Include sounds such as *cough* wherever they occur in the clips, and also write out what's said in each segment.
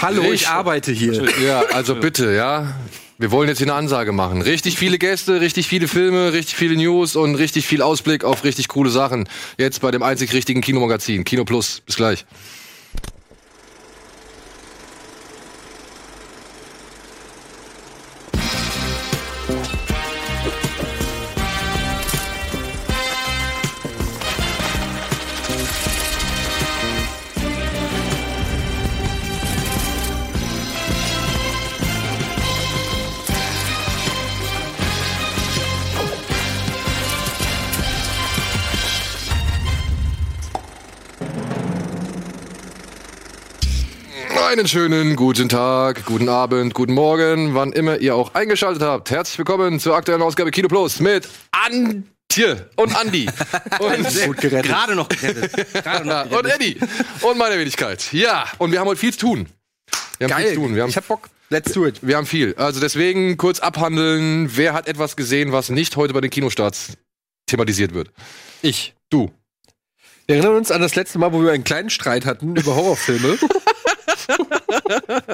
Hallo, ich arbeite hier. *laughs* Ja, also bitte, ja. Wir wollen jetzt hier eine Ansage machen. Richtig viele Gäste, richtig viele Filme, richtig viele News und richtig viel Ausblick auf richtig coole Sachen. Jetzt bei dem einzig richtigen Kinomagazin. Kino Plus. Bis gleich. Einen schönen guten Tag, guten Abend, guten Morgen, wann immer ihr auch eingeschaltet habt. Herzlich willkommen zur aktuellen Ausgabe Kino Plus mit Antje und Andi und, Gut gerettet. Gerade noch gerettet. Gerade noch ja, und Eddie und meine Wenigkeit. Ja, und wir haben heute viel zu tun. Wir haben viel zu tun. Wir haben, ich hab Bock. Let's do it. wir haben viel. Also deswegen kurz abhandeln, wer hat etwas gesehen, was nicht heute bei den Kinostarts thematisiert wird. Ich. Du. Wir erinnern uns an das letzte Mal, wo wir einen kleinen Streit hatten über *laughs* Horrorfilme.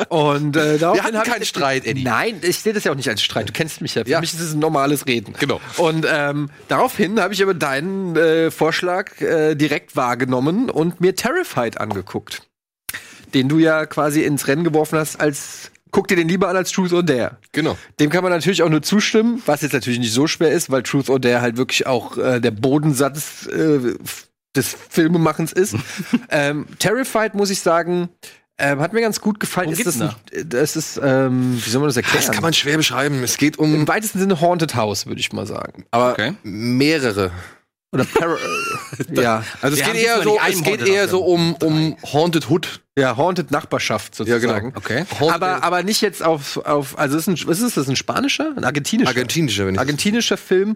Und äh, daraufhin hatten hab ich- keinen Streit, Eddie. Nein, ich sehe das ja auch nicht als Streit. Du kennst mich ja. Für Ja. mich ist es ein normales Reden. Genau. Und ähm, daraufhin habe ich aber deinen äh, Vorschlag äh, direkt wahrgenommen und mir Terrified angeguckt. Den du ja quasi ins Rennen geworfen hast als Guck dir den lieber an als Truth or Dare. Genau. Dem kann man natürlich auch nur zustimmen, was jetzt natürlich nicht so schwer ist, weil Truth or Dare halt wirklich auch äh, der Bodensatz äh, f- des Filmemachens *laughs* ist. ähm, Terrified, muss ich sagen, ähm, hat mir ganz gut gefallen. Worum Ist das, geht's ein, das ist, ähm, wie soll man das erklären? Ah, Das kann man schwer beschreiben. Es geht um Im weitesten Sinne Haunted House, würde ich mal sagen. aber Okay. mehrere. *laughs* Oder Par ja. Also es geht Wir haben diesmal eher so, nicht einen es geht Haunted eher House, so um, um Haunted Hood. ja, Haunted Nachbarschaft sozusagen. Ja, genau. Okay. Haunted Aber, aber nicht jetzt auf, auf also ist, ein, was ist das, ein spanischer? Ein argentinischer? argentinische, wenn ich argentinischer Film,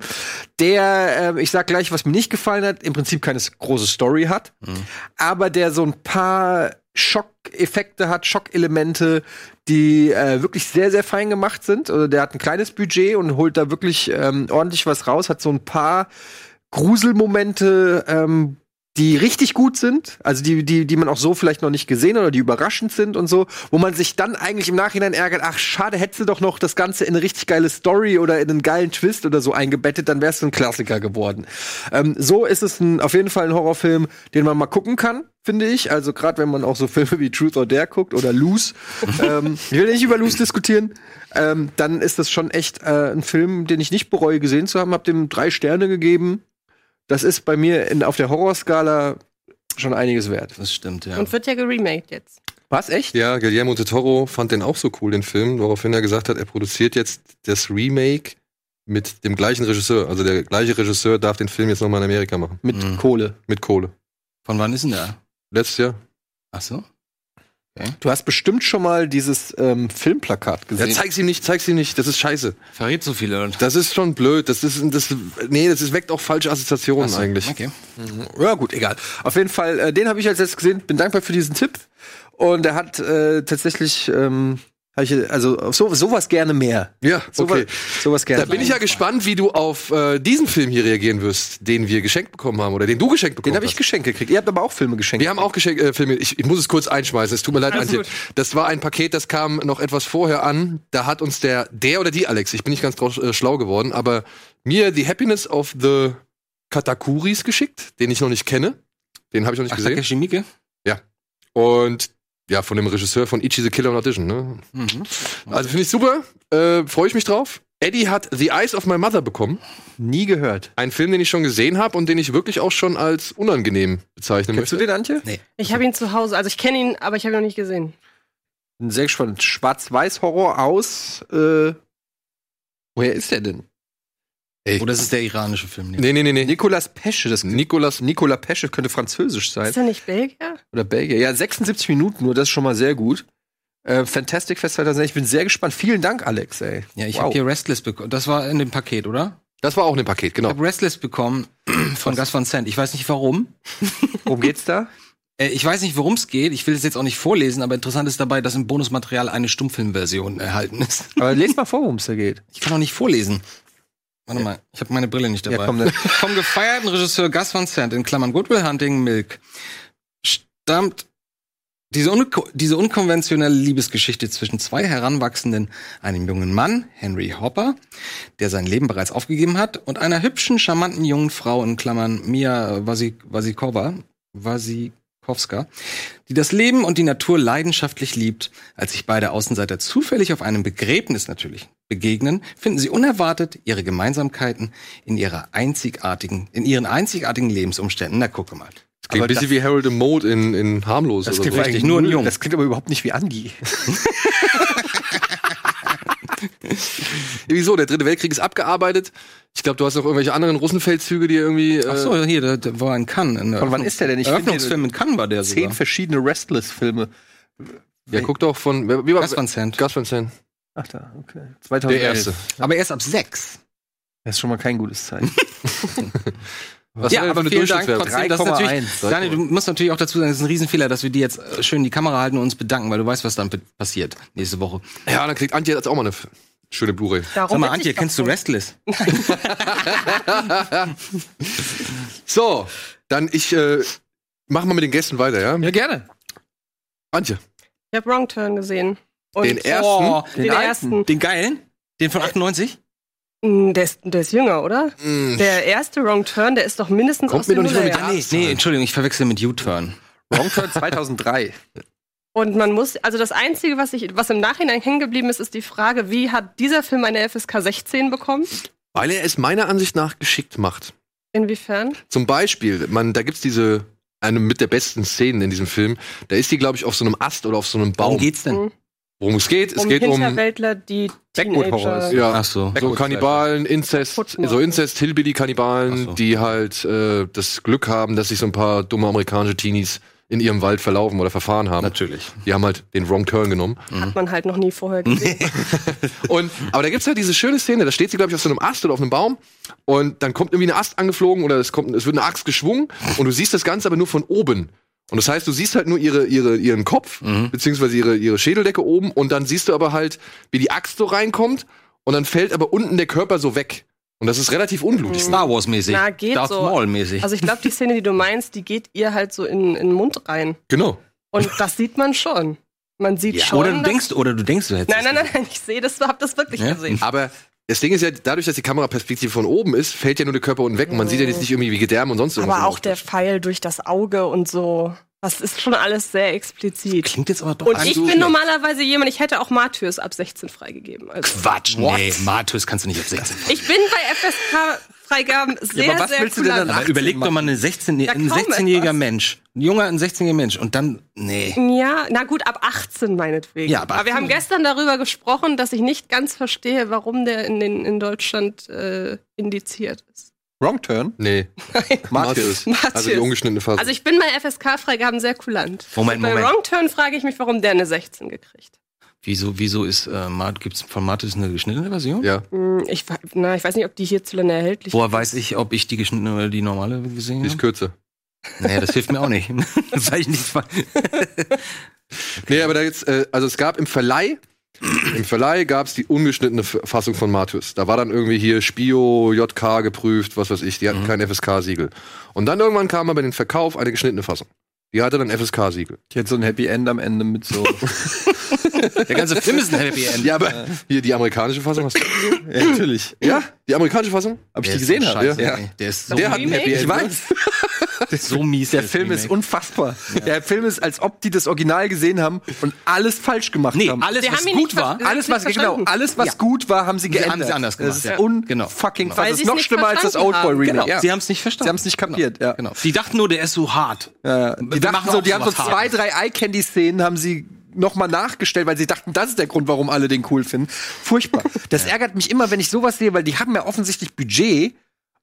der, ähm, ich sag gleich, was mir nicht gefallen hat, im Prinzip keine s- große Story hat, aber der so ein paar Schockeffekte hat, Schockelemente, die äh, wirklich sehr, sehr fein gemacht sind. Also der hat ein kleines Budget und holt da wirklich ähm, ordentlich was raus, hat so ein paar Gruselmomente, ähm, die richtig gut sind, also die, die, die man auch so vielleicht noch nicht gesehen oder die überraschend sind und so, wo man sich dann eigentlich im Nachhinein ärgert, ach schade, hättest du doch noch das Ganze in eine richtig geile Story oder in einen geilen Twist oder so eingebettet, dann wärst du ein Klassiker geworden. Ähm, so ist es ein, auf jeden Fall ein Horrorfilm, den man mal gucken kann, finde ich. Also gerade wenn man auch so Filme wie Truth or Dare guckt oder Loose, ähm, ich will nicht über Loose diskutieren, ähm, dann ist das schon echt äh, ein Film, den ich nicht bereue gesehen zu haben, hab dem drei Sterne gegeben. Das ist bei mir in, auf der Horrorskala schon einiges wert. Das stimmt, ja. Und wird ja geremaked jetzt. Was echt? Ja, Guillermo del Toro fand den auch so cool, den Film, woraufhin er gesagt hat, er produziert jetzt das Remake mit dem gleichen Regisseur. Also der gleiche Regisseur darf den Film jetzt nochmal in Amerika machen. Mit Mhm. Kohle. Mit Kohle. Von wann ist denn der? Letztes Jahr. Ach so. Du hast bestimmt schon mal dieses ähm, Filmplakat Ja, gesehen. zeig's ihm nicht, zeig's ihm nicht. Das ist scheiße. Verrät so viele. und- Das ist schon blöd. Das ist, das, nee, das ist, weckt auch falsche Assoziationen Ach so, eigentlich. Okay. Ja, gut, egal. Auf jeden Fall, äh, den habe ich als letztes gesehen. Bin dankbar für diesen Tipp. Und er hat äh, tatsächlich, ähm, hab ich, also auf so, sowas gerne mehr. Ja, Sowas, okay. sowas gerne. Da bin ich ja gespannt, wie du auf äh, diesen Film hier reagieren wirst, den wir geschenkt bekommen haben oder den du geschenkt bekommen den habe hast. ich geschenkt gekriegt. Ihr habt aber auch Filme geschenkt. Wir haben auch Geschenk, äh, Filme. Ich, ich muss es kurz einschmeißen. Es tut mir leid, Alles Antje. gut. Das war ein Paket, das kam noch etwas vorher an. Da hat uns der, der oder die Alex, ich bin nicht ganz draus, äh, schlau geworden, aber mir die Happiness of the Katakuris geschickt, den ich noch nicht kenne. Den habe ich noch nicht Ach, gesehen. Takeshi Miike? Und ja, von dem Regisseur von Ichi the Killer und Audition. Ne? Mhm. Also finde ich super. Äh, Freue ich mich drauf. Eddie hat The Eyes of My Mother bekommen. nie gehört. Ein Film, den ich schon gesehen habe und den ich wirklich auch schon als unangenehm bezeichnen Kennst du möchte. den, Antje? Ich habe ihn zu Hause, also ich kenne ihn, aber ich habe ihn noch nicht gesehen. Ein sehr spannend. Schwarz-Weiß-Horror aus. Äh, woher ist der denn? Oder ist es der iranische Film? Nee, nee, nee, nee. Nicolas Pesche. Das Nicolas Nicola Pesche könnte französisch sein. Ist er nicht Belgier? Oder Belgier. Ja, 76 Minuten nur, das ist schon mal sehr gut. Äh, Fantastic Fest 2006. Ich bin sehr gespannt. Vielen Dank, Alex, ey. Ja, ich Wow. hab habe hier Restless bekommen. Das war in dem Paket, oder? Das war auch in dem Paket, Ich genau. habe Restless bekommen von Gus Van Sant. Ich weiß nicht warum. Worum geht's da? Äh, Ich weiß nicht, worum es geht. Ich will es jetzt auch nicht vorlesen, aber interessant ist dabei, dass im Bonusmaterial eine Stummfilmversion erhalten ist. Aber lest mal vor, worum es da geht. Ich kann auch nicht vorlesen. Warte mal, ich habe meine Brille nicht *laughs* dabei. Ja, *laughs* komm, dann. Vom gefeierten Regisseur Gus Van Sant in Klammern Goodwill Hunting Milk stammt Diese, unko- diese unkonventionelle Liebesgeschichte zwischen zwei Heranwachsenden, einem jungen Mann, Henry Hopper, der sein Leben bereits aufgegeben hat, und einer hübschen, charmanten jungen Frau in Klammern Mia Wasi- Wasikova, Wasikowska, die das Leben und die Natur leidenschaftlich liebt. Als sich beide Außenseiter zufällig auf einem Begräbnis natürlich begegnen, finden sie unerwartet ihre Gemeinsamkeiten in ihrer einzigartigen, in ihren einzigartigen Lebensumständen. Na, gucke mal. Klingt ein bisschen wie Harold the Mode in, in harmlos. Das oder klingt so. richtig, nur nur ein ein Jung. Das klingt aber überhaupt nicht wie Andi. Wieso? Der dritte Weltkrieg ist abgearbeitet. Ich glaube, du hast noch irgendwelche anderen Russenfeldzüge, die irgendwie. Äh, Ach so, hier, der, der war in Cannes. In der Von wann ist der denn? Ich finde Eröffnungsfilm in Cannes war der Zehn sogar. verschiedene Restless-Filme. Ja, guck doch von. Wie war Gus Van Sant. Gus Van Sant. Ach da, okay. Der 2011. erste. Aber erst ab sechs. Das ist schon mal kein gutes *laughs* Zeichen. Was war denn für Durchschnittswert? trotzdem. Das ist natürlich, 3,1. Daniel, du musst natürlich auch dazu sagen, es ist ein Riesenfehler, dass wir die jetzt äh, schön in die Kamera halten und uns bedanken, weil du weißt, was dann p- passiert nächste Woche. Ja, dann kriegt Antje jetzt auch mal eine f- schöne Blu-ray. Sag Darum mal, bitte ich Antje, doch Oh, kennst du wohl. Restless? So, dann ich äh, mach mal mit den Gästen weiter, ja? Ja, gerne. Antje. Ich habe Wrong Turn gesehen. Und Den ersten? Oh, Den, den ersten. Äh, den geilen? Den von 98? Mm, Der ist, der ist jünger, oder? Mm, Der erste Wrong Turn, der ist doch mindestens Kommt aus mir den doch nicht mal mit Nullerjahren. nee, Nee, Entschuldigung, ich verwechsel mit U-Turn. Wrong Turn 2003. Und man muss, also das Einzige, was ich, was im Nachhinein hängen geblieben ist, ist die Frage, wie hat dieser Film eine FSK 16 bekommen? weil er es meiner Ansicht nach geschickt macht. Inwiefern? Zum Beispiel, man, da gibt's diese, eine mit der besten Szenen in diesem Film. Da ist die, glaube ich, auf so einem Ast oder auf so einem Warum Baum. geht's denn? Mhm. Worum es geht? Es um geht um. Hinterwäldler, die Backwood-Horror Teenager. ist- Ja, Ach so. So Kannibalen, Inzest, Kaputt machen. so Inzest, Hillbilly-Kannibalen, Ach so. die halt äh, das Glück haben, dass sich so ein paar dumme amerikanische Teenies in ihrem Wald verlaufen oder verfahren haben. Natürlich. Die haben halt den Wrong Turn genommen. Hat man halt noch nie vorher gesehen. Und, aber da gibt's halt diese schöne Szene, da steht sie, glaube ich, auf so einem Ast oder auf einem Baum und dann kommt irgendwie eine Ast angeflogen oder es, kommt, es wird eine Axt geschwungen und du siehst das Ganze aber nur von oben. Und das heißt, du siehst halt nur ihre, ihre, ihren Kopf, beziehungsweise ihre, ihre Schädeldecke oben und dann siehst du aber halt, wie die Axt so reinkommt und dann fällt aber unten der Körper so weg. Und das ist relativ unblutig. Star Wars-mäßig. Mhm. Na, geht Darth so. Maul-mäßig. Also ich glaube, die Szene, die du meinst, die geht ihr halt so in, in den Mund rein. Genau. Und das sieht man schon. Man sieht Ja. schon. Oder du dass- denkst, oder du denkst, du hättest. Nein, es nein, nein, nein, ich sehe das, hab das wirklich Ja? *laughs* gesehen. Aber das Ding ist ja, dadurch, dass die Kameraperspektive von oben ist, fällt ja nur der Körper unten weg und man sieht ja jetzt nicht irgendwie wie Gedärme und sonst irgendwas. Aber auch der Pfeil durch das Auge und so. Das ist schon alles sehr explizit. Klingt jetzt aber doch Und an- ich bin normalerweise jemand, ich hätte auch Martyrs ab 16 freigegeben. Also Quatsch, nee, Martus kannst du nicht auf 16. ich bin bei FSK-Freigaben sehr, aber was sehr willst du kulant. denn dann Aber überleg doch mal eine 16, Ja, ein kaum 16-jähriger etwas. Mensch, ein junger, ein 16-jähriger Mensch und dann, nee. Ja, na gut, ab 18 meinetwegen. Ja, hm. ab aber, wir 18. haben gestern darüber gesprochen, dass ich nicht ganz verstehe, warum der in, den, in Deutschland äh, indiziert ist. Wrong Turn? Nee, Martius. Martius. Also die ungeschnittene Phase. Also ich bin bei FSK-Freigaben sehr kulant. Moment, bei Moment. Wrong Turn frage ich mich, warum der eine 16 gekriegt. Wieso, wieso ist, äh, Mart, gibt's von Martus eine geschnittene Version? ja. Hm, Ich, we- na, ich weiß nicht, ob die hierzulande erhältlich Woher weiß ich, ob ich die geschnittene oder die normale gesehen Ich Mhm. habe? kürze. Naja, das hilft mir auch nicht. *laughs* das sag ich nicht. ver- Nee, aber da jetzt, äh, also es gab im Verleih, im Verleih gab es die ungeschnittene F- Fassung von Martyrs. Da war dann irgendwie hier Spio, JK geprüft, was weiß ich, die hatten kein FSK-Siegel. Und dann irgendwann kam aber in den Verkauf eine geschnittene Fassung. Die hatte dann FSK-Siegel. Die hat so ein Happy End am Ende mit *laughs* so. Der ganze Film ist ein Happy End. Ja, aber *laughs* hier die amerikanische Fassung hast du. ja, natürlich. *laughs* Ja, die amerikanische Fassung? Ob ich Der die ist gesehen so habe? scheiße, Ja. ey. Der ist so, Der hat ein Remake? Happy End. Ich ne? weiß. so mies. Der das Film ist Remake. unfassbar. Der Film ist, als ob die das Original gesehen haben und alles falsch gemacht Nee, haben. alles, Wir was haben ihn gut nicht war. ver- Alles, was, nicht genau, verstanden. alles, was gut war, haben sie geändert. haben sie anders Das ist gemacht, ja. Genau. unfucking Weil genau. Das sie ist es noch nicht schlimmer als das verstanden haben. Oldboy-Remake. Genau, Ja. sie haben es nicht verstanden. Sie haben's nicht kapiert, genau. ja. Genau. Die dachten nur, der ist so hart. Ja, Äh, die Wir dachten machen so, auch die haben so sowas zwei, Hartes. drei Eye-Candy-Szenen haben sie nochmal nachgestellt, weil sie dachten, das ist der Grund, warum alle den cool finden. *laughs* Furchtbar. Das ärgert mich immer, wenn ich sowas sehe, weil die haben ja offensichtlich Budget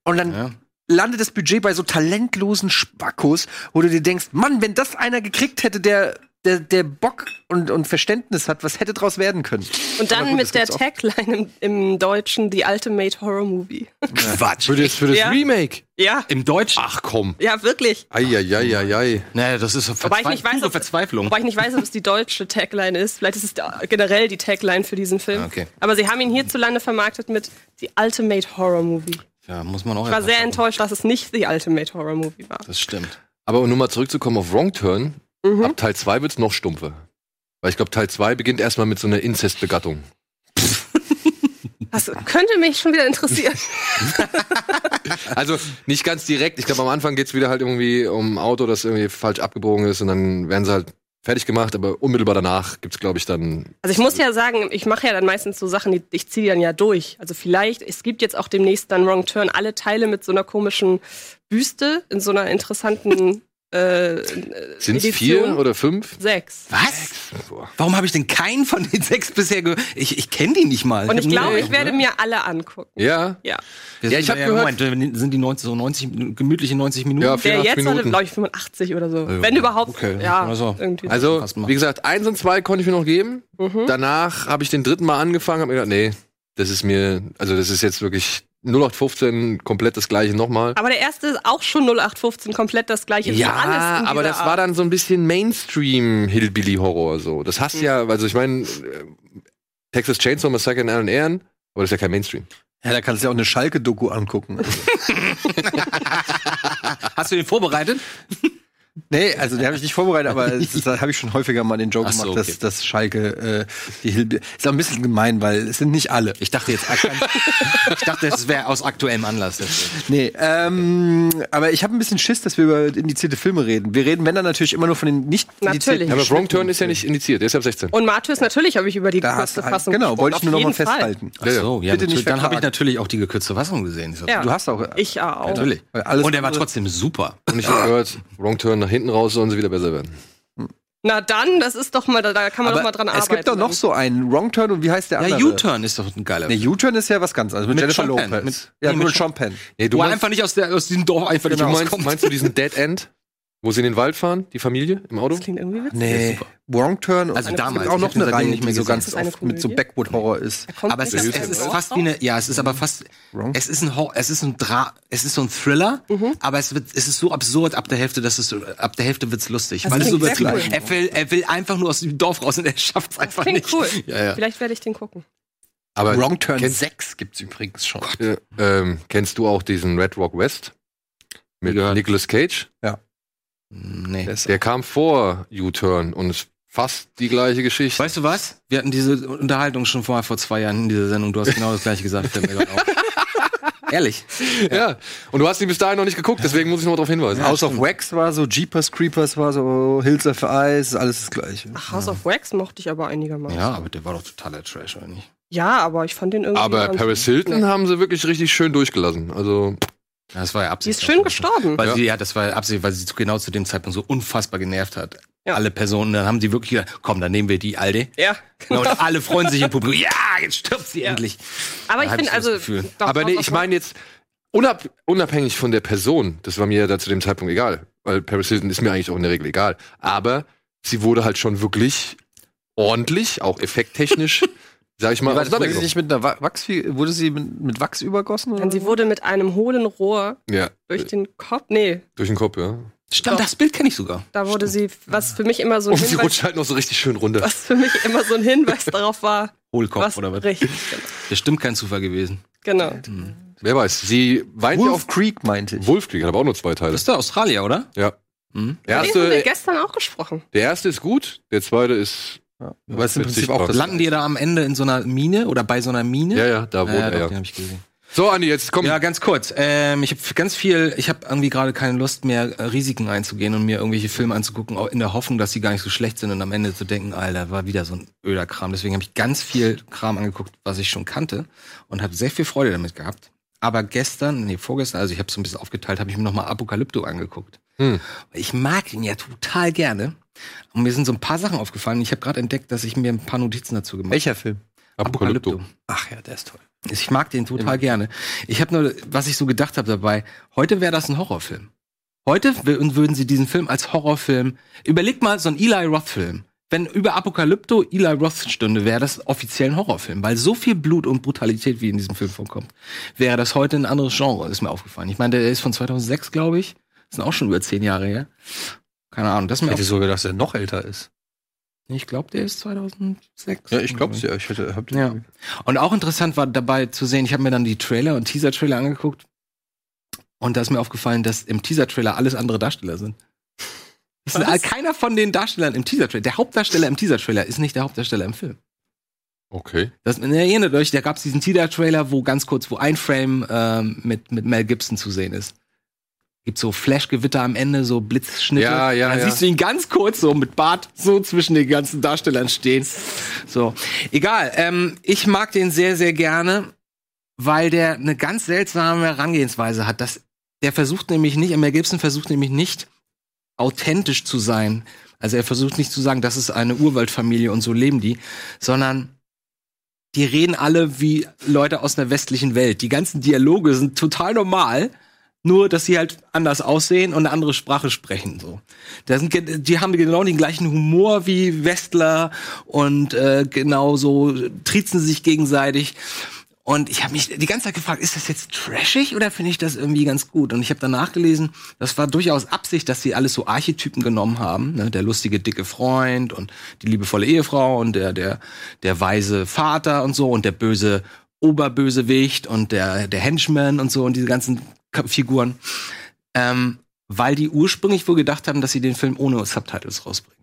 und dann Ja. landet das Budget bei so talentlosen Spackos, wo du dir denkst, Mann, wenn das einer gekriegt hätte, der der, der Bock und, und Verständnis hat, was hätte draus werden können? Und dann Aber gut, das mit der gibt's Tagline im, im Deutschen The Ultimate Horror Movie. *laughs* Quatsch. Für das, für das Ja. Remake. Ja, Im Deutschen. Ach komm. ja, wirklich. Eieieiei. Naja, das ist so Wobei ich verzweif- nicht weiß, pure ob- Verzweiflung. Wobei ich nicht weiß, ob es die deutsche Tagline ist. Vielleicht ist es da- generell die Tagline für diesen Film. Ah, okay. Aber sie haben ihn hierzulande vermarktet mit The Ultimate Horror Movie. Ja, muss man auch Ich war erstmal sehr schauen. enttäuscht, dass es nicht The Ultimate Horror Movie war. Das stimmt. Aber um nur mal zurückzukommen auf Wrong Turn, Ab Teil 2 wird's noch stumpfer. Weil ich glaube, Teil 2 beginnt erstmal mit so einer Inzestbegattung. Das könnte mich schon wieder interessieren. Also nicht ganz direkt. Ich glaube, am Anfang geht's wieder halt irgendwie um ein Auto, das irgendwie falsch abgebogen ist und dann werden sie halt fertig gemacht, aber unmittelbar danach gibt's, glaube ich, dann. Also ich muss ja sagen, ich mache ja dann meistens so Sachen, die ich ziehe die dann ja durch. Also vielleicht, es gibt jetzt auch demnächst dann Wrong Turn alle Teile mit so einer komischen Büste in so einer interessanten äh, Sind Edition. vier oder fünf? sechs. Was? Warum habe ich denn keinen von den sechs bisher gehört? Ich, ich kenne die nicht mal. Und hab ich nie- glaube, ich werde mir alle angucken. Ja. Ja. Ja, Wir sind ich hab da gehört- Moment, sind die 90, so 90, gemütliche 90 Minuten? Ja, Der 84 jetzt hatte, Minuten. glaube ich, 85 oder so. Wenn überhaupt. okay. Ja, Also, irgendwie. so. Also, Fast mal. wie gesagt, eins und zwei konnte ich mir noch geben. Danach habe ich den dritten Mal angefangen, habe mir gedacht, nee, das ist mir, also das ist jetzt wirklich 0815, komplett das gleiche nochmal. aber der erste ist auch schon 0815, komplett das gleiche. Das ist alles Ja, in aber dieser das war dann so ein bisschen Mainstream-Hillbilly-Horror so. Das hast ja, also ich meine, äh, Texas Chainsaw Massacre in allen Ehren, aber das ist ja kein Mainstream. Ja, da kannst du ja auch eine Schalke-Doku angucken. Hast du den vorbereitet? nee, also den habe ich nicht vorbereitet, *laughs* aber es ist- da habe ich schon häufiger mal den Joke Ach so, gemacht, okay. dass, dass Schalke äh, die Hilbe. Ist auch ein bisschen gemein, weil es sind nicht alle. Ich dachte jetzt, ah, ich dachte, das wäre aus aktuellem Anlass. *laughs* Nee, ähm, aber ich habe ein bisschen Schiss, dass wir über indizierte Filme reden. Wir reden, wenn dann natürlich immer nur von den nicht indizierten Natürlich. Aber Wrong Turn ist ja nicht indiziert, der ist ab 16. Und Martyrs, natürlich habe ich über die Da gekürzte hast du halt, Fassung genau, gesprochen, wollte ich nur auf noch mal jeden festhalten. Fall. Ach so, ja, Bitte Bitte nicht dann habe ich verklagen. natürlich auch die gekürzte Fassung gesehen. Ich so, Ja. Du hast auch. Ich auch. Natürlich. Weil alles Und er war andere- trotzdem super. Und ich habe gehört, Wrong Turn nach hinten raus sollen sie wieder besser werden. Na dann, das ist doch mal, da- da kann man aber doch mal dran arbeiten. es gibt doch noch so einen Wrong Turn und wie heißt der Ja, andere? U-Turn ist doch ein geiler Nee, U-Turn ist ja was ganz anderes. Mit, Mit Jennifer Sean Penn. Lopez. Mit- ja, nee, nur mit mit Sean Penn. Nee, Du wo er einfach nicht aus, der, aus diesem Dorf einfach du nicht meinst, rauskommt. meinst du diesen Dead End, wo sie in den Wald fahren, die Familie im Auto? Das klingt irgendwie witzig. Nee, Wrong Turn. und Also es damals, gibt auch ich hab noch den eine seitdem Reihe, nicht die mehr so gesehen. ganz Ist das eine oft mit so Komödie? Backwood-Horror ist. Da kommt aber es nicht ist, das es ist Wort fast drauf. wie eine, ja, es ist aber fast, Wrong. es ist ein, Hor- es ist ein Dra, es ist so ein Thriller, aber es wird, es ist so absurd ab der Hälfte, dass es, ab der Hälfte wird's lustig, Das weil es so klingt sehr übertrieben. cool. Er will, er will einfach nur aus dem Dorf raus und er schafft's einfach Klingt nicht. cool. Ja, ja. Vielleicht werde ich den gucken. Aber Wrong Turn Kennt- 6 gibt's übrigens schon. äh, ähm, kennst du auch diesen Red Rock West? Mit Nie gehört. Nicolas Cage? Nee. Der kam vor U-Turn und ist fast die gleiche Geschichte. Weißt du was? Wir hatten diese Unterhaltung schon vorher vor zwei Jahren in dieser Sendung. Du hast genau das gleiche gesagt. fällt mir grad *laughs* auf. Ehrlich. Ja. Und du hast die bis dahin noch nicht geguckt, deswegen muss ich noch darauf hinweisen. House of Wax war so, Jeepers Creepers war so, Hills of Ice, alles das gleiche. Ach, House of Wax mochte ich aber einigermaßen. Ja, Ja, aber der war doch totaler Trash, oder nicht? aber ich fand den irgendwie. Aber ganz- Paris Hilton haben sie wirklich richtig schön durchgelassen. Also Ja, Das war ja Die absichtlich. ist schön gestorben. Weil Ja. sie, ja, das war absichtlich, weil sie zu- genau zu dem Zeitpunkt so unfassbar genervt hat. Ja. Alle Personen, dann haben sie wirklich gedacht, komm, dann nehmen wir die Alde. Ja, genau. Und alle freuen sich im Publikum. Ja, jetzt stirbt sie endlich. Aber ich hab ich finde so das also. Gefühl. doch, aber nee, House of ich meine jetzt, unab unabhängig von der Person, das war mir da zu dem Zeitpunkt egal, weil Paris Hilton ist mir eigentlich auch in der Regel egal, aber sie wurde halt schon wirklich ordentlich, auch *laughs* effekttechnisch, sag ich War, mal, wurde, sie auseinandergenommen. nicht mit einer Wa- Wachs, wurde sie mit, mit Wachs übergossen? Nein, Oder? Sie wurde mit einem hohlen Rohr Ja, Äh. durch den Kopf. Nee, durch den Kopf, ja. Stimmt, das Bild kenne ich sogar. da wurde sie, was für mich immer so ein Und sie rutscht Hinweis, halt noch so richtig schön runter. was für mich immer so ein *laughs* Hinweis darauf war, Hohlkopf was oder was? Hm. richtig. Bestimmt kein Zufall gewesen. Genau. Wer weiß, sie weint ja Wolf auf Creek meinte ich. Wolfkrieg, hat aber auch nur zwei Teile. Das ist der Australier, oder? Ja. Mhm. Der Den haben wir erste, gestern auch gesprochen. der erste ist gut, der zweite ist. Ja. Aber es ist im Witzig Prinzip auch war das. Landen die da am Ende in so einer Mine oder bei so einer Mine? Ja, ja, da Ja, wohnt ja, er doch, ja. den hab ich gesehen. So, Andi, jetzt komm. Ja, ganz kurz. Ähm, ich habe ganz viel, ich habe irgendwie gerade keine Lust mehr, äh, Risiken einzugehen und mir irgendwelche Filme anzugucken, auch in der Hoffnung, dass sie gar nicht so schlecht sind und am Ende zu denken, Alter, war wieder so ein öder Kram. Deswegen habe ich ganz viel Kram angeguckt, was ich schon kannte und habe sehr viel Freude damit gehabt. Aber gestern, nee, vorgestern, also ich habe es so ein bisschen aufgeteilt, habe ich mir nochmal Apokalypto angeguckt. Hm. Ich mag ihn ja total gerne. Und mir sind so ein paar Sachen aufgefallen. Ich habe gerade entdeckt, dass ich mir ein paar Notizen dazu gemacht habe. Welcher Film? Apokalypto. Ach ja, der ist toll. Ich mag den total gerne. Ich habe nur, was ich so gedacht habe dabei, heute wäre das ein Horrorfilm. Heute wür- würden sie diesen Film als Horrorfilm. Überleg mal so einen Eli Roth-Film. Wenn über Apokalypto Eli Roth stünde, wäre das offiziell ein Horrorfilm, weil so viel Blut und Brutalität wie in diesem Film vorkommt, wäre das heute ein anderes Genre, ist mir aufgefallen. Ich meine, der ist von 2006, glaube ich. Das sind auch schon über zehn Jahre her. Keine Ahnung, das ist mir auch, sogar, dass er noch älter ist. Ich glaube, der ist 2006. Ja, ich Mhm. glaub's ja. Ich hätte, hab den Ja. Und auch interessant war dabei zu sehen, ich habe mir dann die Trailer und Teaser-Trailer angeguckt. Und da ist mir aufgefallen, dass im Teaser-Trailer alles andere Darsteller sind. Das ist all- keiner von den Darstellern im Teaser-Trailer. Der Hauptdarsteller im Teaser-Trailer ist nicht der Hauptdarsteller im Film. Okay. Das, ihr erinnert euch, da gab es diesen Teaser-Trailer, wo ganz kurz, wo ein Frame ähm, mit, mit Mel Gibson zu sehen ist. Gibt so Flashgewitter am Ende, so Blitzschnitte. Ja, ja, Und Dann ja. siehst du ihn ganz kurz so mit Bart so zwischen den ganzen Darstellern stehen. So, egal. Ähm, ich mag den sehr, sehr gerne, weil der eine ganz seltsame Herangehensweise hat. Das, der versucht nämlich nicht, Mel Gibson versucht nämlich nicht, authentisch zu sein. Also er versucht nicht zu sagen, das ist eine Urwaldfamilie und so leben die, sondern die reden alle wie Leute aus einer westlichen Welt. Die ganzen Dialoge sind total normal, nur dass sie halt anders aussehen und eine andere Sprache sprechen. So, da sind, ge- die haben genau den gleichen Humor wie Westler und äh, genauso triezen sie sich gegenseitig. Und ich habe mich die ganze Zeit gefragt, ist das jetzt trashig oder finde ich das irgendwie ganz gut? Und ich habe danach gelesen, das war durchaus Absicht, dass sie alles so Archetypen genommen haben. Ne? Der lustige, dicke Freund und die liebevolle Ehefrau und der, der, der weise Vater und so und der böse Oberbösewicht und der, der Henchman und so und diese ganzen Ka- Figuren. Ähm, weil die ursprünglich wohl gedacht haben, dass sie den Film ohne Subtitles rausbringen.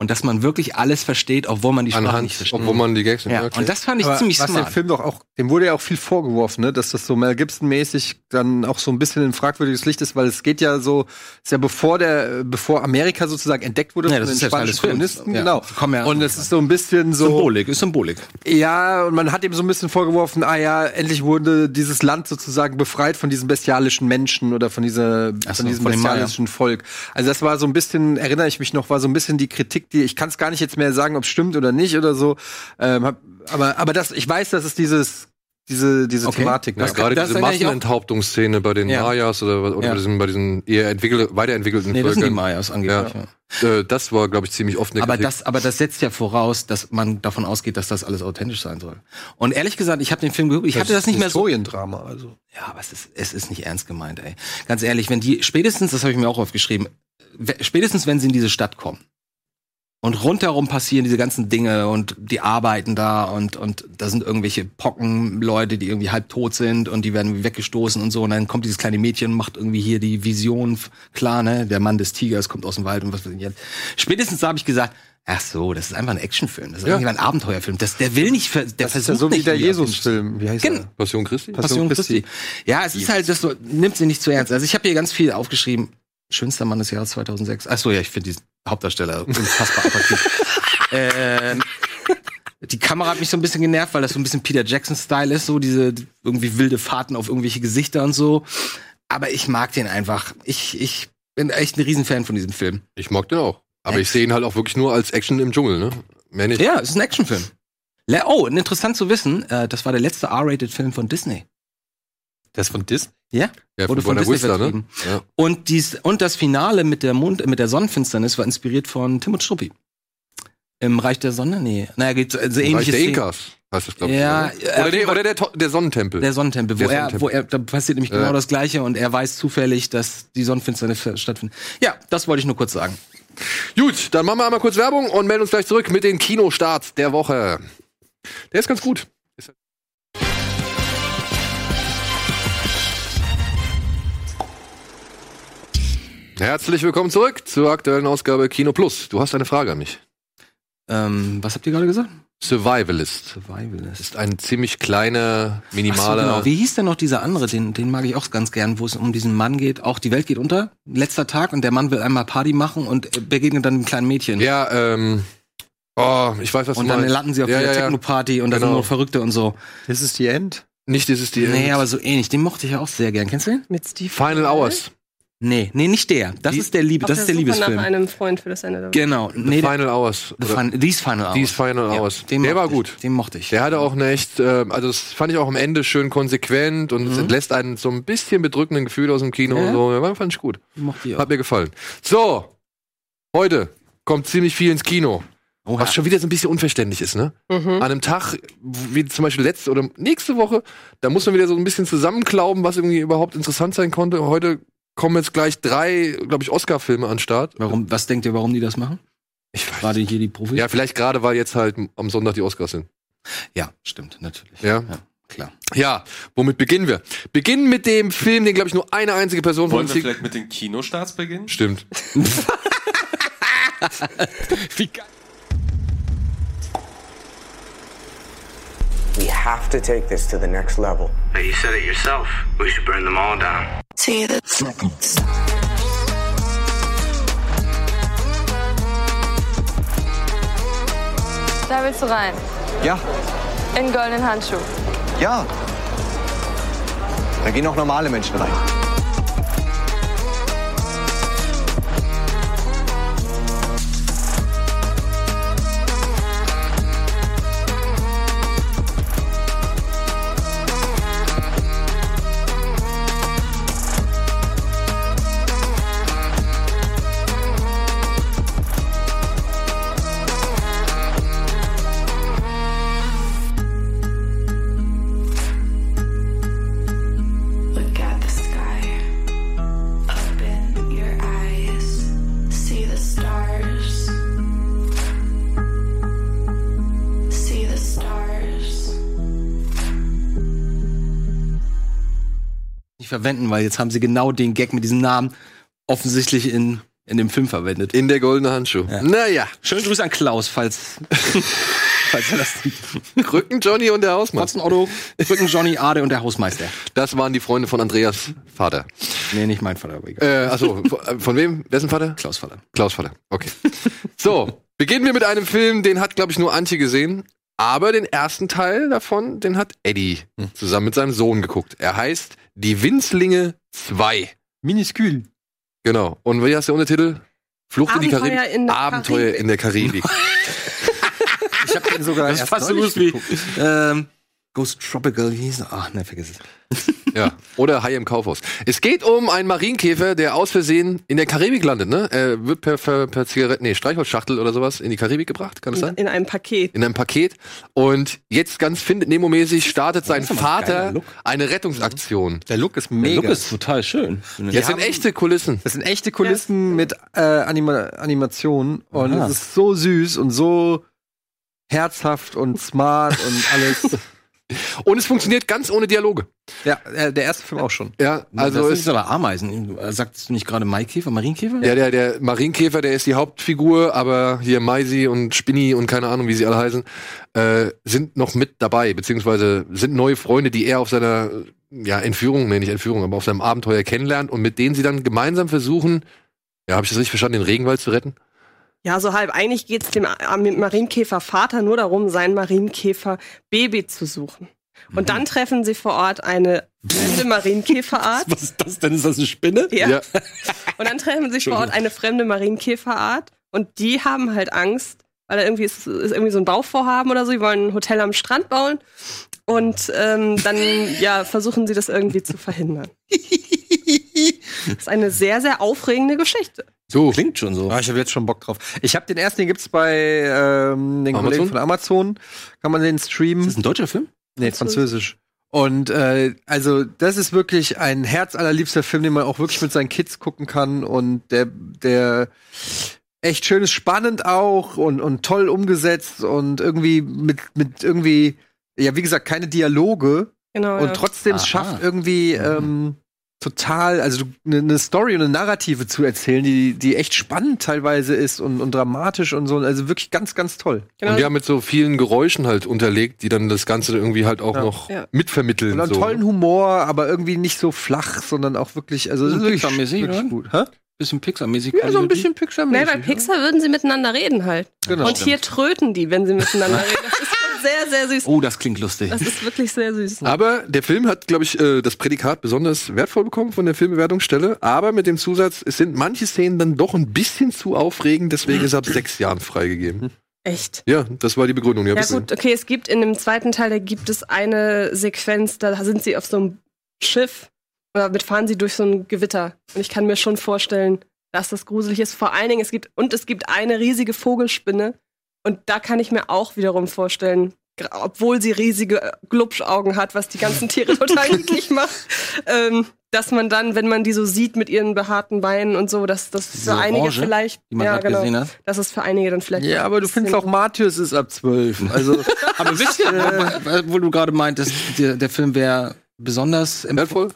Und dass man wirklich alles versteht, obwohl man die Sprache nicht Anhand, versteht. obwohl man die Gags nicht Ja, merkt. und das fand ich Aber ziemlich was smart. dem Film doch auch, dem wurde ja auch viel vorgeworfen, ne, dass das so Mel Gibson-mäßig dann auch so ein bisschen ein fragwürdiges Licht ist, weil es geht ja so, ist ja bevor der, bevor Amerika sozusagen entdeckt wurde Ja, das ist ja Teil des Films. Kolonisten, Ja, genau. die kommen ja- und es ist so ein bisschen so, Symbolik, ist Symbolik. ja, und man hat ihm so ein bisschen vorgeworfen, ah ja, endlich wurde dieses Land sozusagen befreit von diesen bestialischen Menschen oder von dieser, Ach so, von diesem von den Maya. bestialischen Volk. Also das war so ein bisschen, erinnere ich mich noch, war so ein bisschen die Kritik, die ich kann es gar nicht jetzt mehr sagen, ob es stimmt oder nicht oder so. Ähm, hab, aber aber das, ich weiß, dass es dieses diese diese Okay. Thematik. Ja, ne? gerade das diese erinnere ich auch- Massenenthauptungsszene bei den Ja. Mayas oder, was- oder Ja. bei diesen, bei diesen eher entwickel, weiterentwickelten Nee, das sind die Völkern. Mayas angeblich. Ja. Ja. äh, das war, glaube ich, ziemlich oft eine Aber, Kritik. das, aber das setzt ja voraus, dass man davon ausgeht, dass das alles authentisch sein soll. Und ehrlich gesagt, ich habe den Film geguckt, ich hatte das nicht mehr so Historiendrama, also. Ja, aber es ist, es ist nicht ernst gemeint, ey. Ganz ehrlich, wenn die, spätestens, das habe ich mir auch aufgeschrieben, we- spätestens wenn sie in diese Stadt kommen und rundherum passieren diese ganzen Dinge und die arbeiten da und, und da sind irgendwelche Pockenleute, die irgendwie halb tot sind und die werden irgendwie weggestoßen und so und dann kommt dieses kleine Mädchen und macht irgendwie hier die Vision f- klar, ne? Der Mann des Tigers kommt aus dem Wald und was weiß ich jetzt. Spätestens da habe ich gesagt, ach so, das ist einfach ein Actionfilm, das ist Ja. irgendwie ein Abenteuerfilm. Das, der will nicht, ver- der Das ist ja versucht so wie nicht der irgendwie auf- Jesus-Film. Wie heißt Genau. der? Passion Christi? Passion Passion Christi. Ja, es ist halt, das so- nimmt sie nicht zu ernst. Also ich habe hier ganz viel aufgeschrieben. Schönster Mann des Jahres 2006. Ach so, ja, ich finde diesen Hauptdarsteller unfassbar attraktiv. ähm, die Kamera hat mich so ein bisschen genervt, weil das so ein bisschen Peter Jackson-Style ist, so diese irgendwie wilde Fahrten auf irgendwelche Gesichter und so. Aber ich mag den einfach. Ich, ich bin echt ein Riesenfan von diesem Film. Ich mag den auch. Aber ich sehe ihn halt auch wirklich nur als Action im Dschungel, ne? Mehr nicht. Ja, es ist ein Actionfilm. Le oh, und interessant zu wissen, äh, das war der letzte R-Rated-Film von Disney. Der ist von Disney. Ja, Wurde von Buena Disney Vista, vertrieben. Ja. Und, dies, und das Finale mit der, Mond, mit der Sonnenfinsternis war inspiriert von Tim und Struppi. Im Reich der Sonne? Nee. Naja, gibt's also Reich ähnliche der Szenen. Inkas heißt das, glaube ich. Ja, oder? Oder, äh, nee, oder der, To- der Sonnentempel. Der Sonnentempel, wo Der er, Sonnentempel. wo er, da passiert nämlich genau Äh. das Gleiche und er weiß zufällig, dass die Sonnenfinsternis stattfindet. Ja, das wollte ich nur kurz sagen. Gut, dann machen wir einmal kurz Werbung und melden uns gleich zurück mit den Kinostarts der Woche. Der ist ganz gut. Herzlich willkommen zurück zur aktuellen Ausgabe Kino Plus. Du hast eine Frage an mich. Ähm, was habt ihr gerade gesagt? Survivalist Survivalist. ist ein ziemlich kleiner, Ach so, minimaler. genau. Wie hieß denn noch dieser andere? Den, den mag ich auch ganz gern, wo es um diesen Mann geht. Auch die Welt geht unter. Letzter Tag und der Mann will einmal Party machen und äh, begegnet dann einem kleinen Mädchen. Ja, ähm. Oh, ich weiß, was Und du dann meinst. landen sie auf ja, der ja, ja. Techno-Party und da sind Genau. nur Verrückte und so. This is the End. Nicht dieses die Nee, aber so ähnlich. Den mochte ich ja auch sehr gern. Kennst du den? Mit Steve. Final Hours. Nee, nee, nicht der. Das Die- ist der Liebe, Auf das ist der Suche Liebesfilm. Nach einem Freund für das Ende der Woche. Genau. Nee, der- Final Hours. The Oder- Fin- These Final Hours. These Final Ja, Hours. den Der mochte war ich. gut. Den mochte ich. Der hatte auch eine echt, äh, also das fand ich auch am Ende schön konsequent und es entlässt einen so ein bisschen bedrückenden Gefühl aus dem Kino Mhm. Ja. und so. Ja, fand ich gut. Den mochte ich auch. Hat mir gefallen. So, heute kommt ziemlich viel ins Kino. Oha. Mhm. Was schon wieder so ein bisschen unverständlich ist, ne? Mhm. An einem Tag, wie zum Beispiel letzte oder nächste Woche, da muss man wieder so ein bisschen zusammenklauben, was irgendwie überhaupt interessant sein konnte. Heute kommen jetzt gleich drei, glaube ich, Oscar-Filme an den Start. Warum, was denkt ihr, warum die das machen? Ich weiß. Gerade hier die Profis? Ja, vielleicht gerade, weil jetzt halt am Sonntag die Oscars sind. ja stimmt, natürlich. Ja. klar. Ja, womit beginnen wir? Beginnen mit dem Film, den, glaube ich, nur eine einzige Person von Wollen uns wir sieht. vielleicht mit den Kinostarts beginnen? Stimmt. Wie geil. We have to take this to the next level. Now, You said it yourself. We should burn them all down. See the Da willst du rein. Ja, In goldenen Handschuh. ja. Da gehen auch normale Menschen rein. Look at the sky. Open your eyes. See the stars. See the stars. Nicht verwenden, weil jetzt haben sie genau den Gag mit diesem Namen offensichtlich in, in dem Film verwendet. In der goldene Handschuh. Naja, Schönen Grüß an Klaus, falls, *laughs* falls er das Rücken Johnny und der Hausmann. Katzen Otto, Brücken Johnny Ade und der Hausmeister. Das waren die Freunde von Andreas Vater. Nee, nicht mein Vater, aber egal. Äh, achso, von, äh, von wem? Wessen Vater? Klaus Vater. Klaus Vater. Okay. So, beginnen wir mit einem Film, den hat, glaube ich, nur Antje gesehen. Aber den ersten Teil davon, den hat Eddie zusammen mit seinem Sohn geguckt. Er heißt Die Winzlinge 2. Miniskül. Genau. Und wie heißt der Untertitel? Flucht in die Abenteuer Karibik. in der Abenteuer Karibik. in der Karibik. Ich habe den sogar Das erst passt so neulich gut wie geguckt. ähm, Ghost Tropical hieß. Ach, ne, vergiss es. ja. Oder Hai im Kaufhaus. Es geht um einen Marienkäfer, der aus Versehen in der Karibik landet, ne? Er wird per, per, per Zigarette, nee, Streichholzschachtel oder sowas in die Karibik gebracht, kann das sein? In einem Paket. in einem Paket und jetzt ganz findet Nemo-mäßig startet sein ist aber ein geiler Vater Look. eine Rettungsaktion. Der Look ist mega. total schön. Jetzt sind haben- echte Kulissen. das sind echte Kulissen mit äh, Anima Animationen und Aha. es ist so süß und so herzhaft und smart *laughs* und alles. Und es funktioniert ganz ohne Dialoge. ja, äh, der erste Film auch schon. Ja, also Also das ist sind aber Ameisen. Sagst du nicht gerade Maikäfer, Marienkäfer? ja, der, der Marienkäfer, der ist die Hauptfigur, aber hier Maisi und Spinny und keine Ahnung, wie sie alle heißen, äh, sind noch mit dabei, beziehungsweise sind neue Freunde, die er auf seiner ja, Entführung, nee, nicht Entführung, aber auf seinem Abenteuer kennenlernt und mit denen sie dann gemeinsam versuchen, ja, habe ich das richtig verstanden, den Regenwald zu retten? Ja, so halb. Eigentlich geht es dem äh, A- Marienkäfervater nur darum, sein Marienkäfer-Baby zu suchen. Und Mhm. dann treffen sie vor Ort eine fremde Marienkäferart. *laughs* Was ist das denn? Ist das eine Spinne? Ja. *laughs* Und dann treffen sich vor Ort eine fremde Marienkäferart und die haben halt Angst, weil da irgendwie ist, ist irgendwie so ein Bauvorhaben oder so. Die wollen ein Hotel am Strand bauen und ähm, dann ja versuchen sie das irgendwie zu *laughs* verhindern. Das ist eine sehr sehr aufregende Geschichte. Du, Klingt schon so. Ah, ich habe jetzt schon Bock drauf. Ich habe den ersten, den gibt's bei ähm, den Amazon? Kollegen von Amazon. Kann man den streamen? Ist das ein deutscher Film? Nee, französisch. Und äh, also das ist wirklich ein herzallerliebster Film, den man auch wirklich mit seinen Kids gucken kann und der der echt schön ist, spannend auch und und toll umgesetzt und irgendwie mit mit irgendwie ja wie gesagt keine Dialoge Genau. ja. und trotzdem es Aha. schafft irgendwie ähm, total also eine ne Story und eine Narrative zu erzählen, die die echt spannend teilweise ist und und dramatisch und so also wirklich ganz ganz toll. genau. Und ja, mit so vielen Geräuschen halt unterlegt, die dann das Ganze irgendwie halt auch Ja. noch Ja. mitvermitteln. Und einen so. tollen Humor, aber irgendwie nicht so flach, sondern auch wirklich, also So das ist wirklich, Pixar-mäßig, wirklich oder? gut. Hä? Bisschen Pixar-mäßig. Nee, Pixar-mäßig. bei Pixar würden sie miteinander reden halt. Genau. und hier tröten die, wenn sie miteinander reden. Das ist schon sehr sehr süß. Oh, das klingt lustig. Das ist wirklich sehr süß. Aber der Film hat, glaube ich, äh, das Prädikat besonders wertvoll bekommen von der Filmbewertungsstelle. Aber mit dem Zusatz, es sind manche Szenen dann doch ein bisschen zu aufregend, deswegen ist er ab sechs Jahren freigegeben. Echt. Ja, das war die Begründung. Ja, Ja bisschen. gut, okay, es gibt in dem zweiten Teil, da gibt es eine Sequenz, da sind sie auf so einem Schiff und damit fahren sie durch so ein Gewitter. Und ich kann mir schon vorstellen, dass das gruselig ist. Vor allen Dingen, es gibt, und es gibt eine riesige Vogelspinne. Und da kann ich mir auch wiederum vorstellen, gra- obwohl sie riesige äh, Glubschaugen hat, was die ganzen *laughs* Tiere total niedlich macht, ähm, dass man dann, wenn man die so sieht mit ihren behaarten Beinen und so, dass das Diese für einige Orange, vielleicht, die man ja, genau, gerade gesehen hat. *laughs* dass es für einige dann vielleicht. Ja, aber du findest auch Martius ist ab zwölf. Also Aber äh, wisst ihr, wo du gerade meintest, der, der Film wäre besonders empf- Wertvoll?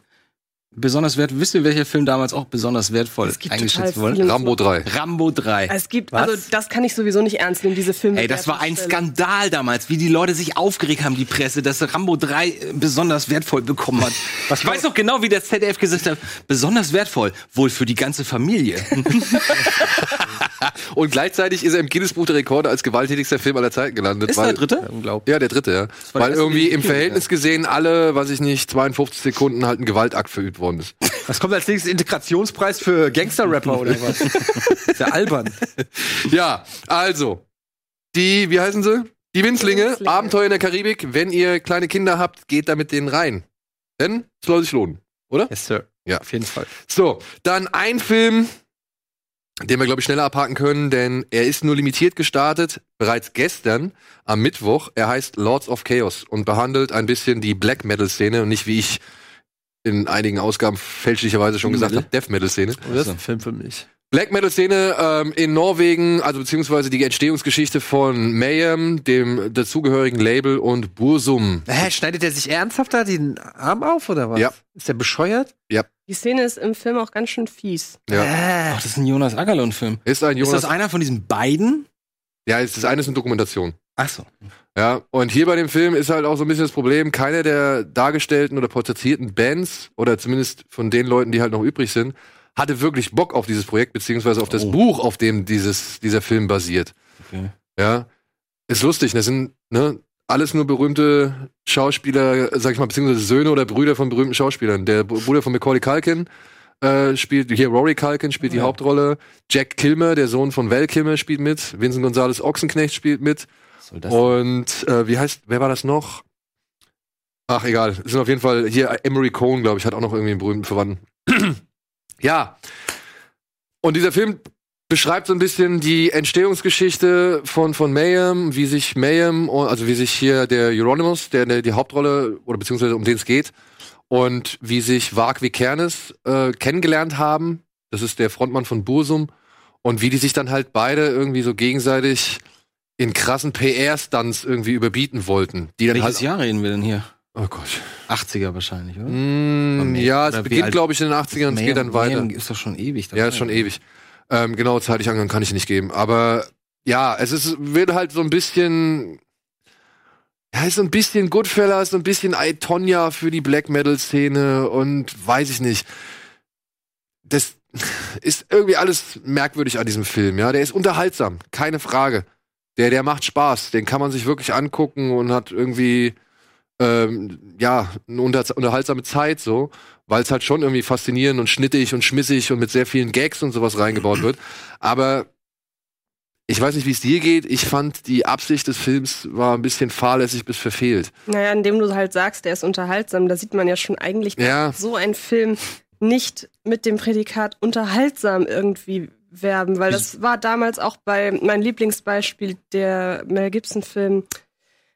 besonders wert. Wisst ihr, welcher Film damals auch besonders wertvoll Es gibt eingeschätzt total wurde? viele. Rambo 3. Rambo 3. Es gibt, Was? also das kann ich sowieso nicht ernst nehmen, diese Filme. Ey, das war ein Skandal damals, wie die Leute sich aufgeregt haben, die Presse, dass Rambo 3 besonders wertvoll bekommen *laughs* hat. ich weiß noch genau, wie der ZDF gesagt hat, besonders wertvoll, wohl für die ganze *laughs* Familie. Und gleichzeitig ist er im Guinness Buch der Rekorde als gewalttätigster Film aller Zeiten gelandet. Ist er der dritte? Ja, der dritte, ja. war der Weil erste, irgendwie den ich im gesehen habe. Verhältnis gesehen alle, weiß ich nicht, 52 Sekunden halt ein Gewaltakt verübt worden ist. *laughs* Was kommt als nächstes? Integrationspreis für Gangster-Rapper oder was? *laughs* ist ja albern. Ja, also. Die, wie heißen sie? Die Winzlinge, Winzlinge. Abenteuer in der Karibik. Wenn ihr kleine Kinder habt, geht da mit denen rein. Denn es soll sich lohnen, oder? Yes, Sir. Ja. Auf jeden Fall. So, dann ein Film, den wir, glaube ich, schneller abhaken können, denn er ist nur limitiert gestartet, bereits gestern am Mittwoch. Er heißt Lords of Chaos und behandelt ein bisschen die Black Metal-Szene und nicht, wie ich in einigen Ausgaben fälschlicherweise schon gesagt habe, Death Metal-Szene. Das ist ein Film für mich. Black Metal-Szene ähm, in Norwegen, also beziehungsweise die Entstehungsgeschichte von Mayhem, dem dazugehörigen Label und Bursum. Hä, schneidet er sich ernsthaft da den Arm auf oder was? Ja. Ist der bescheuert? Die Szene ist im Film auch ganz schön fies. Ja. Äh. Ach, das ist ein Jonas Ackerlund-Film. Ist ein Ist Jonas. das einer von diesen beiden? ja, ist das eine ist eine Dokumentation. Achso. Ja, und hier bei dem Film ist halt auch so ein bisschen das Problem, keine der dargestellten oder porträtierten Bands oder zumindest von den Leuten, die halt noch übrig sind, hatte wirklich Bock auf dieses Projekt beziehungsweise auf das Oh. Buch, auf dem dieses, dieser Film basiert. Okay. Ja, ist lustig. Das sind ne, alles nur berühmte Schauspieler, sag ich mal, beziehungsweise Söhne oder Brüder von berühmten Schauspielern. Der Br- Bruder von Macaulay Culkin äh, spielt hier Rory Culkin spielt die Hauptrolle. Jack Kilmer, der Sohn von Val Kilmer, spielt mit. Vincent Gonzalez Ochsenknecht spielt mit. Soll das Und äh, wie heißt, wer war das noch? Ach, egal. Es sind auf jeden Fall hier Emery Cohn, glaube ich, hat auch noch irgendwie einen berühmten Verwandten. *clears throat* ja. Und dieser Film beschreibt so ein bisschen die Entstehungsgeschichte von, von Mayhem, wie sich Mayhem, also wie sich hier der Euronymous, der, der die Hauptrolle, oder beziehungsweise um den es geht, und wie sich Varg Vikernes äh, kennengelernt haben. Das ist der Frontmann von Bursum. Und wie die sich dann halt beide irgendwie so gegenseitig in krassen PR-Stunts irgendwie überbieten wollten. Die dann Welches halt. Jahr reden wir denn hier? Oh Gott. 80er genau. wahrscheinlich, oder? Mm, Mayhem. ja, Oder es wie beginnt, alt- glaube ich, in den 80ern und es geht dann weiter. ist doch schon ewig. Ja, ist schon ewig. Ähm, genau, zeitlich angehen kann ich nicht geben. Aber ja, es ist, wird halt so ein bisschen. Ja, ist so ein bisschen Goodfellas, so ein bisschen I, Tonya für die Black Metal-Szene und weiß ich nicht. Das *laughs* ist irgendwie alles merkwürdig an diesem Film, ja. Der ist unterhaltsam, keine Frage. Der, der macht Spaß, den kann man sich wirklich angucken und hat irgendwie, ähm, ja, eine unter unterhaltsame Zeit so weil es halt schon irgendwie faszinierend und schnittig und schmissig und mit sehr vielen Gags und sowas reingebaut wird. Aber ich weiß nicht, wie es dir geht. Ich fand, die Absicht des Films war ein bisschen fahrlässig bis verfehlt. Naja, indem du halt sagst, der ist unterhaltsam, da sieht man ja schon eigentlich, dass Ja. so ein Film nicht mit dem Prädikat unterhaltsam irgendwie werben, weil das war damals auch bei mein Lieblingsbeispiel der Mel Gibson Film,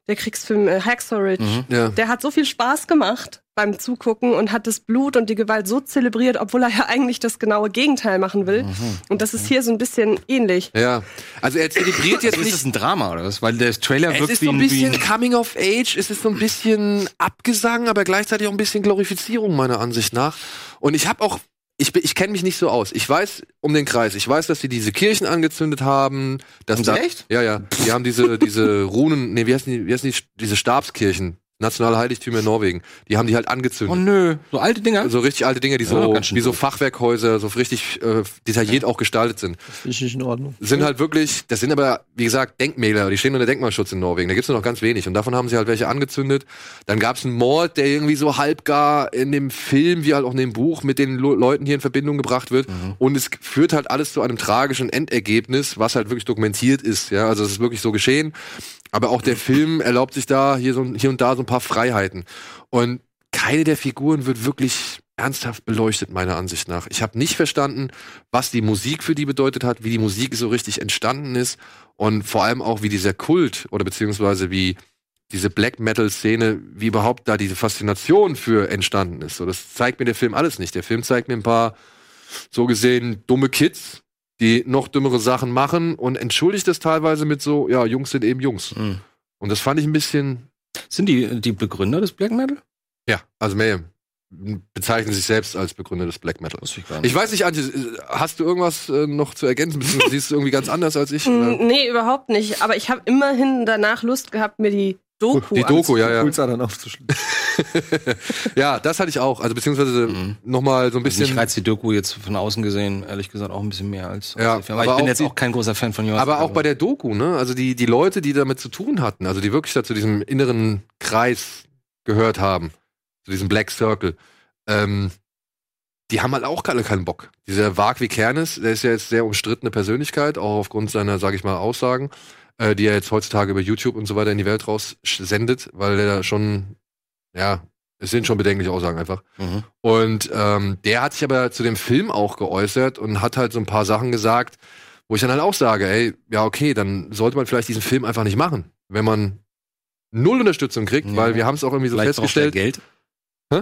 der Kriegsfilm äh, Hacksaw Ridge. Mhm. Ja. Der hat so viel Spaß gemacht beim Zugucken und hat das Blut und die Gewalt so zelebriert, obwohl er ja eigentlich das genaue Gegenteil machen will. Mhm. Und das ist hier so ein bisschen ähnlich. Ja. Also er zelebriert jetzt Also ist nicht. das ein Drama oder was? Weil der Trailer Es wirkt ist wie so ein ein, wie bisschen ein Coming of Age, es ist so ein bisschen Abgesang, aber gleichzeitig auch ein bisschen Glorifizierung meiner Ansicht nach. Und ich habe auch, ich, bin- ich kenne mich nicht so aus. Ich weiß um den Kreis. Ich weiß, dass sie diese Kirchen angezündet haben. Dass Haben sie da, echt? Ja, ja. Die haben diese, diese Runen, nee, wie heißen die, wie heißen die, diese Stabskirchen? Nationale Heiligtümer in Norwegen. Die haben die halt angezündet. Oh nö, so alte Dinger. so richtig alte Dinge, die Ja, so, ganz schön wie so doof. Fachwerkhäuser, so richtig äh, detailliert auch gestaltet sind Ist nicht in Ordnung. sind halt wirklich, das sind aber, wie gesagt, Denkmäler, die stehen unter Denkmalschutz in Norwegen. Da gibt's nur noch ganz wenig. Und davon haben sie halt welche angezündet. Dann gab's einen Mord, der irgendwie so halbgar in dem Film, wie halt auch in dem Buch, mit den Lo Leuten hier in Verbindung gebracht wird. Und es führt halt alles zu einem tragischen Endergebnis, was halt wirklich dokumentiert ist. Ja, also es ist wirklich so geschehen. Aber auch der Film erlaubt sich da hier, so, hier und da so ein paar Freiheiten. Und keine der Figuren wird wirklich ernsthaft beleuchtet, meiner Ansicht nach. Ich habe nicht verstanden, was die Musik für die bedeutet hat, wie die Musik so richtig entstanden ist und vor allem auch, wie dieser Kult oder beziehungsweise wie diese Black Metal-Szene, wie überhaupt da diese Faszination für entstanden ist. So, das zeigt mir der Film alles nicht. Der Film zeigt mir ein paar, so gesehen, dumme Kids, die noch dümmere Sachen machen und entschuldigt das teilweise mit so, ja, Jungs sind eben Jungs. Mhm. Und das fand ich ein bisschen, Sind die die Begründer des Black Metal? ja, also mehr. bezeichnen sich selbst als Begründer des Black Metal. ich gar Ich weiß nicht, Antje, hast du irgendwas äh, noch zu ergänzen? Beziehungsweise siehst du irgendwie ganz anders als ich? Mm, *laughs* Oder? Nee, überhaupt nicht. Aber ich habe immerhin danach Lust gehabt, mir die Doku Oh, Die Doku, ja, ja. Cool, dann aufzuschließen. Ja, das hatte ich auch. Also beziehungsweise Mhm. nochmal so ein Also mich bisschen. reizt die Doku jetzt von außen gesehen, ehrlich gesagt, auch ein bisschen mehr als. Ja, als die Filme. aber aber ich bin auch jetzt die- auch kein großer Fan von Jonas. Aber auch bei der Doku, ne? Also die, die Leute, die damit zu tun hatten, also die wirklich da zu diesem inneren Kreis gehört haben, zu diesem Black Circle, ähm, die haben halt auch alle keinen Bock. Dieser Wag wie Kernes, der ist ja jetzt sehr umstrittene Persönlichkeit, auch aufgrund seiner, sage ich mal, Aussagen, äh, die er jetzt heutzutage über YouTube und so weiter in die Welt raus sch- sendet, weil er schon, ja, es sind schon bedenkliche Aussagen einfach. Mhm. Und ähm, der hat sich aber zu dem Film auch geäußert und hat halt so ein paar Sachen gesagt, wo ich dann halt auch sage, ey, ja, okay, dann sollte man vielleicht diesen Film einfach nicht machen, wenn man null Unterstützung kriegt, Ja. weil wir haben es auch irgendwie so Vielleicht festgestellt. braucht er Geld.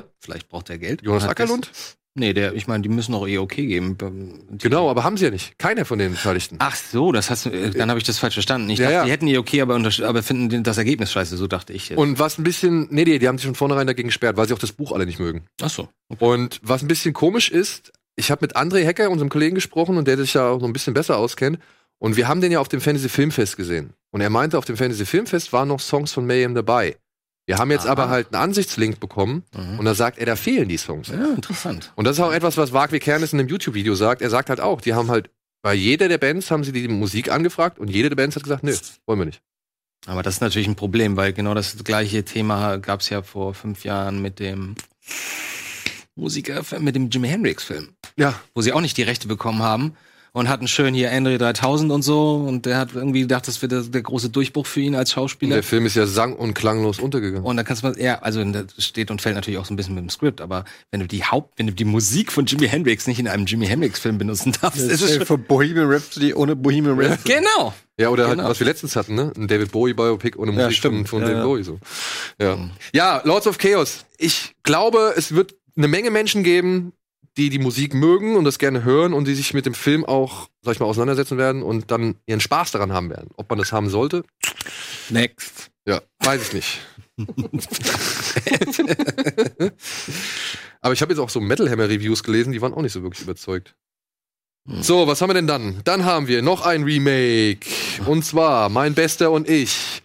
Hä? Vielleicht braucht er Geld. Jonas Hat Ackerlund? das- Nee, der, ich meine, die müssen auch eh okay geben. Ähm, Die- Genau, aber haben sie ja nicht. Keiner von den Beteiligten. Ach so, das hast du, äh, dann habe ich das falsch verstanden. Ich Ja, dachte, ja. die hätten ihr okay, aber, untersch- aber finden den- das Ergebnis scheiße, so dachte ich jetzt. Und was ein bisschen, nee, nee, die haben sich von vornherein dagegen gesperrt, weil sie auch das Buch alle nicht mögen. Ach so. Und was ein bisschen komisch ist, ich habe mit André Hecker, unserem Kollegen, gesprochen und der sich ja auch noch ein bisschen besser auskennt. Und wir haben den ja auf dem Fantasy Filmfest gesehen. Und er meinte, auf dem Fantasy Filmfest waren noch Songs von Mayhem dabei. Wir haben jetzt Aha. aber halt einen Ansichtslink bekommen Mhm. und da sagt er, da fehlen die Songs. Ja, interessant. Und das ist auch etwas, was Wagwi Kernes in dem YouTube-Video sagt. Er sagt halt auch, die haben halt, bei jeder der Bands haben sie die Musik angefragt und jede der Bands hat gesagt, nö, wollen wir nicht. Aber das ist natürlich ein Problem, weil genau das gleiche Thema gab es ja vor fünf Jahren mit dem Musiker, mit dem Jimi Hendrix-Film, Ja, wo sie auch nicht die Rechte bekommen haben und hatten schön hier Andre 3000 und so und der hat irgendwie gedacht, das wird der, der große Durchbruch für ihn als Und Schauspieler. der Film ist ja sang- und klanglos untergegangen. Und dann kannst man, ja, also das steht und fällt natürlich auch so ein bisschen mit dem Skript, aber wenn du die Haupt, wenn du die Musik von Jimi Hendrix nicht in einem Jimi Hendrix-Film benutzen darfst, ist es schon. für Bohemian Rhapsody ohne Bohemian Rhapsody. Genau! ja, oder halt, genau. was wir letztens hatten, ne? Ein David Bowie Biopic ohne Musik stimmt. von Ja, David ja. Mhm. Bowie so. Ja. ja, Lords of Chaos. Ich glaube, es wird eine Menge Menschen geben, die die Musik mögen und das gerne hören und die sich mit dem Film auch, sag ich mal, auseinandersetzen werden und dann ihren Spaß daran haben werden. Ob man das haben sollte? Next. Ja, weiß ich *laughs* nicht. Aber ich habe jetzt auch so Metal Hammer Reviews gelesen, die waren auch nicht so wirklich überzeugt. Hm. So, was haben wir denn dann? Dann haben wir noch ein Remake. Und zwar Mein Bester und ich.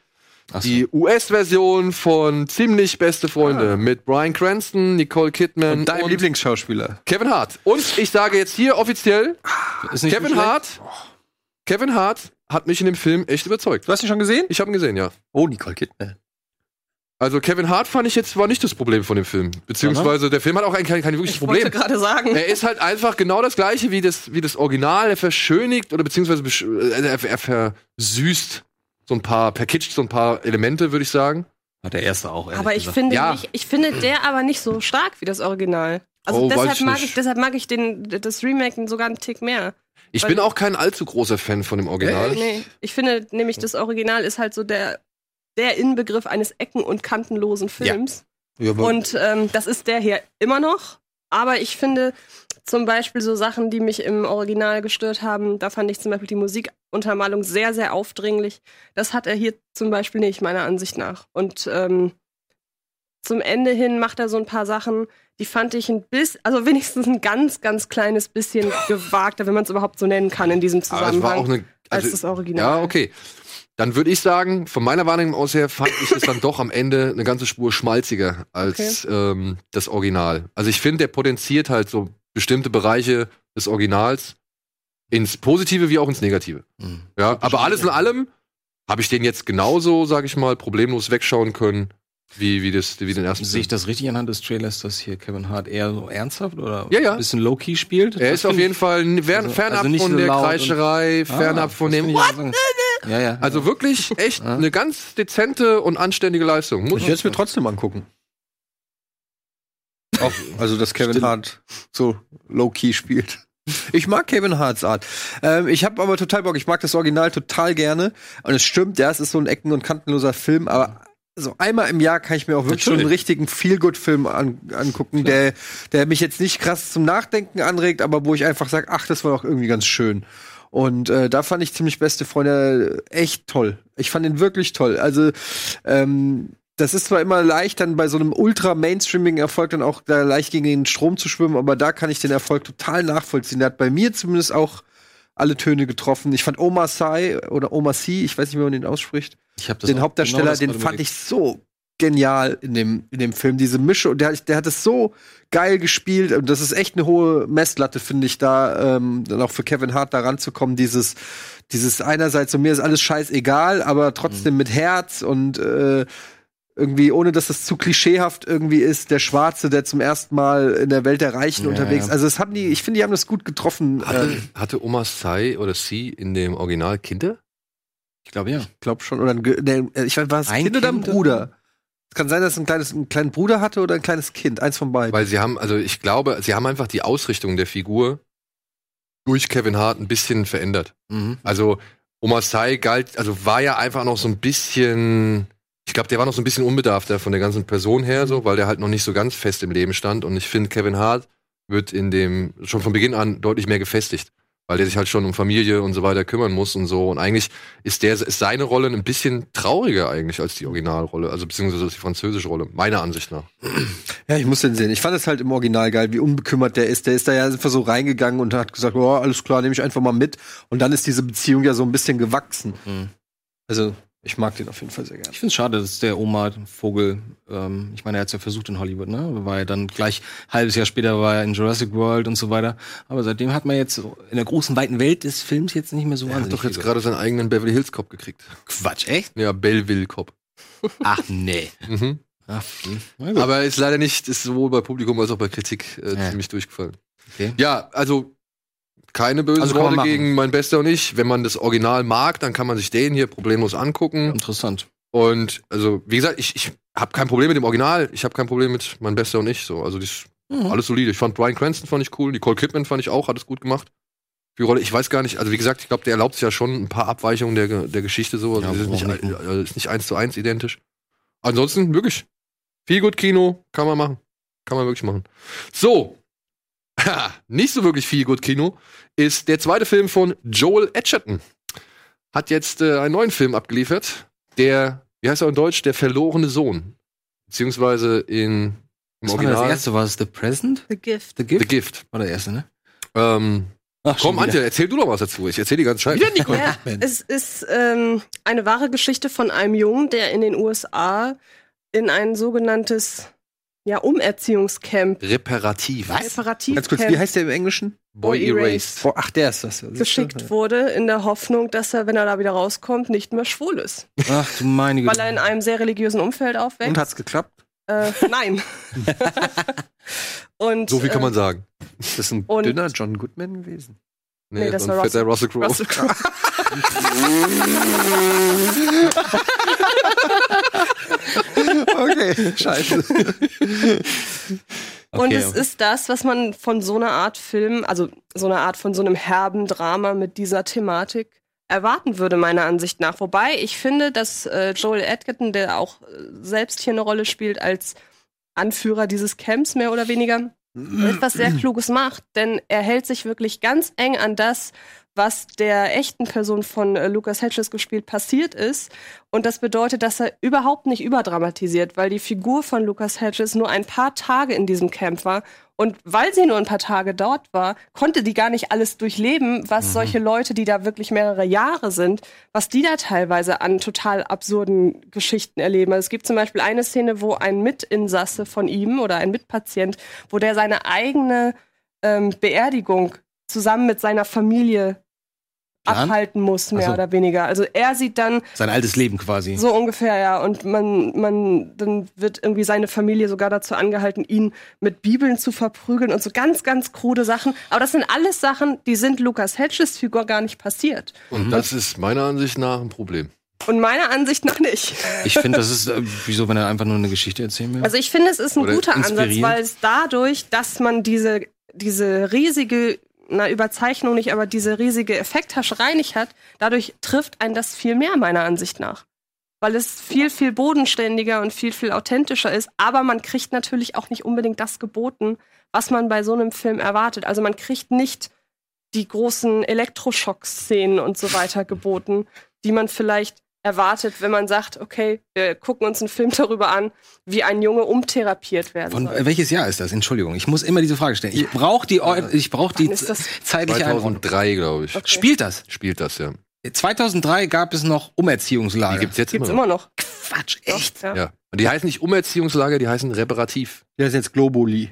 Ach so. Ah. Die US-Version von Ziemlich Beste Freunde mit Brian Cranston, Nicole Kidman Und dein Lieblingsschauspieler. Kevin Hart. Und ich sage jetzt hier offiziell, Ist nicht Kevin so schlecht. Hart, Kevin Hart hat mich in dem Film echt überzeugt. Du hast ihn schon gesehen? Ich habe ihn gesehen, ja. Oh, Nicole Kidman. Also Kevin Hart fand ich jetzt war nicht das Problem von dem Film. Beziehungsweise der Film hat auch eigentlich kein, kein wirkliches Ich Problem. wollte gerade sagen. Er ist halt einfach genau das gleiche wie das, wie das Original. Er verschönigt oder beziehungsweise besch- äh, er, er versüßt so ein paar, packaged so ein paar Elemente, würde ich sagen. Hat der erste auch. ehrlich Aber ich gesagt. finde, Ja. nicht, ich finde der aber nicht so stark wie das Original. Also Oh, weiß deshalb, ich mag nicht. ich, deshalb mag ich den, das Remake sogar einen Tick mehr. Ich Weil- bin auch kein allzu großer Fan von dem Original. Nee, ich finde nämlich, das Original ist halt so der, der Inbegriff eines ecken- und kantenlosen Films. Ja, aber Und ähm, das ist der hier immer noch. Aber ich finde zum Beispiel so Sachen, die mich im Original gestört haben, da fand ich zum Beispiel die Musikuntermalung sehr, sehr aufdringlich. Das hat er hier zum Beispiel nicht, meiner Ansicht nach. Und ähm, zum Ende hin macht er so ein paar Sachen, die fand ich ein bisschen, also wenigstens ein ganz, ganz *laughs* kleines bisschen gewagter, wenn man es überhaupt so nennen kann in diesem Aber Ah, es Zusammenhang, war auch eine. Also also als das Original. ja, okay. Dann würde ich sagen, von meiner Wahrnehmung aus her fand ich es dann doch am Ende eine ganze Spur schmalziger als ähm, das Original. Also ich finde, der potenziert halt so bestimmte Bereiche des Originals ins Positive wie auch ins Negative. Mhm. Ja, aber alles in allem habe ich den jetzt genauso, sage ich mal, problemlos wegschauen können, wie, wie, das, wie den ersten Sehe ich Film. das richtig anhand des Trailers, dass hier Kevin Hart eher so ernsthaft oder Ja, ja. ein bisschen low-key spielt? Er Das ist auf find jeden Fall n- fern, also- fernab also nicht von so der laut und- Kreischerei, ich- Ah, fernab von das dem find ich auch sagen. Ja, ja. Also wirklich echt *laughs* Ja. eine ganz dezente und anständige Leistung. Muss ich werde es mir trotzdem angucken. Auch, also, dass Kevin Hart so low-key spielt. Ich mag Kevin Harts Art. Ähm, ich habe aber total Bock. Ich mag das Original total gerne. Und es stimmt, ja, es ist so ein ecken- und kantenloser Film, aber so einmal im Jahr kann ich mir auch wirklich schon einen richtigen Feel-Good-Film an, angucken, der, der mich jetzt nicht krass zum Nachdenken anregt, aber wo ich einfach sage, ach, das war doch irgendwie ganz schön. Und äh, da fand ich ziemlich beste Freunde echt toll. Ich fand ihn wirklich toll. Also ähm, das ist zwar immer leicht, dann bei so einem Ultra-Mainstreaming-Erfolg dann auch da leicht gegen den Strom zu schwimmen, aber da kann ich den Erfolg total nachvollziehen. Der hat bei mir zumindest auch alle Töne getroffen. Ich fand Omar Sy oder Omar Sy, ich weiß nicht, wie man den ausspricht, Ich habe den genau Hauptdarsteller, den fand ich so genial in dem, in dem Film. Diese Mische, und der, hat- der hat es so geil gespielt. Und das ist echt eine hohe Messlatte, finde ich, da ähm, dann auch für Kevin Hart da ranzukommen. Dieses, dieses einerseits, so mir ist alles scheißegal, aber Mhm. trotzdem mit Herz und äh, irgendwie, ohne dass das zu klischeehaft irgendwie ist, der Schwarze, der zum ersten Mal in der Welt der Reichen Ja, unterwegs ja. Also, das haben die, ich finde, die haben das gut getroffen. Hatte, ähm, hatte Oma Sai oder sie in dem Original Kinder? Ich glaube ja. glaub schon. Oder ein, Ge- nee, äh, ich weiß, war es Ein ein Kind oder ein Kind? Bruder? Es kann sein, dass es ein kleines, einen kleinen Bruder hatte oder ein kleines Kind. Eins von beiden. Weil sie haben, also ich glaube, sie haben einfach die Ausrichtung der Figur durch Kevin Hart ein bisschen verändert. Mhm. Also Omar Sy galt, also war ja einfach noch so ein bisschen, ich glaube, der war noch so ein bisschen unbedarfter von der ganzen Person her, so, weil der halt noch nicht so ganz fest im Leben stand. Und ich finde, Kevin Hart wird in dem schon von Beginn an deutlich mehr gefestigt, weil der sich halt schon um Familie und so weiter kümmern muss und so. Und eigentlich ist der ist seine Rolle ein bisschen trauriger eigentlich als die Originalrolle, also beziehungsweise als die französische Rolle, meiner Ansicht nach. Ja, ich muss den sehen. Ich fand es halt im Original geil, wie unbekümmert der ist. Der ist da ja einfach so reingegangen und hat gesagt, oh, alles klar, nehme ich einfach mal mit. Und dann ist diese Beziehung ja so ein bisschen gewachsen. Mhm. Also, ich mag den auf jeden Fall sehr gerne. Ich finde es schade, dass der Oma Vogel, ähm, ich meine, er hat es ja versucht in Hollywood, ne? War ja dann gleich ein halbes Jahr später war er in Jurassic World und so weiter. Aber seitdem hat man jetzt so in der großen weiten Welt des Films jetzt nicht mehr so Er hat wahnsinnig doch jetzt viel gerade seinen eigenen Beverly Hills Cop gekriegt. Quatsch, echt? Ja, Belleville Cop. Ach nee. Mhm. Ach, hm. Na gut. Aber ist leider nicht, ist sowohl bei Publikum als auch bei Kritik äh, Ja. ziemlich durchgefallen. Okay. Ja, also keine bösen Also kann man Worte machen. gegen mein Bester und ich. Wenn man das Original mag, dann kann man sich den hier problemlos angucken. interessant. Und also, wie gesagt, ich, ich habe kein Problem mit dem Original. Ich habe kein Problem mit mein Bester und ich. So. Also, das ist alles solide. Ich fand Brian Cranston fand ich cool. Nicole Kidman fand ich auch, hat es gut gemacht. Die Rolle, ich weiß gar nicht, also wie gesagt, ich glaube, der erlaubt sich ja schon ein paar Abweichungen der, Ge- der Geschichte so. Also Ja, das ist nicht, warum nicht? ne? äh, ist nicht eins zu eins identisch. Ansonsten, wirklich. Viel gut Kino, kann man machen. Kann man wirklich machen. So. Ha, *laughs* nicht so wirklich viel gut Kino ist der zweite Film von Joel Edgerton. Hat jetzt äh, einen neuen Film abgeliefert. Der, wie heißt er in Deutsch? Der verlorene Sohn. Beziehungsweise in, im Was war denn das Original erste? War es The Present? The Gift. The The Gift? Gift. War der erste, ne? Ähm, Ach, Komm, schon wieder. Antje, erzähl du doch was dazu. Ich erzähl die ganze Scheiße. Ja, es ist ähm, eine wahre Geschichte von einem Jungen, der in den USA in ein sogenanntes ja, Umerziehungscamp, Reparativ. Ganz kurz, wie Reparativcamp heißt der im Englischen? Boy Boy Erased. Boah, ach, der ist das. ja. Siehst du? geschickt wurde, in der Hoffnung, dass er, wenn er da wieder rauskommt, nicht mehr schwul ist. Ach du meine Güte. Weil er in einem sehr religiösen Umfeld aufwächst. Und hat's geklappt? Äh, *laughs* nein. und, So viel kann man sagen. Das ist ein Und- dünner John Goodman gewesen. Nee, das war war fetter Russell Crowe. äh, Russell Crowe. Okay, scheiße. Okay, und es okay. ist das, was man von so einer Art Film, also so einer Art von so einem herben Drama mit dieser Thematik erwarten würde, meiner Ansicht nach. Wobei ich finde, dass äh, Joel Edgerton, der auch äh, selbst hier eine Rolle spielt als Anführer dieses Camps mehr oder weniger, etwas sehr Kluges macht, denn er hält sich wirklich ganz eng an das, was der echten Person von äh, Lucas Hedges gespielt passiert ist. Und das bedeutet, dass er überhaupt nicht überdramatisiert, weil die Figur von Lucas Hedges nur ein paar Tage in diesem Camp war. Und weil sie nur ein paar Tage dort war, konnte die gar nicht alles durchleben, was Mhm. solche Leute, die da wirklich mehrere Jahre sind, was die da teilweise an total absurden Geschichten erleben. Also es gibt zum Beispiel eine Szene, wo ein Mitinsasse von ihm oder ein Mitpatient, wo der seine eigene ähm, Beerdigung zusammen mit seiner Familie Plan? abhalten muss, mehr Ach so. oder weniger. Also er sieht dann Sein altes Leben quasi. so ungefähr, ja, und man, man, dann wird irgendwie seine Familie sogar dazu angehalten, ihn mit Bibeln zu verprügeln und so ganz, ganz krude Sachen. Aber das sind alles Sachen, die sind Lucas Hedges Figur gar nicht passiert. Und das ist meiner Ansicht nach ein Problem. Und meiner Ansicht nach nicht. Ich finde, das ist, äh, wieso, wenn er einfach nur eine Geschichte erzählen will? Also ich finde, es ist ein Oder guter Ansatz, inspirierend. weil es dadurch, dass man diese, diese riesige, na, Überzeichnung nicht, aber diese riesige Effekthascherei nicht hat, dadurch trifft ein das viel mehr, meiner Ansicht nach. Weil es viel, viel bodenständiger und viel, viel authentischer ist, aber man kriegt natürlich auch nicht unbedingt das geboten, was man bei so einem Film erwartet. Also man kriegt nicht die großen Elektroschock-Szenen und so weiter geboten, die man vielleicht erwartet, wenn man sagt, okay, wir gucken uns einen Film darüber an, wie ein Junge umtherapiert werden Von, soll. äh, welches Jahr ist das? Entschuldigung, ich muss immer diese Frage stellen. Ich brauche die, Or- ich brauch die Wann ist das? zeitliche Einordnung. 2003, glaube ich, Okay. Spielt das? spielt das, ja. drei gab es noch Die Umerziehungslager. gibt's jetzt Gibt's immer noch. immer noch. Quatsch, Ja. Ja. Und die heißen nicht Umerziehungslager, die heißen Reparativ. Der ist jetzt Globuli.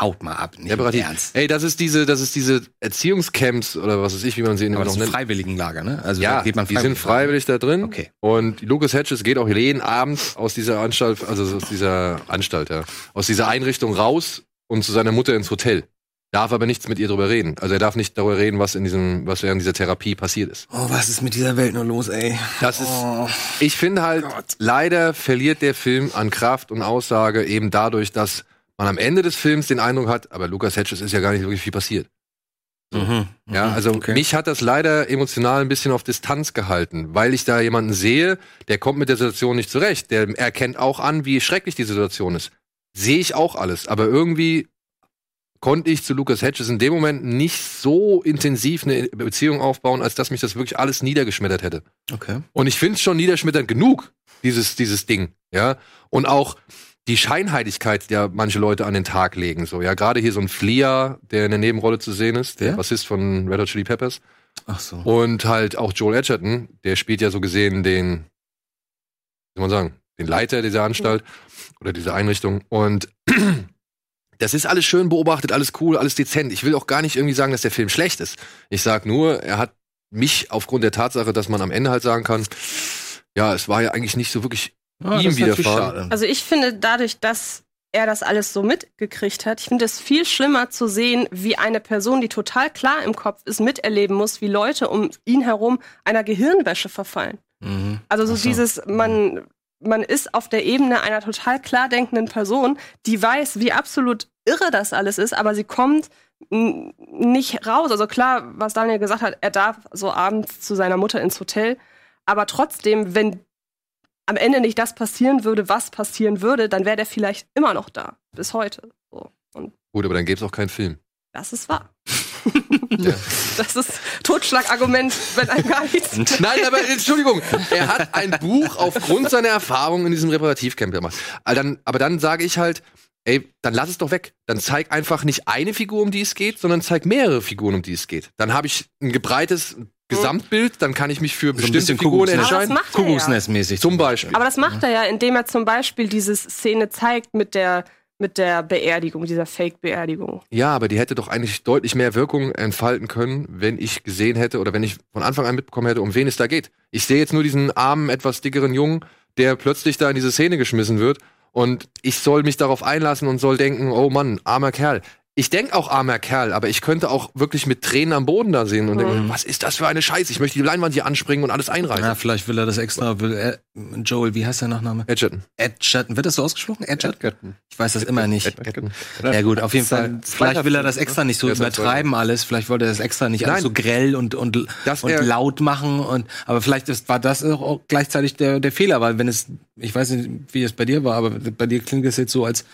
Haut mal ab, nicht im Reparativ. ernst. Ey, das ist diese, das ist diese Erziehungscamps oder was weiß ich, wie man sie in Aber immer das noch ist ein nennt. Freiwilligenlager, ne? Also Ja, da geht man die sind freiwillig da drin. Okay. Und Lucas Hedges geht auch jeden Abend aus dieser Anstalt, also aus dieser Anstalt, ja, aus dieser Einrichtung raus und zu seiner Mutter ins Hotel. Darf aber nichts mit ihr drüber reden. Also er darf nicht darüber reden, was in diesem, was während dieser Therapie passiert ist. Oh, was ist mit dieser Welt nur los, ey? Das ist, Oh. ich finde halt, Gott. leider verliert der Film an Kraft und Aussage eben dadurch, dass man am Ende des Films den Eindruck hat, aber Lucas Hedges ist ja gar nicht wirklich viel passiert. Mhm. Ja, also okay. mich hat das leider emotional ein bisschen auf Distanz gehalten, weil ich da jemanden sehe, der kommt mit der Situation nicht zurecht. Der erkennt auch an, wie schrecklich die Situation ist. Sehe ich auch alles, aber irgendwie konnte ich zu Lucas Hedges in dem Moment nicht so intensiv eine Beziehung aufbauen, als dass mich das wirklich alles niedergeschmettert hätte. Okay. Und ich finde es schon niederschmetternd genug, dieses, dieses Ding, ja. Und auch die Scheinheiligkeit, die ja manche Leute an den Tag legen, so, ja. Gerade hier so ein Flea, der in der Nebenrolle zu sehen ist, der Wer? Bassist von Red Hot Chili Peppers. Ach so. Und halt auch Joel Edgerton, der spielt ja so gesehen den, wie soll man sagen, den Leiter dieser Anstalt oder dieser Einrichtung. Und *clears throat* das ist alles schön beobachtet, alles cool, alles dezent. Ich will auch gar nicht irgendwie sagen, dass der Film schlecht ist. Ich sag nur, er hat mich aufgrund der Tatsache, dass man am Ende halt sagen kann, ja, es war ja eigentlich nicht so wirklich Ah, ihm das ist natürlich widerfahren. schade. Also ich finde dadurch, dass er das alles so mitgekriegt hat, ich finde es viel schlimmer zu sehen, wie eine Person, die total klar im Kopf ist, miterleben muss, wie Leute um ihn herum einer Gehirnwäsche verfallen. Mhm. Also so, Ach so. dieses, man, man ist auf der Ebene einer total klar denkenden Person, die weiß, wie absolut irre das alles ist, aber sie kommt n- nicht raus. Also klar, was Daniel gesagt hat, er darf so abends zu seiner Mutter ins Hotel, aber trotzdem, wenn am Ende nicht das passieren würde, was passieren würde, dann wäre der vielleicht immer noch da, bis heute. So. Und Gut, aber dann gäbe es auch keinen Film. das ist wahr. Das ist Totschlagargument, wenn einem gar nichts Nein, aber Entschuldigung, er hat ein Buch aufgrund seiner Erfahrungen in diesem Reparativcamp gemacht. Aber dann, aber dann sage ich halt, ey, dann lass es doch weg. Dann zeig einfach nicht eine Figur, um die es geht, sondern zeig mehrere Figuren, um die es geht. Dann habe ich ein gebreites Gesamtbild, dann kann ich mich für bestimmte bisschen Figuren Kuckucksnest. entscheiden. Aber das macht er ja. Kuckucksnestmäßig. Zum Beispiel. Aber das macht er ja, indem er zum Beispiel diese Szene zeigt mit der, mit der Beerdigung, dieser Fake-Beerdigung. Ja, aber die hätte doch eigentlich deutlich mehr Wirkung entfalten können, wenn ich gesehen hätte oder wenn ich von Anfang an mitbekommen hätte, um wen es da geht. Ich sehe jetzt nur diesen armen, etwas dickeren Jungen, der plötzlich da in diese Szene geschmissen wird und ich soll mich darauf einlassen und soll denken, oh Mann, armer Kerl. Ich denk auch armer Kerl, aber ich könnte auch wirklich mit Tränen am Boden da sehen und denken, was ist das für eine Scheiße? Ich möchte die Leinwand hier anspringen und alles einreißen. Mhm. Ja, vielleicht will er das extra. Will er, Joel, wie heißt der Nachname? Edgerton. Edgerton. Wird das so ausgesprochen? Edgerton? Götten. Ich weiß das immer nicht. Ja gut, auf jeden Fall. Sein Vielleicht will er ne? das extra nicht so Ja, sein übertreiben alles. Vielleicht wollte er das extra nicht Nein. alles so grell und und, Dass und er- laut machen. Und aber vielleicht ist, war das auch auch gleichzeitig der der Fehler, weil wenn es, ich weiß nicht, wie es bei dir war, aber bei dir klingt es jetzt so als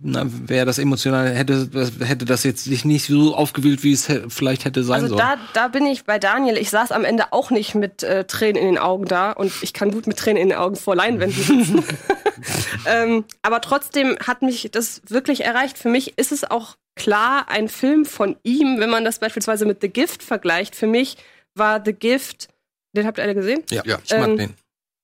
na, wäre das emotional hätte das- hätte das jetzt sich nicht so aufgewühlt, wie es hä- vielleicht hätte sein Also sollen. da, da bin ich bei Daniel. Ich saß am Ende auch nicht mit äh, Tränen in den Augen da und ich kann gut mit Tränen in den Augen vor Leinwänden *laughs* sitzen. ähm, aber trotzdem hat mich das wirklich erreicht. Für mich ist es auch klar ein Film von ihm, wenn man das beispielsweise mit The Gift vergleicht. Für mich war The Gift, den habt ihr alle gesehen, ja, Ja. ich mag Ähm, den.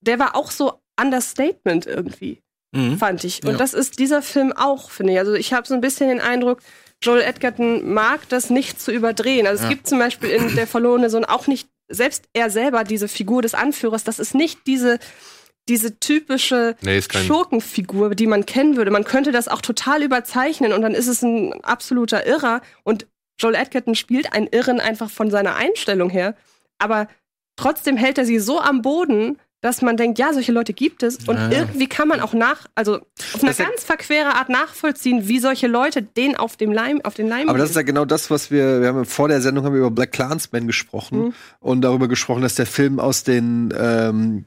der war auch so Understatement irgendwie. Mhm. fand ich. Und Ja. das ist dieser Film auch, finde ich. Also ich habe so ein bisschen den Eindruck, Joel Edgerton mag das nicht zu überdrehen. Also es gibt zum Beispiel in Der verlorene Sohn auch nicht, selbst er selber, diese Figur des Anführers, das ist nicht diese, diese typische Nee, ist kein. Schurkenfigur, die man kennen würde. Man könnte das auch total überzeichnen und dann ist es ein absoluter Irrer. Und Joel Edgerton spielt einen Irren einfach von seiner Einstellung her. Aber trotzdem hält er sie so am Boden, dass man denkt, ja, solche Leute gibt es. Und Ja. irgendwie kann man auch nach, also auf eine Das ist ja- ganz verquere Art nachvollziehen, wie solche Leute den auf dem Leim, auf den Leim Aber das ist ja gehen. genau das, was wir, wir haben vor der Sendung haben wir über Black Clansman gesprochen und darüber gesprochen, dass der Film aus den ähm,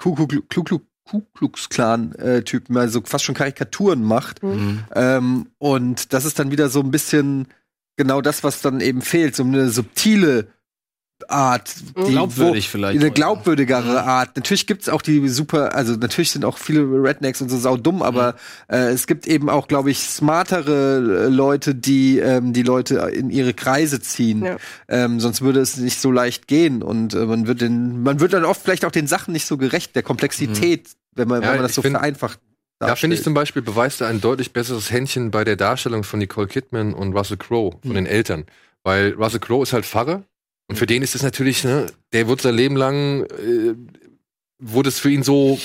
Ku Ku Klu- Klu- Klu- Ku Klux Klan äh, Typen, also fast schon Karikaturen macht. Mhm. Ähm, und das ist dann wieder so ein bisschen genau das, was dann eben fehlt, so eine subtile Art. die- Glaubwürdig wo- vielleicht. Eine glaubwürdigere Mhm. Art. Natürlich gibt's auch die super, also natürlich sind auch viele Rednecks und so saudumm, aber Mhm. äh, es gibt eben auch, glaube ich, smartere äh, Leute, die ähm, die Leute in ihre Kreise ziehen. Ja. Ähm, sonst würde es nicht so leicht gehen und äh, man wird den, man wird dann oft vielleicht auch den Sachen nicht so gerecht, der Komplexität, wenn, man, Mhm. Ja, wenn man das ich so find- vereinfacht. Da finde ich darstellt. zum Beispiel, beweist er ein deutlich besseres Händchen bei der Darstellung von Nicole Kidman und Russell Crowe, Hm. von den Eltern. Weil Russell Crowe ist halt Pfarrer und für den ist es natürlich, ne, der wird sein Leben lang, äh, wurde es für ihn so,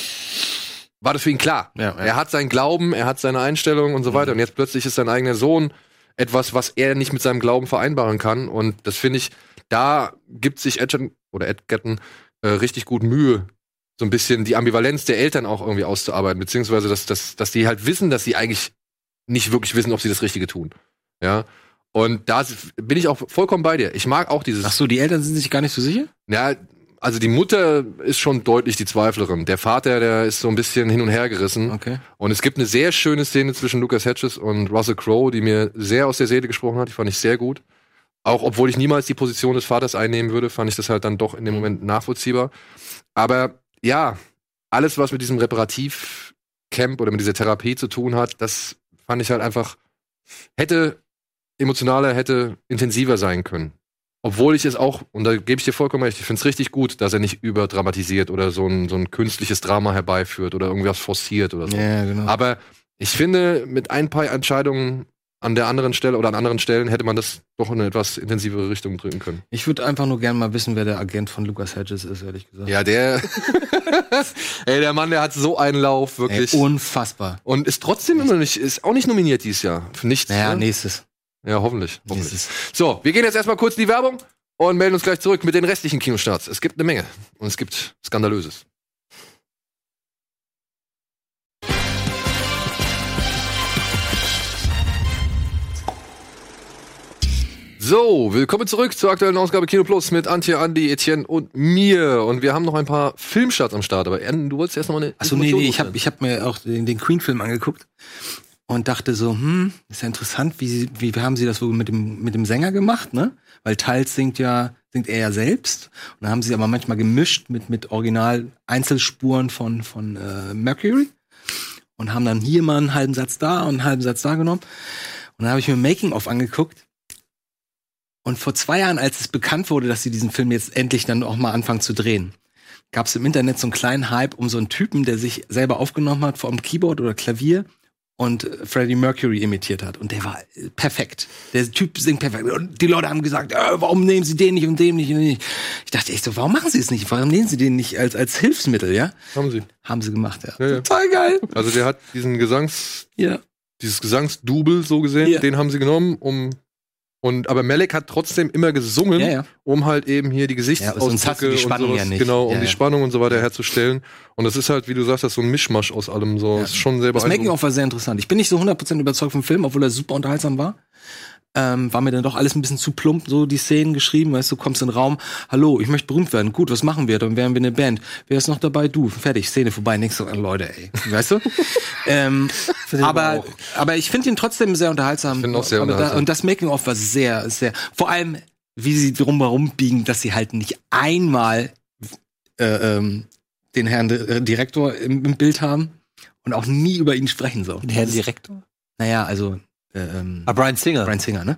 war das für ihn klar. Ja, Hm. ja. Er hat seinen Glauben, er hat seine Einstellung und so weiter und jetzt plötzlich ist sein eigener Sohn etwas, was er nicht mit seinem Glauben vereinbaren kann und das finde ich, da gibt sich Edgerton oder Edgerton äh, richtig gut Mühe, so ein bisschen die Ambivalenz der Eltern auch irgendwie auszuarbeiten, beziehungsweise dass, dass, dass die halt wissen, dass sie eigentlich nicht wirklich wissen, ob sie das Richtige tun. Ja. Und da s- bin ich auch vollkommen bei dir. Ich mag auch dieses. Ach so, die Eltern sind sich gar nicht so sicher? Ja, also die Mutter ist schon deutlich die Zweiflerin. Der Vater, der ist so ein bisschen hin und her gerissen. Okay. Und es gibt eine sehr schöne Szene zwischen Lucas Hedges und Russell Crowe, die mir sehr aus der Seele gesprochen hat. Die fand ich sehr gut. Auch obwohl ich niemals die Position des Vaters einnehmen würde, fand ich das halt dann doch in dem Moment nachvollziehbar. Aber ja, alles, was mit diesem Reparativcamp oder mit dieser Therapie zu tun hat, das fand ich halt einfach, hätte emotionaler, hätte intensiver sein können. Obwohl ich es auch, und da gebe ich dir vollkommen recht, ich finde es richtig gut, dass er nicht überdramatisiert oder so ein, so ein künstliches Drama herbeiführt oder irgendwas forciert oder so. Ja, genau. Aber ich finde, mit ein paar Entscheidungen an der anderen Stelle oder an anderen Stellen hätte man das doch in eine etwas intensivere Richtung drücken können. Ich würde einfach nur gerne mal wissen, wer der Agent von Lucas Hedges ist, ehrlich gesagt. Ja, der. ey, der Mann, der hat so einen Lauf, Ey, wirklich. und, unfassbar. ist trotzdem immer noch nicht, ist auch nicht nominiert dieses Jahr. Für nichts. Naja, ne? nächstes. Ja, hoffentlich. hoffentlich. nächstes. So, wir gehen jetzt erstmal kurz in die Werbung und melden uns gleich zurück mit den restlichen Kinostarts. Es gibt eine Menge und es gibt Skandalöses. So, willkommen zurück zur aktuellen Ausgabe Kino Plus mit Antje, Andi, Etienne und mir. Und wir haben noch ein paar Filmstarts am Start, aber Erden, du wolltest erst noch mal eine. Achso, nee, Information nee, ich habe loswerden. ich hab mir auch den, den Queen-Film angeguckt und dachte so, hm, ist ja interessant, wie, sie- wie haben sie das wohl mit dem, mit dem Sänger gemacht, ne? Weil teils singt ja, singt er ja selbst. Und dann haben sie aber manchmal gemischt mit, mit Original-Einzelspuren von, von äh, Mercury und haben dann hier mal einen halben Satz da und einen halben Satz da genommen. Und dann habe ich mir Making-of angeguckt. Und vor zwei Jahren, als es bekannt wurde, dass sie diesen Film jetzt endlich dann auch mal anfangen zu drehen, gab es im Internet so einen kleinen Hype um so einen Typen, der sich selber aufgenommen hat vor einem Keyboard oder Klavier und äh, Freddie Mercury imitiert hat. Und der war äh, perfekt. Der Typ singt perfekt. Und die Leute haben gesagt, äh, warum nehmen sie den nicht und den nicht und den nicht? Ich dachte echt so, warum machen sie es nicht? Warum nehmen sie den nicht als, als Hilfsmittel, ja? Haben sie. Haben sie gemacht, ja. Ja, ja. Total geil. Also der hat diesen Gesangs, Ja. dieses Gesangsdouble so gesehen, Ja. den haben sie genommen, um und aber Melek hat trotzdem immer gesungen, Ja, ja. um halt eben hier die Ja, sonst hast du Gesichtsausdrücke die Spannung und sowas, ja nicht. genau, um Ja, die ja. Spannung und so weiter herzustellen. Und das ist halt, wie du sagst, das ist so ein Mischmasch aus allem so. Das ist schon sehr Das beeindruckend. Making-of war sehr interessant. Ich bin nicht so 100% überzeugt vom Film, obwohl er super unterhaltsam war. Ähm, war mir dann doch alles ein bisschen zu plump, so die Szenen geschrieben, weißt du, kommst in den Raum, hallo, ich möchte berühmt werden, gut, was machen wir, dann wären wir eine Band, wer ist noch dabei, du, fertig, Szene vorbei, nix so, Leute, ey, *laughs* weißt du? ähm, aber, aber ich finde ihn trotzdem sehr unterhaltsam. Ich find ihn auch sehr Aber unterhaltsam. Da, und das Making-of war sehr, sehr, vor allem, wie sie drumherum biegen, dass sie halt nicht einmal äh, ähm, den Herrn äh, Direktor im, im Bild haben und auch nie über ihn sprechen so. Herr Direktor? Naja, also äh, ähm, Ah, Brian Singer. Brian Singer, ne?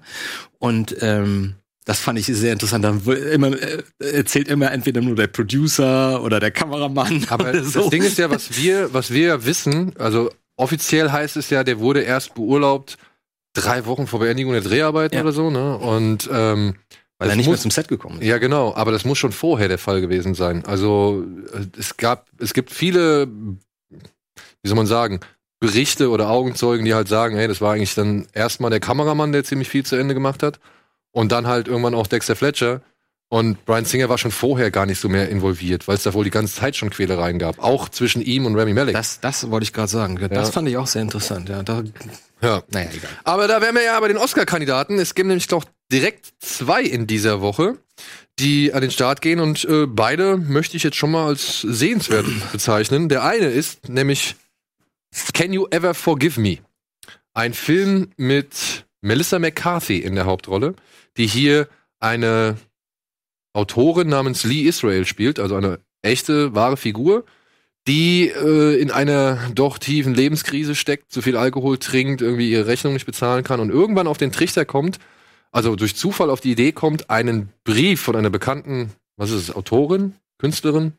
Und ähm, das fand ich sehr interessant. Dann w- immer, äh, erzählt immer entweder nur der Producer oder der Kameramann. Aber oder das *laughs* so. Ding ist ja, was wir, was wir ja wissen, also offiziell heißt es ja, der wurde erst beurlaubt drei Wochen vor Beendigung der Dreharbeiten Ja. oder so, ne? Und ähm, weil er das nicht muss- mehr zum Set gekommen ist. Ja, genau, aber das muss schon vorher der Fall gewesen sein. Also äh, es gab, es gibt viele, wie soll man sagen, Berichte oder Augenzeugen, die halt sagen, hey, das war eigentlich dann erstmal der Kameramann, der ziemlich viel zu Ende gemacht hat. Und dann halt irgendwann auch Dexter Fletcher. Und Brian Singer war schon vorher gar nicht so mehr involviert, weil es da wohl die ganze Zeit schon Quälereien gab. Auch zwischen ihm und Rami Malek. Das, das wollte ich gerade sagen. Das Ja. fand ich auch sehr interessant. Ja, da, ja. naja, egal. Aber da wären wir ja bei den Oscar-Kandidaten. Es gibt nämlich doch direkt zwei in dieser Woche, die an den Start gehen und äh, beide möchte ich jetzt schon mal als sehenswert bezeichnen. Der eine ist nämlich Can You Ever Forgive Me? Ein Film mit Melissa McCarthy in der Hauptrolle, die hier eine Autorin namens Lee Israel spielt, also eine echte, wahre Figur, die äh, in einer doch tiefen Lebenskrise steckt, zu viel Alkohol trinkt, irgendwie ihre Rechnung nicht bezahlen kann und irgendwann auf den Trichter kommt, also durch Zufall auf die Idee kommt, einen Brief von einer bekannten, was ist es, Autorin, Künstlerin,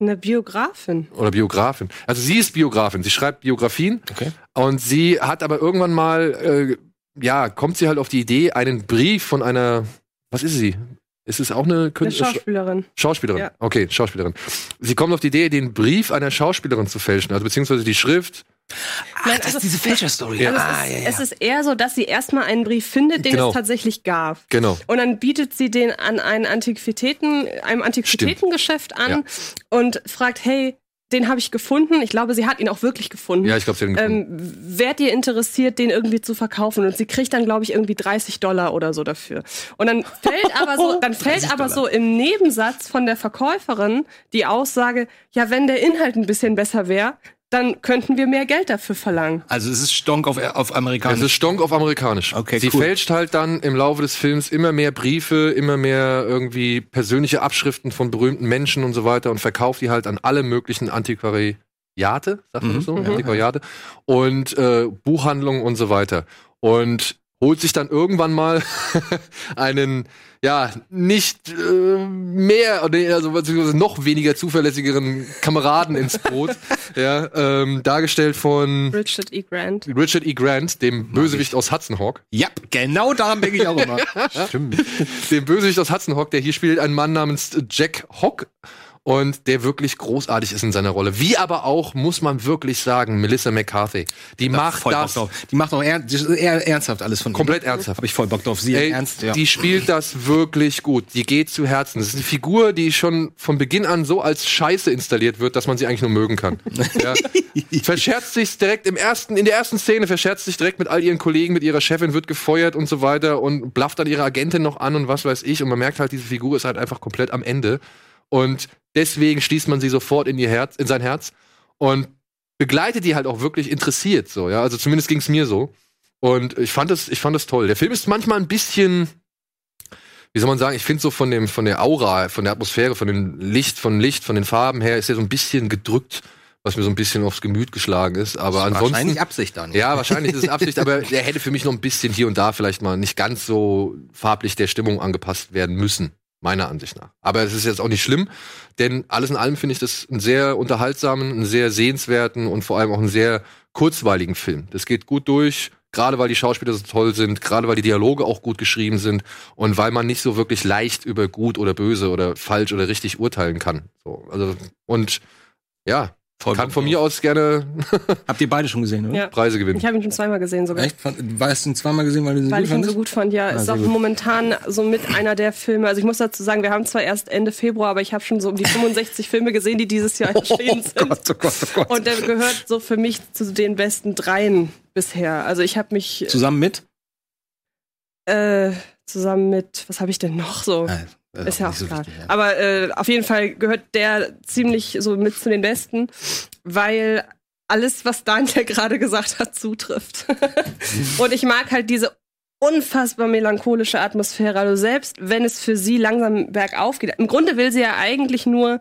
Eine Biografin. oder Biografin. Also sie ist Biografin, sie schreibt Biografien Okay. und sie hat aber irgendwann mal, äh, ja, kommt sie halt auf die Idee, einen Brief von einer, was ist sie? Ist es auch eine, Kün Eine Schauspielerin. Schauspielerin. Ja. Okay, Schauspielerin. Sie kommt auf die Idee, den Brief einer Schauspielerin zu fälschen, also beziehungsweise die Schrift. Nein, also, diese Fälscher-Story. also es, ist, es ist eher so, dass sie erstmal einen Brief findet, den Genau. es tatsächlich gab. Genau. Und dann bietet sie den an einen Antiquitäten, einem Antiquitätengeschäft an und fragt, hey, den habe ich gefunden. Ich glaube, sie hat ihn auch wirklich gefunden. Ja, ich glaube, sie hat ihn gefunden. ähm, wärt ihr interessiert, den irgendwie zu verkaufen? Und sie kriegt dann, glaube ich, irgendwie 30 Dollar oder so dafür. Und dann fällt *laughs* aber so, dann fällt aber so im Nebensatz von der Verkäuferin die Aussage, ja, wenn der Inhalt ein bisschen besser wäre, dann könnten wir mehr Geld dafür verlangen. Also es ist Stonk auf, auf Es ist Amerikanisch. stonk auf amerikanisch. Okay, sie cool. fälscht halt dann im Laufe des Films immer mehr Briefe, immer mehr irgendwie persönliche Abschriften von berühmten Menschen und so weiter und verkauft die halt an alle möglichen Antiquariate, sagt man das so, Antiquariate und äh, Buchhandlungen und so weiter. Und holt sich dann irgendwann mal *laughs* einen ja nicht äh, mehr oder also beziehungsweise noch weniger zuverlässigeren Kameraden ins *laughs* Boot, ja, ähm, dargestellt von Richard E. Grant. Richard E. Grant, dem Bösewicht aus Hudson Hawk. Ja, genau daran denke ich auch immer. *laughs* Dem Bösewicht aus Hudson Hawk, der hier spielt einen Mann namens Jack Hawk. Und der wirklich großartig ist in seiner Rolle. Wie aber auch, muss man wirklich sagen, Melissa McCarthy. Die macht voll Bock das drauf. Die macht auch eher, die ist eher ernsthaft alles von komplett ernsthaft. ernsthaft. Habe ich voll Bock drauf. Sie Ey, ernst, ja. Die spielt das wirklich gut. Die geht zu Herzen. Das ist eine Figur, die schon von Beginn an so als Scheiße installiert wird, dass man sie eigentlich nur *laughs* mögen kann. ja. Verscherzt sich direkt im ersten, in der ersten Szene verscherzt sich direkt mit all ihren Kollegen, mit ihrer Chefin, wird gefeuert und so weiter und blafft dann ihre Agentin noch an und was weiß ich. Und man merkt halt, diese Figur ist halt einfach komplett am Ende. Und deswegen schließt man sie sofort in ihr Herz, in sein Herz und begleitet die halt auch wirklich interessiert so, ja. Also zumindest ging es mir so. Und ich fand es, ich fand es toll. Der Film ist manchmal ein bisschen, wie soll man sagen, ich finde so von dem, von der Aura, von der Atmosphäre, von dem Licht, von Licht, von den Farben her ist er so ein bisschen gedrückt, was mir so ein bisschen aufs Gemüt geschlagen ist. Aber ansonsten. Wahrscheinlich Absicht, Daniel. Ja, wahrscheinlich ist es Absicht, aber der hätte für mich noch ein bisschen hier und da vielleicht mal nicht ganz so farblich der Stimmung angepasst werden müssen, meiner Ansicht nach. Aber es ist jetzt auch nicht schlimm, denn alles in allem finde ich das einen sehr unterhaltsamen, einen sehr sehenswerten und vor allem auch einen sehr kurzweiligen Film. Das geht gut durch, gerade weil die Schauspieler so toll sind, gerade weil die Dialoge auch gut geschrieben sind und weil man nicht so wirklich leicht über gut oder böse oder falsch oder richtig urteilen kann. So, also und ja, Voll kann Bock von drauf. mir aus gerne *laughs* Habt ihr beide schon gesehen, oder? Ja. Preise gewinnen. Ich habe ihn schon zweimal gesehen sogar. Echt? Fand- Weißt du ihn zweimal gesehen, weil du ihn Weil gut ich ihn fandest? so gut fand, ja. ist Ah, sehr auch gut. momentan so mit einer der Filme. Also ich muss dazu sagen, wir haben zwar erst Ende Februar, aber ich habe schon so um die 65 Filme gesehen, die *laughs* dieses Jahr erschienen sind. Gott, oh Gott, oh Gott. Und der gehört so für mich zu den besten dreien bisher. Also ich habe mich Zusammen mit? äh, zusammen mit, was habe ich denn noch so? Nein, das Ist ja auch nicht so klar. wichtig, ja. Aber äh, auf jeden Fall gehört der ziemlich so mit zu den Besten, weil alles, was Daniel *laughs* gerade gesagt hat, zutrifft. *laughs* Und ich mag halt diese unfassbar melancholische Atmosphäre. Also selbst wenn es für sie langsam bergauf geht. Im Grunde will sie ja eigentlich nur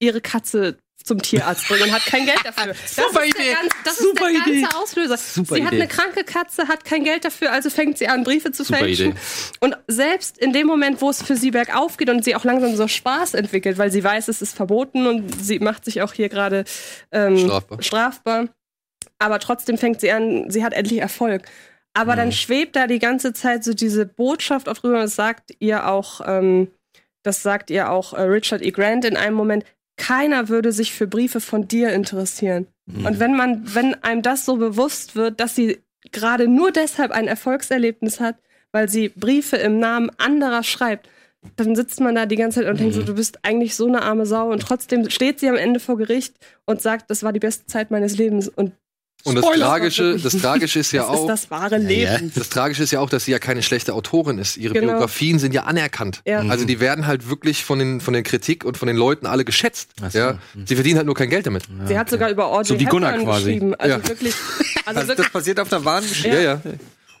ihre Katze zum Tierarzt bringen und hat *laughs* kein Geld dafür. Super das ist Idee. Der ganz, das Super ist der Idee. ganze Auslöser. Super sie hat Idee. eine kranke Katze, hat kein Geld dafür, also fängt sie an, Briefe zu Super fälschen. Idee. Und selbst in dem Moment, wo es für sie bergauf geht und sie auch langsam so Spaß entwickelt, weil sie weiß, es ist verboten und sie macht sich auch hier gerade ähm, Strafbar. strafbar. Aber trotzdem fängt sie an, sie hat endlich Erfolg. Aber dann schwebt da die ganze Zeit so diese Botschaft auch drüber und das sagt ihr auch, ähm, das sagt ihr auch äh, Richard E. Grant in einem Moment, keiner würde sich für Briefe von dir interessieren. Und wenn man, wenn einem das so bewusst wird, dass sie gerade nur deshalb ein Erfolgserlebnis hat, weil sie Briefe im Namen anderer schreibt, dann sitzt man da die ganze Zeit und denkt so, Mhm. du bist eigentlich so eine arme Sau und trotzdem steht sie am Ende vor Gericht und sagt, das war die beste Zeit meines Lebens und Und das Spoiler. Tragische, das Tragische ist ja das ist auch, das wahre Leben. das Tragische ist ja auch, dass sie ja keine schlechte Autorin ist. Ihre Genau. Biografien sind ja anerkannt. Ja. Also die werden halt wirklich von den von der Kritik und von den Leuten alle geschätzt. so. Ja, Mhm. sie verdienen halt nur kein Geld damit. Sie hat sogar über Audrey So wie Gunnar Hepburn quasi. *laughs* geschrieben. Also Ja. wirklich, also Also wirklich das passiert auf der wahren Geschichte. Ja, ja.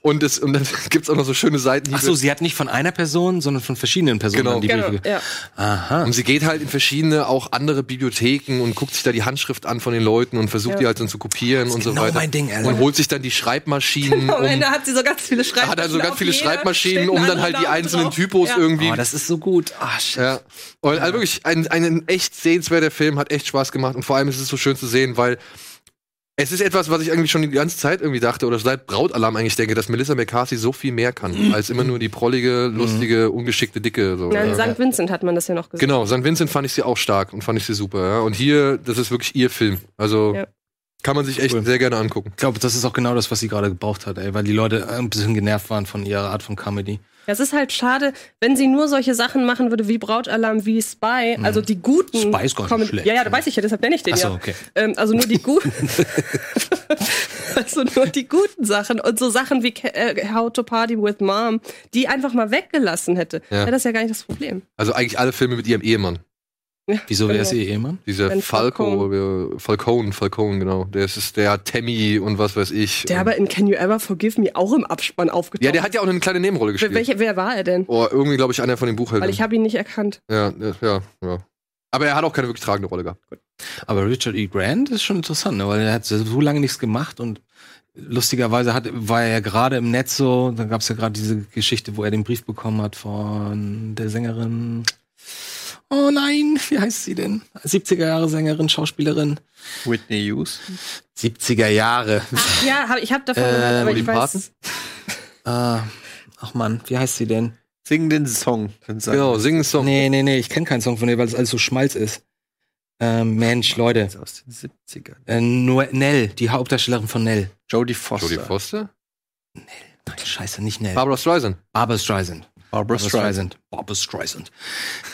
Und, es, und dann *laughs* gibt's auch noch so schöne Seiten. Ach so, sie hat nicht von einer Person, sondern von verschiedenen Personen Genau. dann die Genau, Briefe. ge- ja. Aha. Und sie geht halt in verschiedene, auch andere Bibliotheken und guckt sich da die Handschrift an von den Leuten und versucht Ja. die halt dann zu kopieren und so genau weiter. mein Ding, Alter. Und holt sich dann die Schreibmaschinen. Am um, Ende hat sie so ganz viele Genau, Schreibmaschinen. hat also ganz auf viele jeder Schreibmaschinen, steht um ein dann anderer halt die Name einzelnen drauf. Typos ja. irgendwie. Oh, das ist so gut. Ah, shit. ja. Und also wirklich ein, ein echt sehenswerter Film, hat echt Spaß gemacht und vor allem ist es so schön zu sehen, weil es ist etwas, was ich eigentlich schon die ganze Zeit irgendwie dachte oder seit Brautalarm eigentlich denke, dass Melissa McCarthy so viel mehr kann, als immer nur die prollige, lustige, ungeschickte Dicke. So. Nein, Ja. St. Vincent hat man das ja noch gesagt. Genau, St. Vincent fand ich sie auch stark und fand ich sie super. Ja. Und hier, das ist wirklich ihr Film. Also Ja. kann man sich echt Cool. sehr gerne angucken. Ich glaube, das ist auch genau das, was sie gerade gebraucht hat, ey, weil die Leute ein bisschen genervt waren von ihrer Art von Comedy. Das ist halt schade, wenn sie nur solche Sachen machen würde wie Brautalarm, wie Mhm. Spy, also die guten. Spy ist gar nicht Comedy- schlecht. Ja, ja, da weiß ich ja, deshalb nenne ich den Ach so, ja. *laughs* okay. Ähm, also nur die guten. *laughs* also nur die guten Sachen und so Sachen wie Ca- äh, How to Party with Mom, die einfach mal weggelassen hätte. Ja. Wäre das ja gar nicht das Problem. Also eigentlich alle Filme mit ihrem Ehemann. Wieso wäre es Genau. ihr Ehemann? Dieser Ben Falco, äh, Falcone, Falcone, genau. Der ist- ist der hat Tammy und was weiß ich. Der aber in Can You Ever Forgive Me auch im Abspann aufgetaucht. ja, der hat ja auch eine kleine Nebenrolle wer, gespielt. welche, wer war er denn? Oh, irgendwie, glaube ich, einer von den Weil Buchhaltern. ich habe ihn nicht erkannt. ja, ja, ja, ja. Aber er hat auch keine wirklich tragende Rolle gehabt. Aber Richard E. Grant ist schon interessant, ne? weil er hat so lange nichts gemacht und lustigerweise hat, war er ja gerade im Netz so, da gab es ja gerade diese Geschichte, wo er den Brief bekommen hat von der Sängerin. Oh nein, wie heißt sie denn? 70er Jahre Sängerin, Schauspielerin. Whitney Hughes. 70er Jahre. Ach ja, hab, ich habe davon gehört, aber Dolly ich weiß. Parton? Ah, ach man, wie heißt sie denn? Sing den Song. Dann sag- Genau, singen Song. Nee, nee, nee, ich kenne keinen Song von ihr, weil das alles so Schmalz ist. Ähm, Mensch, Leute. Aus den 70ern. Äh, Noel- Nell, die Hauptdarstellerin von Nell. Jodie Foster. Jodie Foster? Nein, scheiße, nicht Nell. Barbara Streisand. Barbara Streisand. Barbara Streisand. Barbara Streisand.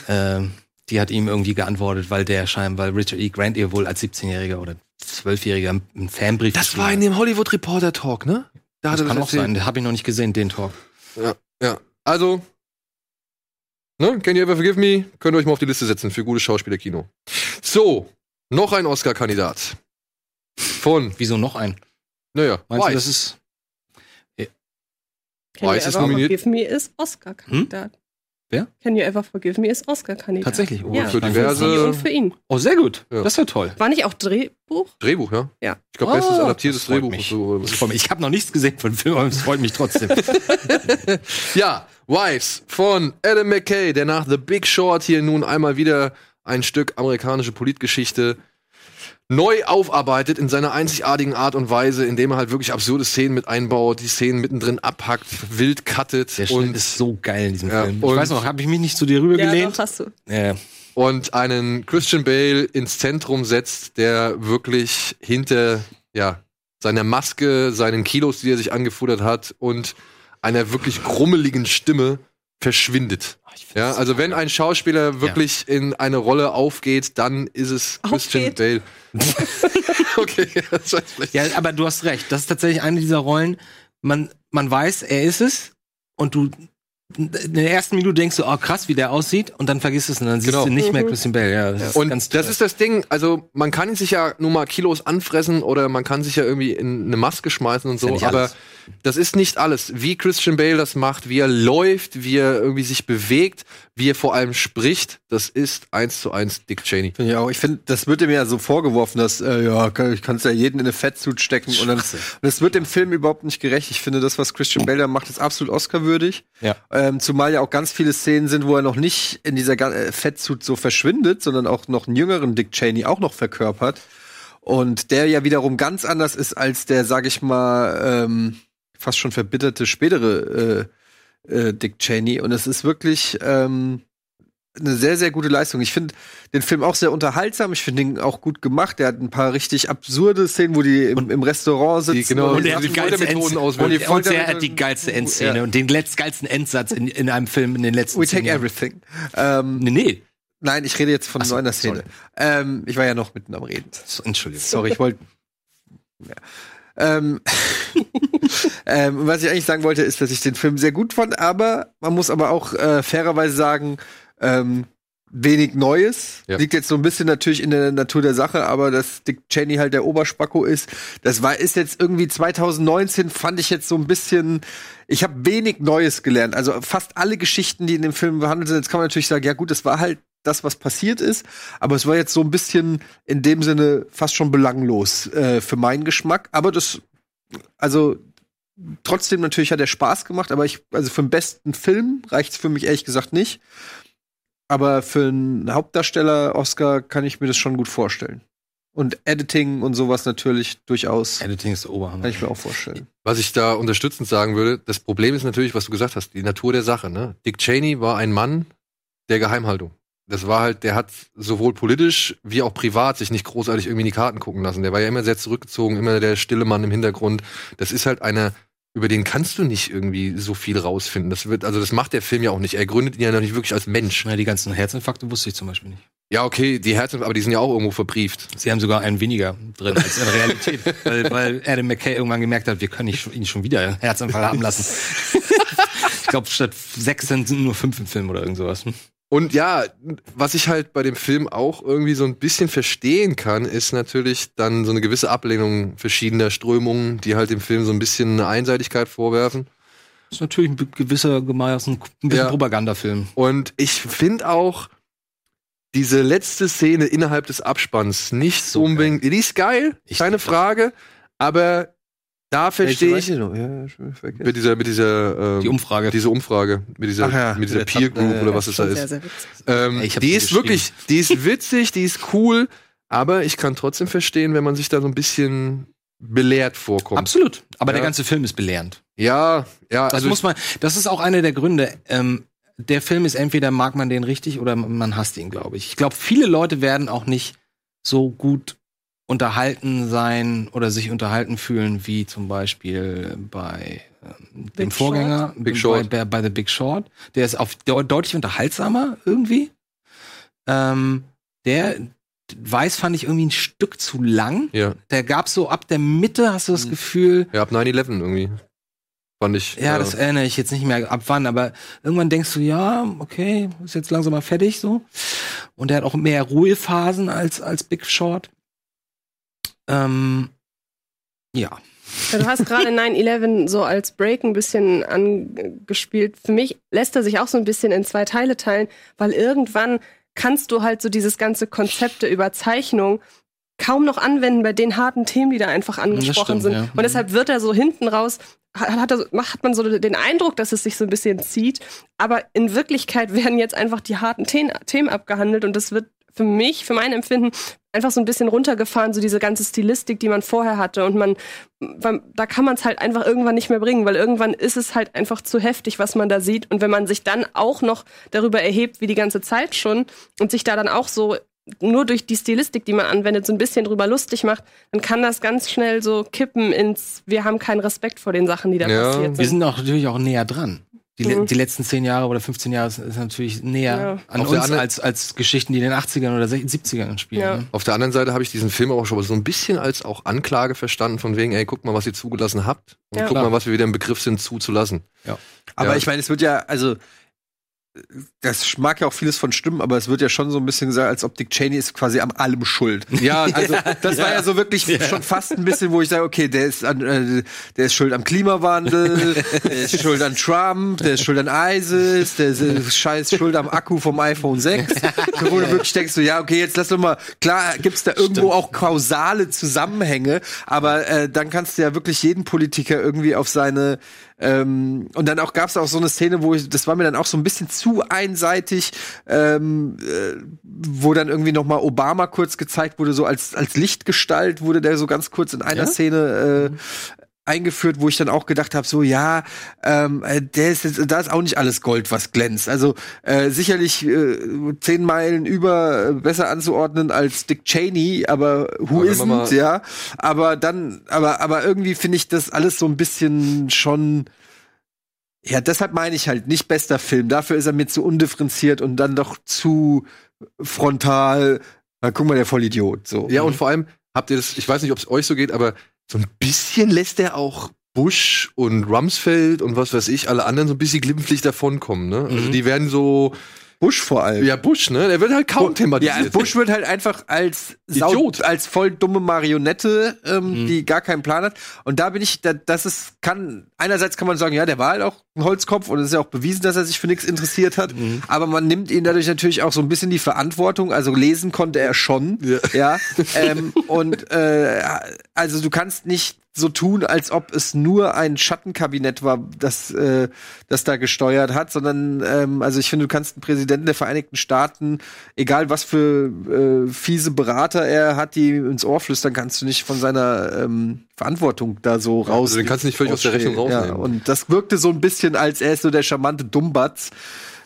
Ähm, die hat ihm irgendwie geantwortet, weil der scheint, weil Richard E. Grant ihr wohl als 17-Jähriger oder 12-Jähriger einen Fanbrief Das geschrieben war in hat. dem Hollywood Reporter Talk, ne? Da hat Das er kann auch erzählt. sein, den habe ich noch nicht gesehen, den Talk. Ja, also, ne, Can You Ever Forgive Me? Könnt ihr euch mal auf die Liste setzen für gutes Schauspielerkino. So, noch ein Oscar-Kandidat. Von, Wieso noch ein? naja, Meinst Weiß. du, das ist. Can You Weiß Oh, ist Ever nominiert. Hm? Forgive Me ist Oscar-Kandidat. Wer? Can You Ever Forgive Me ist Oscar-Kandidat. Tatsächlich. Oh, Ja. für Äh. Für sie diverse und für ihn. oh sehr gut. Ja. Das ist ja toll. War nicht auch Drehbuch? Drehbuch, ja? Ja. Ich glaube, bestes Oh, adaptiertes das freut Drehbuch. mich. So, oder was. Ich freue mich. Ich habe noch nichts gesehen von dem Film, aber es freut *laughs* mich trotzdem. Ja, Wives von Adam McKay, der nach The Big Short hier nun einmal wieder ein Stück amerikanische Politgeschichte neu aufarbeitet in seiner einzigartigen Art und Weise, indem er halt wirklich absurde Szenen mit einbaut, die Szenen mittendrin abhackt, wild cuttet Der Schnitt und ist so geil in diesem Ja, Film. Ich und- weiß noch, habe ich mich nicht zu dir rübergelehnt? hast du. Ja, und einen Christian Bale ins Zentrum setzt, der wirklich hinter ja, seiner Maske, seinen Kilos, die er sich angefuttert hat und einer wirklich grummeligen Stimme verschwindet. Ja, also wenn ein Schauspieler wirklich in eine Rolle aufgeht, dann ist es Christian Aufgeht. Bale. *laughs* okay, *laughs* das war jetzt vielleicht. ja, aber du hast recht. Das ist tatsächlich eine dieser Rollen. Man, man weiß, er ist es. Und du in der ersten Minute denkst du, oh krass, wie der aussieht. Und dann vergisst du es und dann siehst Genau. du nicht mehr Christian Bell. Ja, das ist Und ganz das toll. ist das Ding, also man kann sich ja nur mal Kilos anfressen oder man kann sich ja irgendwie in eine Maske schmeißen und ja so, nicht aber alles. das ist nicht alles. Wie Christian Bale das macht, wie er läuft, wie er irgendwie sich bewegt, wie er vor allem spricht, das ist eins zu eins Dick Cheney. Finde ich auch. Ich finde, das wird ihm ja so vorgeworfen, dass, äh, ja, kann, ich kann es ja jeden in eine Fettsuit stecken und dann, und das wird dem Film überhaupt nicht gerecht. Ich finde, das, was Christian Bale da macht, ist absolut Oscar-würdig. Ja. Ähm, zumal ja auch ganz viele Szenen sind, wo er noch nicht in dieser ga- äh, Fettsuit so verschwindet, sondern auch noch einen jüngeren Dick Cheney auch noch verkörpert. Und der ja wiederum ganz anders ist als der, sag ich mal, ähm, fast schon verbitterte spätere äh, äh, Dick Cheney. Und es ist wirklich ähm, eine sehr, sehr gute Leistung. Ich finde den Film auch sehr unterhaltsam. Ich finde ihn auch gut gemacht. Er hat ein paar richtig absurde Szenen, wo die im, im Restaurant sitzen. genau- und Und er hat die geilste End- und, und die und er Folter- hat die geilste Endszene Ja. und den letz, geilsten Endsatz in, in einem Film in den letzten We take zehn Jahren. everything. Ähm, Nee, nee. nein, ich rede jetzt von Ach so, so, einer Szene. sorry. Ähm, ich war ja noch mitten am Reden. So, Entschuldigung. Sorry, ich wollte. Ja. Ähm, *laughs* ähm, was ich eigentlich sagen wollte, ist, dass ich den Film sehr gut fand, aber man muss aber auch äh, fairerweise sagen, ähm, wenig Neues. Ja. Liegt jetzt so ein bisschen natürlich in der Natur der Sache, aber dass Dick Cheney halt der Oberspacko ist, das war ist jetzt irgendwie 2019 fand ich jetzt so ein bisschen ich habe wenig Neues gelernt. Also fast alle Geschichten, die in dem Film behandelt sind, jetzt kann man natürlich sagen, ja gut, das war halt das, was passiert ist, aber es war jetzt so ein bisschen in dem Sinne fast schon belanglos äh, für meinen Geschmack. Aber das, also trotzdem natürlich hat er Spaß gemacht, aber ich, also für den besten Film reicht's für mich ehrlich gesagt nicht. Aber für einen Hauptdarsteller-Oscar kann ich mir das schon gut vorstellen. Und Editing und sowas natürlich durchaus kann Editing ist der oh, Oberhammer. ich mir auch vorstellen. Was ich da unterstützend sagen würde, das Problem ist natürlich, was du gesagt hast, die Natur der Sache. Ne? Dick Cheney war ein Mann der Geheimhaltung. Das war halt, der hat sowohl politisch wie auch privat sich nicht großartig irgendwie in die Karten gucken lassen. Der war ja immer sehr zurückgezogen, immer der stille Mann im Hintergrund. Das ist halt einer, über den kannst du nicht irgendwie so viel rausfinden. Das wird, also das macht der Film ja auch nicht. Er gründet ihn ja noch nicht wirklich als Mensch. Na, die ganzen Herzinfarkte wusste ich zum Beispiel nicht. Ja, okay, die Herzen, aber die sind ja auch irgendwo verbrieft. Sie haben sogar einen weniger drin als in *laughs* Realität, weil, weil Adam McKay irgendwann gemerkt hat, wir können nicht, ihn schon wieder einen Herzinfarkt haben lassen. *laughs* ich glaube, statt sechs sind nur fünf im Film oder irgend sowas. Und ja, was ich halt bei dem Film auch irgendwie so ein bisschen verstehen kann, ist natürlich dann so eine gewisse Ablehnung verschiedener Strömungen, die halt dem Film so ein bisschen eine Einseitigkeit vorwerfen. ist natürlich ein gewisser Gemeißen, ein bisschen Ja. Propagandafilm. Und ich finde auch diese letzte Szene innerhalb des Abspanns nicht so unbedingt. Die ist geil, Ich- keine Frage, aber da verstehe ich. Ja, schon vergessen. Mit dieser, mit dieser, Die ähm, Umfrage. diese Umfrage, mit dieser, Ach ja, mit dieser mit der Peer Tab- Group äh, oder was es da Schon ist. sehr, sehr witzig. Ähm, Ich hab die sie ist wirklich, die ist witzig, die ist cool, aber ich kann trotzdem verstehen, wenn man sich da so ein bisschen belehrt vorkommt. Absolut. Aber der Ja. ganze Film ist belehrend. Ja, ja, Das also muss man, das ist auch einer der Gründe. Ähm, der Film ist entweder mag man den richtig oder man hasst ihn, glaube ich. Ich glaube, viele Leute werden auch nicht so gut unterhalten sein oder sich unterhalten fühlen, wie zum Beispiel bei ähm, dem Big Vorgänger, Big Short. Bei, bei, bei The Big Short. Der ist auf deu- deutlich unterhaltsamer irgendwie. Ähm, der weiß, fand ich irgendwie ein Stück zu lang. ja, Der gab so ab der Mitte, hast du Mhm. das Gefühl, ja, ab 9-11 irgendwie. Fand ich. ja, äh, das erinnere ich jetzt nicht mehr ab wann, aber irgendwann denkst du, ja, okay, ist jetzt langsam mal fertig so. Und er hat auch mehr Ruhephasen als, als Big Short. Ähm, ja. Ja, Du hast gerade 9-11 so als Break ein bisschen angespielt. Für mich lässt er sich auch so ein bisschen in zwei Teile teilen, weil irgendwann kannst du halt so dieses ganze Konzept der Überzeichnung kaum noch anwenden bei den harten Themen, die da einfach angesprochen stimmt, sind. ja. Und deshalb wird er so hinten raus, hat, hat, er, so- macht- hat man so den Eindruck, dass es sich so ein bisschen zieht. Aber in Wirklichkeit werden jetzt einfach die harten Themen, Themen abgehandelt und das wird für mich, für mein Empfinden, einfach so ein bisschen runtergefahren, so diese ganze Stilistik, die man vorher hatte. Und man, weil, da kann man es halt einfach irgendwann nicht mehr bringen, weil irgendwann ist es halt einfach zu heftig, was man da sieht. Und wenn man sich dann auch noch darüber erhebt, wie die ganze Zeit schon, und sich da dann auch so nur durch die Stilistik, die man anwendet, so ein bisschen drüber lustig macht, dann kann das ganz schnell so kippen ins, wir haben keinen Respekt vor den Sachen, die da Ja, passiert Wir sind. sind auch natürlich auch näher dran. Die, le- Mhm. die letzten zehn Jahre oder 15 Jahre ist, ist natürlich näher Ja. an Auf der uns anderen- als, als Geschichten, die in den 80ern oder 60- 70ern spielen. Ja. Ne? Auf der anderen Seite habe ich diesen Film auch schon mal so ein bisschen als auch Anklage verstanden, von wegen, ey, guck mal, was ihr zugelassen habt und Ja. guck Klar. mal, was wir wieder im Begriff sind, zuzulassen. Aber Ja. ich meine, es wird ja, also das mag ja auch vieles von stimmen, aber es wird ja schon so ein bisschen gesagt, als ob Dick Cheney ist quasi am allem schuld. Ja, *laughs* Also das war ja so wirklich schon fast ein bisschen, wo ich sage, okay, der ist an, äh, der ist schuld am Klimawandel, der ist schuld an Trump, der ist schuld an ISIS, der ist äh, scheiß schuld am Akku vom iPhone 6. So, wo du wirklich denkst, so, ja, okay, jetzt lass doch mal, klar gibt's da irgendwo auch kausale Zusammenhänge, aber äh, dann kannst du ja wirklich jeden Politiker irgendwie auf seine ähm, und dann auch gab's auch so eine Szene, wo ich, das war mir dann auch so ein bisschen zu einseitig, ähm, wo dann irgendwie noch mal Obama kurz gezeigt wurde, so als, als Lichtgestalt wurde der so ganz kurz in einer Szene Mhm. äh, eingeführt, wo ich dann auch gedacht habe, so ja, ähm, äh, der ist jetzt, da ist auch nicht alles Gold, was glänzt. Also äh, sicherlich äh, zehn Meilen über äh, besser anzuordnen als Dick Cheney, aber who Aber wenn man isn't, mal- ja. Aber dann, aber aber irgendwie finde ich das alles so ein bisschen schon ja, deshalb meine ich halt nicht bester Film. Dafür ist er mir zu undifferenziert und dann doch zu frontal. Na, guck mal, der Vollidiot. So. Ja, und vor allem habt ihr das, ich weiß nicht, ob es euch so geht, aber so ein bisschen lässt er auch Bush und Rumsfeld und was weiß ich, alle anderen so ein bisschen glimpflich davonkommen, ne? Also die werden so Bush Mhm. vor allem. Ja, Bush, ne? Der wird halt kaum thematisiert. Ja, Bush wird halt einfach als Idiot. Mhm. als voll dumme Marionette, ähm, die gar keinen Plan hat. Und da bin ich, da, das ist, kann, einerseits kann man sagen, ja, der war halt auch ein Holzkopf und es ist ja auch bewiesen, dass er sich für nichts interessiert hat. Mhm. Aber man nimmt ihn dadurch natürlich auch so ein bisschen die Verantwortung. Also lesen konnte er schon. Ja. ähm, und äh, also du kannst nicht so tun, als ob es nur ein Schattenkabinett war, das, äh, das da gesteuert hat, sondern ähm, also ich finde, du kannst einen Präsidenten der Vereinigten Staaten, egal was für äh, fiese Berater er hat, die ins Ohr flüstern, kannst du nicht von seiner ähm, Verantwortung da so raus. also den kannst du nicht völlig aus der Rechnung rausstehen. rausnehmen. und das wirkte so ein bisschen, als er ist so der charmante Dummbatz.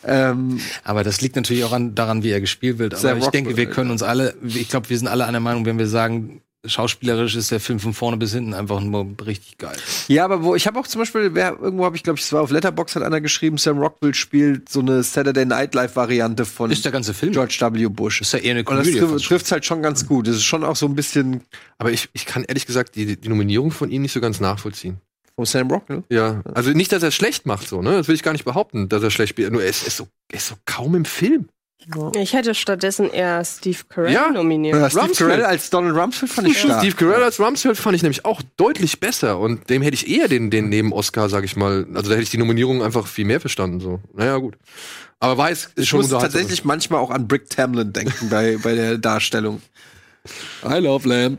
Ähm, Aber das liegt natürlich auch an, daran, wie er gespielt wird. Aber Sehr ich denke, Rockwell, wir können uns alle, ich glaube, wir sind alle einer Meinung, wenn wir sagen, schauspielerisch ist der Film von vorne bis hinten einfach nur richtig geil. Ja, aber wo ich habe auch zum Beispiel, wer, irgendwo habe ich, glaube ich, es war auf Letterbox hat einer geschrieben, Sam Rockwell spielt so eine Saturday Night Live Variante von Ist der ganze Film. George W. Bush. Ist ja eher eine Und das Komödie. trifft, fast schon. trifft's halt schon ganz gut. Es ist schon auch so ein bisschen Aber ich, ich kann ehrlich gesagt die, die Nominierung von ihm nicht so ganz nachvollziehen. vom Sam Rockwell. Ja, also nicht, dass er schlecht macht, so, ne? Das will ich gar nicht behaupten, dass er schlecht spielt. Nur er ist, er ist, so, er ist so kaum im Film. Ich hätte stattdessen eher Steve Carell Ja. nominiert. Äh, Steve Rumsfeld. Carell als Donald Rumsfeld fand ich stark. Steve Carell als Rumsfeld fand ich nämlich auch deutlich besser und dem hätte ich eher den, den neben Oscar, sag ich mal, also da hätte ich die Nominierung einfach viel mehr verstanden, so. Naja, gut. Aber weiß, ist ich schon muss unterhaltsam. tatsächlich manchmal auch an Brick Tamlin denken bei, *laughs* bei der Darstellung. I love Lamb.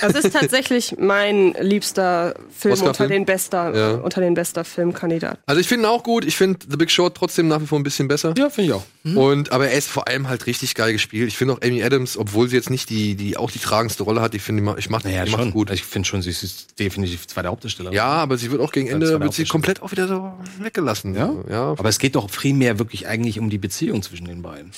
Das ist tatsächlich mein liebster Film unter Oscar-Film? den bester, äh, Ja. unter den bester Filmkandidaten. Also ich finde ihn auch gut. Ich finde The Big Short trotzdem nach wie vor ein bisschen besser. Ja, finde ich auch. Und aber er ist vor allem halt richtig geil gespielt. Ich finde auch Amy Adams, obwohl sie jetzt nicht die, die auch die tragendste Rolle hat, ich finde, die ma- ich mache Naja, die schon. macht gut. Ich finde schon, sie ist definitiv zweite Hauptdarstellerin. Ja, aber sie wird auch gegen Ende Als zweite wird sie Hauptdarstellerin. komplett auch wieder so weggelassen. Ja? ja. Aber es geht doch primär wirklich eigentlich um die Beziehung zwischen den beiden.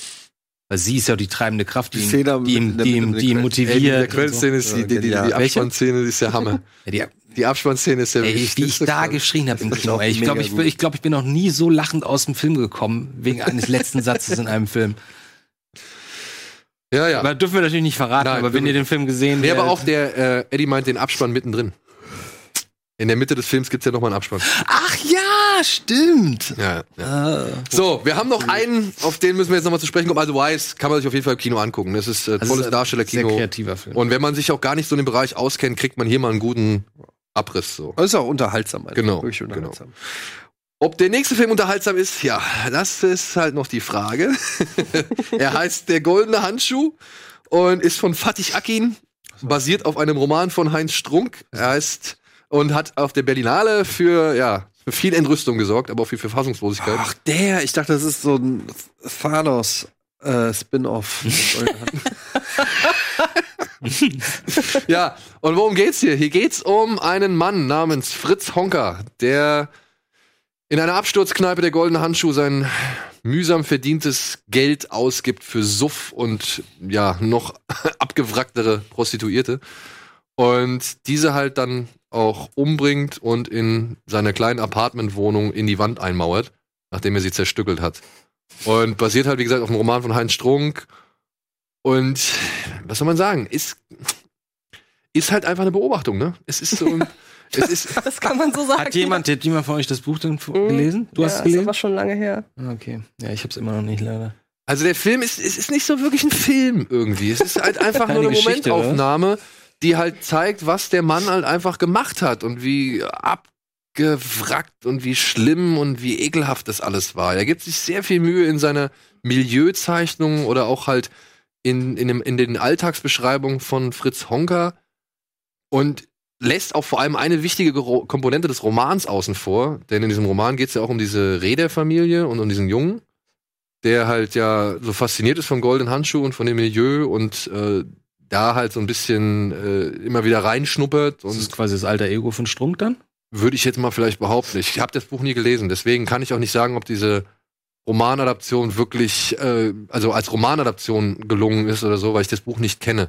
Weil sie ist ja die treibende Kraft, die, Die ihn, Szene die, ihn, mit- die, ihn, mit- die ihn mit- Ey, die, der motiviert. und so. Quellszene ist die, die, die, die Ja. Welche? Abspannszene die ist der Hammer. Ja, die, Die Abspannszene ist der ey, wirklich wie ich schlimmste da Kram. geschrien habe im Das ist Kino. auch Ey, ich glaube, mega ich, gut. bin- ich, glaub, ich bin noch nie so lachend aus dem Film gekommen, wegen eines letzten Satzes in einem Film. Ja, ja. Aber dürfen wir natürlich nicht verraten, Nein, aber wenn dürfen- ihr den Film gesehen Nee, aber werdet- auch der äh, Eddie meint den Abspann mittendrin. In der Mitte des Films gibt's ja nochmal einen Abspann. Ach ja, stimmt. Ja, ja. So, wir haben noch einen, auf den müssen wir jetzt nochmal zu sprechen kommen. Also Wise kann man sich auf jeden Fall im Kino angucken. Das ist äh, Das tolles ist ein Darstellerkino. Sehr kreativer Film. Und wenn man sich auch gar nicht so in dem Bereich auskennt, kriegt man hier mal einen guten Abriss. So. Das ist auch unterhaltsam. einfach. Genau, Wirklich unterhaltsam. Ob der nächste Film unterhaltsam ist, ja, das ist halt noch die Frage. er heißt Der goldene Handschuh und ist von Fatih Akin, basiert auf einem Roman von Heinz Strunk. Er heißt und hat auf der Berlinale für, ja, für viel Entrüstung gesorgt, aber auch viel für Fassungslosigkeit. Ach, der, ich dachte, das ist so ein Thanos. Äh, Spin-off. *laughs* Ja, und worum geht's hier? Hier geht's um einen Mann namens Fritz Honker, der in einer Absturzkneipe der Goldene Handschuh sein mühsam verdientes Geld ausgibt für Suff und ja, noch *laughs* abgewracktere Prostituierte. Und diese halt dann auch umbringt und in seiner kleinen Apartmentwohnung in die Wand einmauert, nachdem er sie zerstückelt hat. Und basiert halt, wie gesagt, auf einem Roman von Heinz Strunk. Und was soll man sagen? Ist ist halt einfach eine Beobachtung, ne? Es ist so ein, es ist, Das kann man so sagen. Hat jemand, hat jemand von euch das Buch denn vor- Mhm. gelesen? Du ja, hast es Ist gelesen? aber schon lange her. Ah, Okay. Ja, ich hab's immer noch nicht, leider. also der Film ist, es ist nicht so wirklich ein Film irgendwie. Es ist halt einfach nur Keine eine Geschichte, Momentaufnahme, die halt zeigt, was der Mann halt einfach gemacht hat und wie abgewrackt und wie schlimm und wie ekelhaft das alles war. Er gibt sich sehr viel Mühe in seiner Milieuzeichnung oder auch halt in, in, dem, in den Alltagsbeschreibungen von Fritz Honka und lässt auch vor allem eine wichtige Gero- Komponente des Romans außen vor, denn in diesem Roman geht es ja auch um diese Räderfamilie und um diesen Jungen, der halt ja so fasziniert ist vom goldenen Handschuh und von dem Milieu und äh, da halt so ein bisschen äh, immer wieder reinschnuppert Das ist und quasi das alter Ego von Strunk dann? würde ich jetzt mal vielleicht behaupten. Ich habe das Buch nie gelesen, deswegen kann ich auch nicht sagen, ob diese Romanadaption wirklich, äh, also als Romanadaption gelungen ist oder so, weil ich das Buch nicht kenne.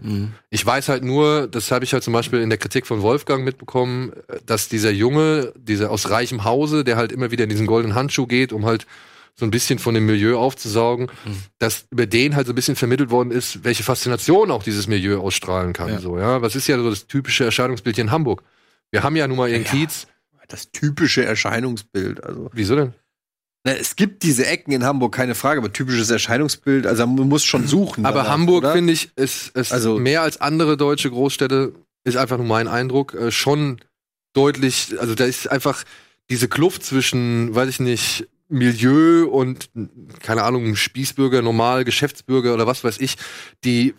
Ich weiß halt nur, das habe ich halt zum Beispiel in der Kritik von Wolfgang mitbekommen, äh, dass dieser Junge, dieser aus reichem Hause, der halt immer wieder in diesen goldenen Handschuh geht, um halt so ein bisschen von dem Milieu aufzusaugen, dass über den halt so ein bisschen vermittelt worden ist, welche Faszination auch dieses Milieu ausstrahlen kann. Ja. So, ja, was ist ja so das typische Erscheinungsbild hier in Hamburg? Wir haben ja nun mal ihren Kiez. Das typische Erscheinungsbild. Also Wieso denn? Na, es gibt diese Ecken in Hamburg, keine Frage, aber typisches Erscheinungsbild, also man muss schon suchen. Aber danach, Hamburg, oder? finde ich, ist, ist Also- mehr als andere deutsche Großstädte, ist einfach nur mein Eindruck, äh, schon deutlich, also da ist einfach diese Kluft zwischen, weiß ich nicht, Milieu und, keine Ahnung, Spießbürger, normal, Geschäftsbürger oder was weiß ich, die,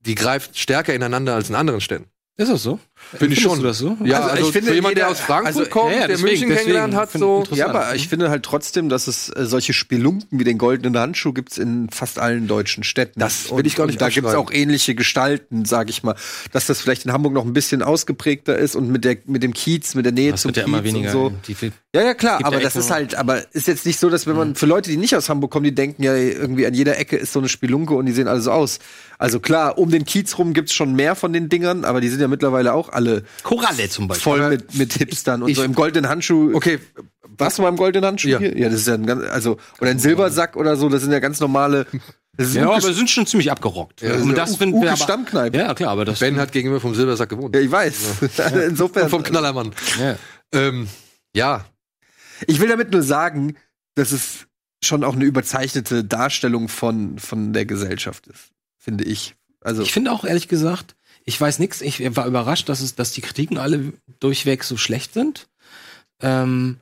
die greift stärker ineinander als in anderen Städten. Ist das so? Finde ich schon. Du das so? Ja, also, ich finde, für jemand, der jeder- aus Frankfurt also, kommt, ja, ja, der deswegen- München deswegen kennengelernt hat, finde- so. interessant. ne? Ja, aber ich finde halt trotzdem, dass es äh, solche Spelunken wie den goldenen Handschuh gibt es in fast allen deutschen Städten. Das will ich gar nicht und Da gibt es abschreiben. auch ähnliche Gestalten, sag ich mal. Dass das vielleicht in Hamburg noch ein bisschen ausgeprägter ist und mit, der, mit dem Kiez, mit der Nähe Das zum wird ja Kiez immer weniger. und so. Die- Ja, ja, klar, Gibt aber ja das Ecken, ist wo- halt, aber ist jetzt nicht so, dass wenn man, für Leute, die nicht aus Hamburg kommen, die denken ja irgendwie an jeder Ecke ist so eine Spielunke und die sehen alle so aus. Also klar, um den Kiez rum gibt's schon mehr von den Dingern, aber die sind ja mittlerweile auch alle Koralle zum Beispiel. voll mit, mit Hipstern und so im goldenen Handschuh. Okay, Was war im goldenen Handschuh Ja. hier? Ja, das ist ja ein ganz, also, oder ein Silbersack oder so, das sind ja ganz normale, das ist Ja, Uke- aber sind schon ziemlich abgerockt. das ist Und ja das Uke- finden wir Uke aber- Stammkneipe. Ja, klar, aber das Ben hat gegenüber vom Silbersack gewohnt. Ja, ich *laughs* weiß. Also Insofern. Vom Knallermann. ja. Ähm, ja, Ich will damit nur sagen, dass es schon auch eine überzeichnete Darstellung von, von der Gesellschaft ist, finde ich. Also, Ich finde auch ehrlich gesagt, ich weiß nichts. Ich war überrascht, dass es, dass die Kritiken alle durchweg so schlecht sind. Ähm,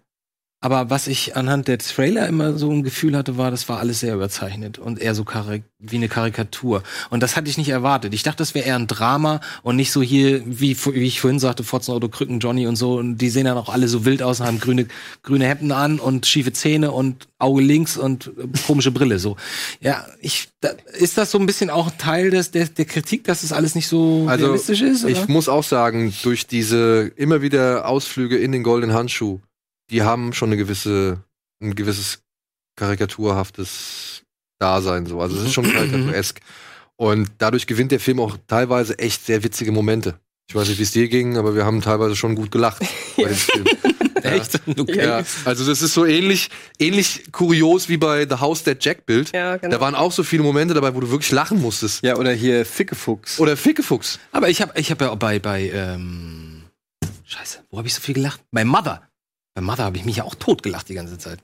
aber was ich anhand der Trailer immer so ein Gefühl hatte, war, das war alles sehr überzeichnet und eher so karik- wie eine Karikatur. Und das hatte ich nicht erwartet. Ich dachte, das wäre eher ein Drama und nicht so hier, wie, vo- wie ich vorhin sagte, Forza Auto Krücken, Johnny und so. Und die sehen dann auch alle so wild aus und haben grüne, grüne Hemden an und schiefe Zähne und Auge links und äh, komische Brille. So. Ja, ich, da, ist das so ein bisschen auch Teil des, der, der Kritik, dass das alles nicht so Also, realistisch ist? *laughs* Genau. Ich muss auch sagen, durch diese immer wieder Ausflüge in den goldenen Handschuh, die haben schon eine gewisse, ein gewisses karikaturhaftes Dasein so. Also es ist schon Mhm. karikaturesk. Und dadurch gewinnt der Film auch teilweise echt sehr witzige Momente. Ich weiß nicht, wie es dir ging, aber wir haben teilweise schon gut gelacht bei dem *laughs* Film. Echt? Okay. Ja, also das ist so ähnlich, ähnlich kurios wie bei The House That Jack Built. Ja, genau. Da waren auch so viele Momente dabei, wo du wirklich lachen musstest. ja, oder hier Oh, Fickefuchs. Oder Fickefuchs. Aber ich habe ich hab ja auch bei, bei ähm, Scheiße, wo habe ich so viel gelacht? Bei Mother. Bei Mother habe ich mich ja auch tot gelacht die ganze Zeit.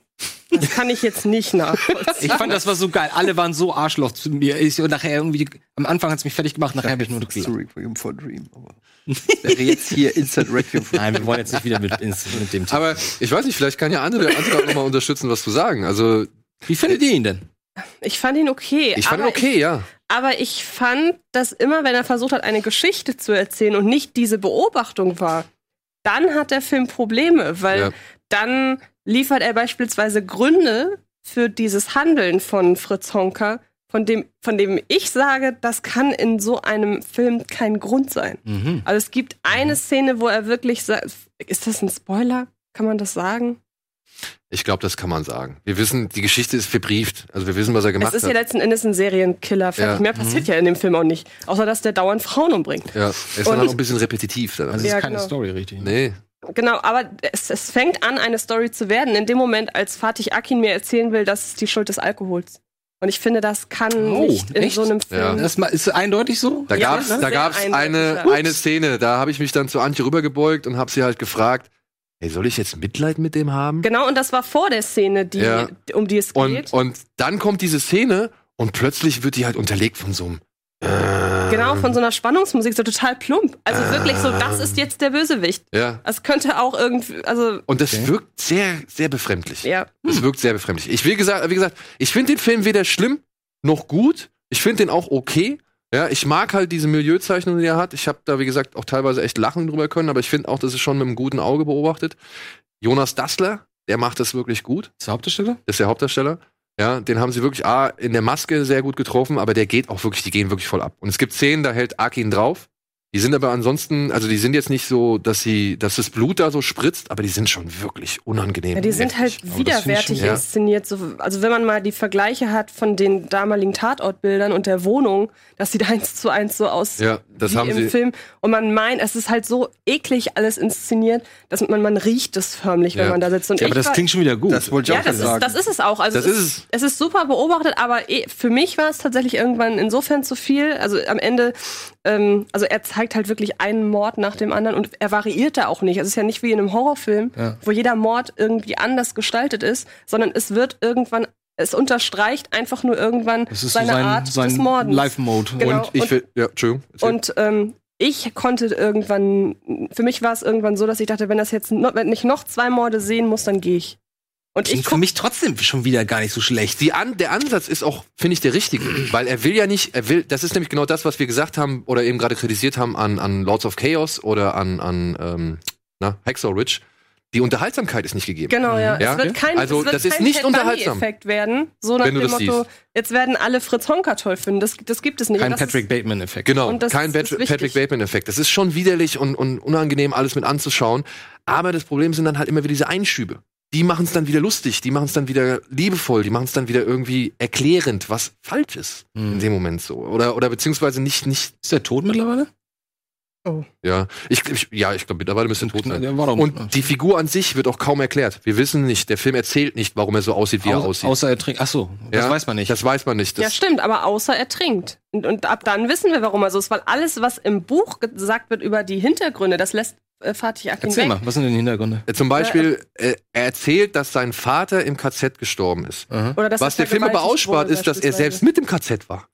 Das kann ich jetzt nicht nachvollziehen. Ich fand, das war so geil. Alle waren so Arschloch zu mir. Ich, und nachher irgendwie, am Anfang hat es mich fertig gemacht, nachher habe ich nur gelacht. Sorry, Requiem for a Dream. Aber wäre jetzt hier Instant Requiem *laughs* for Nein, wir wollen jetzt nicht wieder mit, ins, mit dem Thema. Aber ich weiß nicht, vielleicht kann ja andere andere auch nochmal unterstützen, was zu sagen. Also Wie findet ihr ihn denn? Ich fand ihn okay. ich fand ihn aber okay, ja. Aber ich fand, dass immer, wenn er versucht hat, eine Geschichte zu erzählen und nicht diese Beobachtung war, dann hat der Film Probleme, weil Ja. dann liefert er beispielsweise Gründe für dieses Handeln von Fritz Honka, von dem, von dem ich sage, das kann in so einem Film kein Grund sein. Mhm. Also es gibt eine Szene, wo er wirklich sagt, ist das ein Spoiler? Kann man das sagen? Ich glaube, das kann man sagen. Wir wissen, die Geschichte ist verbrieft. Also wir wissen, was er gemacht es ist ja hat. letzten Endes ein Serienkiller. fertig. Ja. Mehr passiert ja in dem Film auch nicht, außer dass der dauernd Frauen umbringt. Ja, er ist Und- dann auch ein bisschen repetitiv. Dann. Also, es Ja, ist keine genau. Story, richtig. nee. Genau, aber es, es fängt an, eine Story zu werden, in dem Moment, als Fatih Akin mir erzählen will, das ist die Schuld des Alkohols. Und ich finde, das kann Oh, nicht in echt? so einem Ja. Film. Das ma- ist eindeutig so? Da Ja, gab's, ne? da Sehr gab's eine, eindeutig, ja. eine Szene, da habe ich mich dann zu Antje rübergebeugt und habe sie halt gefragt, hey, soll ich jetzt Mitleid mit dem haben? Genau, und das war vor der Szene, die, Ja. um die es Und, geht. und dann kommt diese Szene und plötzlich wird die halt unterlegt von so einem genau, von so einer Spannungsmusik, so total plump. Also Ah. wirklich so, das ist jetzt der Bösewicht. ja. Das könnte auch irgendwie, also, Und das wirkt sehr, sehr befremdlich. ja. Es wirkt sehr befremdlich. Ich will gesagt, wie gesagt, ich finde den Film weder schlimm noch gut. Ich finde den auch okay. Ja, ich mag halt diese Milieuzeichnung, die er hat. Ich habe da, wie gesagt, auch teilweise echt lachen drüber können, aber ich finde auch, das ist schon mit einem guten Auge beobachtet. Jonas Dassler, der macht das wirklich gut. Ist der Hauptdarsteller? Das ist der Hauptdarsteller. Ja, den haben sie wirklich A, in der Maske sehr gut getroffen, aber der geht auch wirklich, die gehen wirklich voll ab. Und es gibt Szenen, da hält Akin drauf. Die sind aber ansonsten, also die sind jetzt nicht so, dass sie, dass das Blut da so spritzt, aber die sind schon wirklich unangenehm. Ja, die sind halt heftig. Aber das finde ich widerwärtig schon- ja. inszeniert. So, also wenn man mal die Vergleiche hat von den damaligen Tatortbildern und der Wohnung, das sieht eins zu eins so aus Ja, das wie haben im sie. Film. Und man meint, es ist halt so eklig alles inszeniert, dass man, man riecht es förmlich, wenn Ja. man da sitzt. Und Ja, aber ich das war- klingt schon wieder gut. Das wollte ich ja, auch das ist, sagen. das ist es auch. Also Das es, ist es. es ist super beobachtet, aber eh, für mich war es tatsächlich irgendwann insofern zu viel. Also am Ende ähm, also er zeigt halt wirklich einen Mord nach dem anderen und er variiert da auch nicht. Es ist ja nicht wie in einem Horrorfilm, Ja. wo jeder Mord irgendwie anders gestaltet ist, sondern es wird irgendwann, es unterstreicht einfach nur irgendwann Das ist seine so sein, Art des sein Mordens. Live-Mode. Genau. Und ich Und- will, ja, Entschuldigung. erzähl. Und ähm, ich konnte irgendwann, für mich war es irgendwann so, dass ich dachte, wenn das jetzt, noch, wenn ich noch zwei Morde sehen muss, dann gehe ich. Und Klingt ich für guck, mich trotzdem schon wieder gar nicht so schlecht. Die An der Ansatz ist auch, finde ich, der richtige, weil er will ja nicht, er will, das ist nämlich genau das, was wir gesagt haben oder eben gerade kritisiert haben an, an Lords of Chaos oder an, an ähm, na, Hacksaw Ridge. Die Unterhaltsamkeit ist nicht gegeben. genau, ja, Ja? es wird kein, Also, es wird das ist kein nicht Ted Bundy unterhaltsam. Effekt werden, so nach Wenn du dem das Motto, siehst. jetzt werden alle Fritz Honka toll finden. Das, das gibt es nicht. Kein Und das Patrick Bateman-Effekt. Genau, Und das kein ist Pat wichtig. Patrick Bateman-Effekt. Das ist schon widerlich und, und unangenehm, alles mit anzuschauen. Aber das Problem sind dann halt immer wieder diese Einschübe. Die machen es dann wieder lustig, die machen es dann wieder liebevoll, die machen es dann wieder irgendwie erklärend, was falsch ist in dem Moment so. Oder, oder beziehungsweise nicht, nicht, Hm. Ist der tot mittlerweile? Oh. ja. Ich, ich, ja, ich glaube, mittlerweile müsste er tot sein. Der war doch- Und die Figur an sich wird auch kaum erklärt. Wir wissen nicht, der Film erzählt nicht, warum er so aussieht, wie er Au- aussieht. Außer er trinkt. Achso, das Ja, weiß man nicht. Das weiß man nicht. ja, Das, stimmt, aber außer er trinkt. Und, und ab dann wissen wir, warum er so ist, weil alles, was im Buch gesagt wird über die Hintergründe, das lässt äh, Fatih Akin Erzähl weg. mal, was sind denn die Hintergründe? äh, zum Beispiel, äh, er erzählt, dass sein Vater im KZ gestorben ist. Also Oder dass Was er der Film aber vergewaltigt ausspart, wurde ist, dass er beispielsweise. selbst mit im KZ war.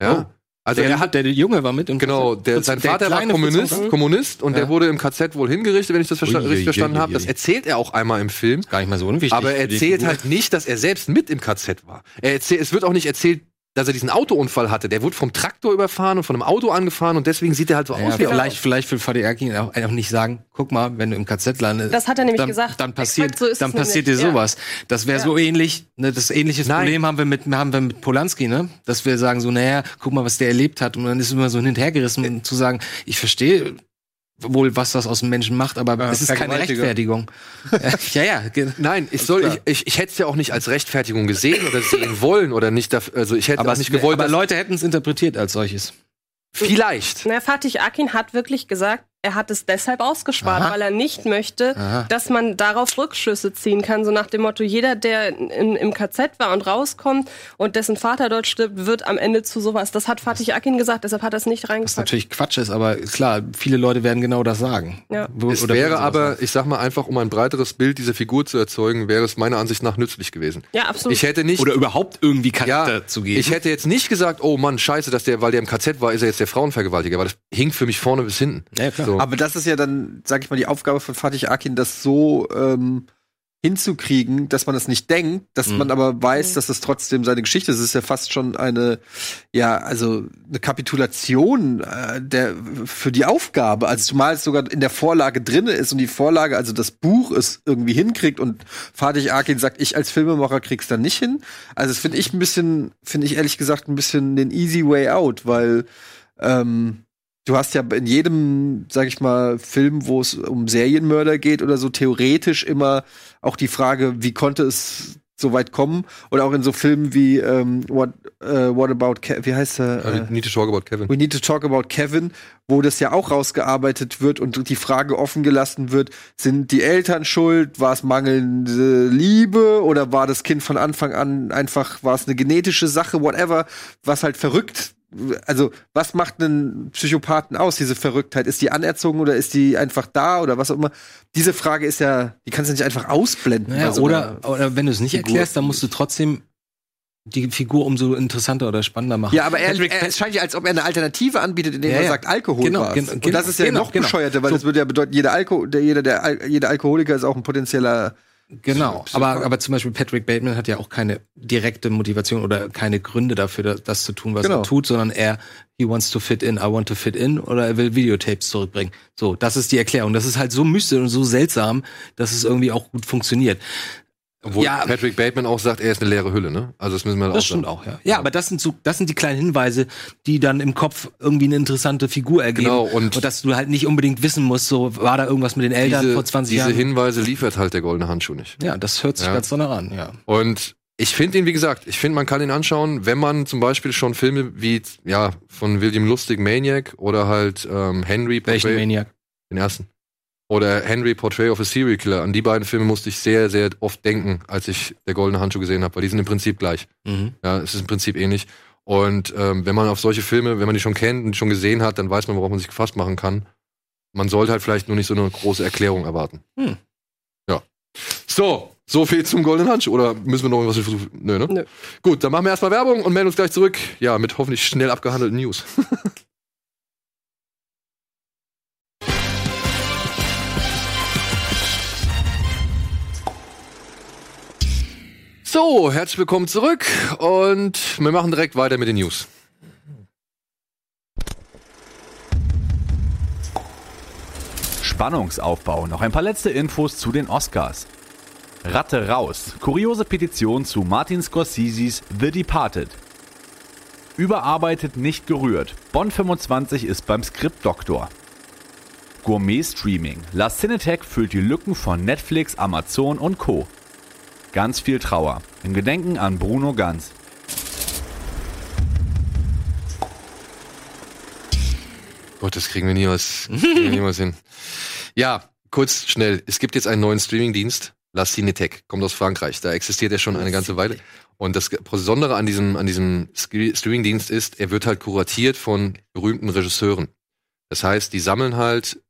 Ja. Also er hat Oh. der Junge war mit im genau, der, Fritz- sein der Vater war kleine Fritz Kommunist, Honka? Kommunist und Ja. der wurde im KZ wohl hingerichtet, wenn ich das versta Uiuiuiui. richtig verstanden habe. Das erzählt er auch einmal im Film. Gar nicht mal so unwichtig. Aber er für die erzählt Figur. halt nicht, dass er selbst mit im KZ war. Er erzählt, es wird auch nicht erzählt, dass er diesen Autounfall hatte. Der wurde vom Traktor überfahren und von einem Auto angefahren und deswegen sieht er halt so Ja, aus wie er vielleicht, vielleicht will Fadi Erkin auch, auch nicht sagen, guck mal, wenn du im KZ landest. Das hat er nämlich dann, gesagt. Dann passiert, Exakt so ist es dann passiert dir nämlich, ja. sowas. Das wäre Ja. so ähnlich, ne, das ähnliches Nein. Problem haben wir mit, haben wir mit Polanski, ne? Dass wir sagen so, naja, guck mal, was der erlebt hat. Und dann ist immer so hin und hergerissen, um zu sagen, ich verstehe wohl, was das aus dem Menschen macht, aber es ist keine Rechtfertigung. Äh, *laughs* ja, ja, ge- Nein, ich soll, ich, ich, ich hätte es ja auch nicht als Rechtfertigung gesehen oder sehen wollen oder nicht, daf- also ich hätte aber, auch nicht gewollt, aber dass- Leute hätten es interpretiert als solches. vielleicht. Na, Fatih Akin hat wirklich gesagt, er hat es deshalb ausgespart, Aha. weil er nicht möchte, Aha. dass man darauf Rückschlüsse ziehen kann. So nach dem Motto, jeder, der in, im KZ war und rauskommt und dessen Vater dort stirbt, wird am Ende zu sowas. Das hat Fatih Akin gesagt, deshalb hat er es nicht Was reingepackt. natürlich Quatsch ist, aber klar, viele Leute werden genau das sagen. Ja. Wo- Es oder wäre sowas ne? aber, ich sag mal einfach, um ein breiteres Bild dieser Figur zu erzeugen, wäre es meiner Ansicht nach nützlich gewesen. Ja, absolut. Ich hätte nicht. oder überhaupt irgendwie Charakter ja, zu geben. ich hätte jetzt nicht gesagt, oh Mann, scheiße, dass der, weil der im KZ war, ist er jetzt der Frauenvergewaltiger, weil das hing für mich vorne bis hinten. Ja, klar. So. Aber das ist ja dann, sag ich mal, die Aufgabe von Fatih Akin, das so ähm, hinzukriegen, dass man das nicht denkt, dass man aber weiß, dass das trotzdem seine Geschichte ist. Es ist ja fast schon eine, ja, also eine Kapitulation äh, der, für die Aufgabe. Also zumal es sogar in der Vorlage drin ist und die Vorlage, also das Buch es irgendwie hinkriegt und Fatih Akin sagt, ich als Filmemacher krieg's dann nicht hin. Also das finde ich ein bisschen, finde ich ehrlich gesagt ein bisschen den easy way out, weil ähm, Du hast ja in jedem, sag ich mal, Film, wo es um Serienmörder geht oder so, theoretisch immer auch die Frage, wie konnte es so weit kommen? Oder auch in so Filmen wie ähm, What, äh, What About Ke wie heißt er? Äh, Need to talk about Kevin. We Need to Talk About Kevin, wo das ja auch rausgearbeitet wird und die Frage offen gelassen wird, sind die Eltern schuld, war es mangelnde Liebe oder war das Kind von Anfang an einfach, war es eine genetische Sache, whatever, was halt verrückt, also was macht einen Psychopathen aus, diese Verrücktheit? Ist die anerzogen oder ist die einfach da oder was auch immer? Diese Frage ist ja, die kannst du nicht einfach ausblenden. Naja, bei so oder, einer- oder wenn du es nicht Ne? Also Figur. erklärst, dann musst du trotzdem die Figur umso interessanter oder spannender machen. ja, aber er, Patrick er, es scheint ja, als ob er eine Alternative anbietet, indem Ja, er ja. sagt, Alkohol Genau, war's. gen- Und genau, das ist ja genau, noch genau. bescheuerter, weil So. das würde ja bedeuten, jeder, Alko der, jeder, der, Al jeder Alkoholiker ist auch ein potenzieller Genau, aber, aber zum Beispiel Patrick Bateman hat ja auch keine direkte Motivation oder keine Gründe dafür, da- das zu tun, was Genau. er tut, sondern er, he wants to fit in, I want to fit in oder er will Videotapes zurückbringen. So, das ist die Erklärung. Das ist halt so mystisch und so seltsam, dass es irgendwie auch gut funktioniert. Obwohl Ja. Patrick Bateman auch sagt, er ist eine leere Hülle, ne? Also das müssen wir Das auch sagen. stimmt auch, ja. Ja, aber das sind so, das sind die kleinen Hinweise, die dann im Kopf irgendwie eine interessante Figur ergeben. Genau, und- dass du halt nicht unbedingt wissen musst, so war da irgendwas mit den Eltern Diese, vor 20 diese Jahren. Hinweise liefert halt der goldene Handschuh nicht. ja, das hört sich Ja. ganz danach an, ja. Und ich finde ihn, wie gesagt, ich finde, man kann ihn anschauen, wenn man zum Beispiel schon Filme wie, ja, von William Lustig, Maniac oder halt ähm, Henry, Welchen Portrait- Maniac? den ersten. Oder Henry, Portrait of a Serial Killer. An die beiden Filme musste ich sehr, sehr oft denken, als ich Der Goldene Handschuh gesehen habe, weil die sind im Prinzip gleich. Mhm. Ja, es ist im Prinzip ähnlich. Und ähm, wenn man auf solche Filme, wenn man die schon kennt und schon gesehen hat, dann weiß man, worauf man sich gefasst machen kann. Man sollte halt vielleicht nur nicht so eine große Erklärung erwarten. Hm. Ja. So, so viel zum goldenen Handschuh. Oder müssen wir noch irgendwas versuchen? Nö, ne? Nö. Gut, dann machen wir erstmal Werbung und melden uns gleich zurück. Ja, mit hoffentlich schnell abgehandelten News. So, herzlich willkommen zurück und wir machen direkt weiter mit den News. Spannungsaufbau. Noch ein paar letzte Infos zu den Oscars. Ratte raus. Kuriose Petition zu Martin Scorseses The Departed. Überarbeitet nicht gerührt. Bonn 25 ist beim Skriptdoktor. Gourmet Streaming. La Cinetech füllt die Lücken von Netflix, Amazon und Co. Ganz viel Trauer. Im Gedenken an Bruno Ganz. Gott, das kriegen wir niemals, kriegen wir niemals hin. Ja, kurz, schnell. Es gibt jetzt einen neuen Streamingdienst, La Cinetech, kommt aus Frankreich. Da existiert er schon eine ganze Weile. Und das Besondere an diesem, an diesem Sk- Streamingdienst ist, er wird halt kuratiert von berühmten Regisseuren. Das heißt, die sammeln halt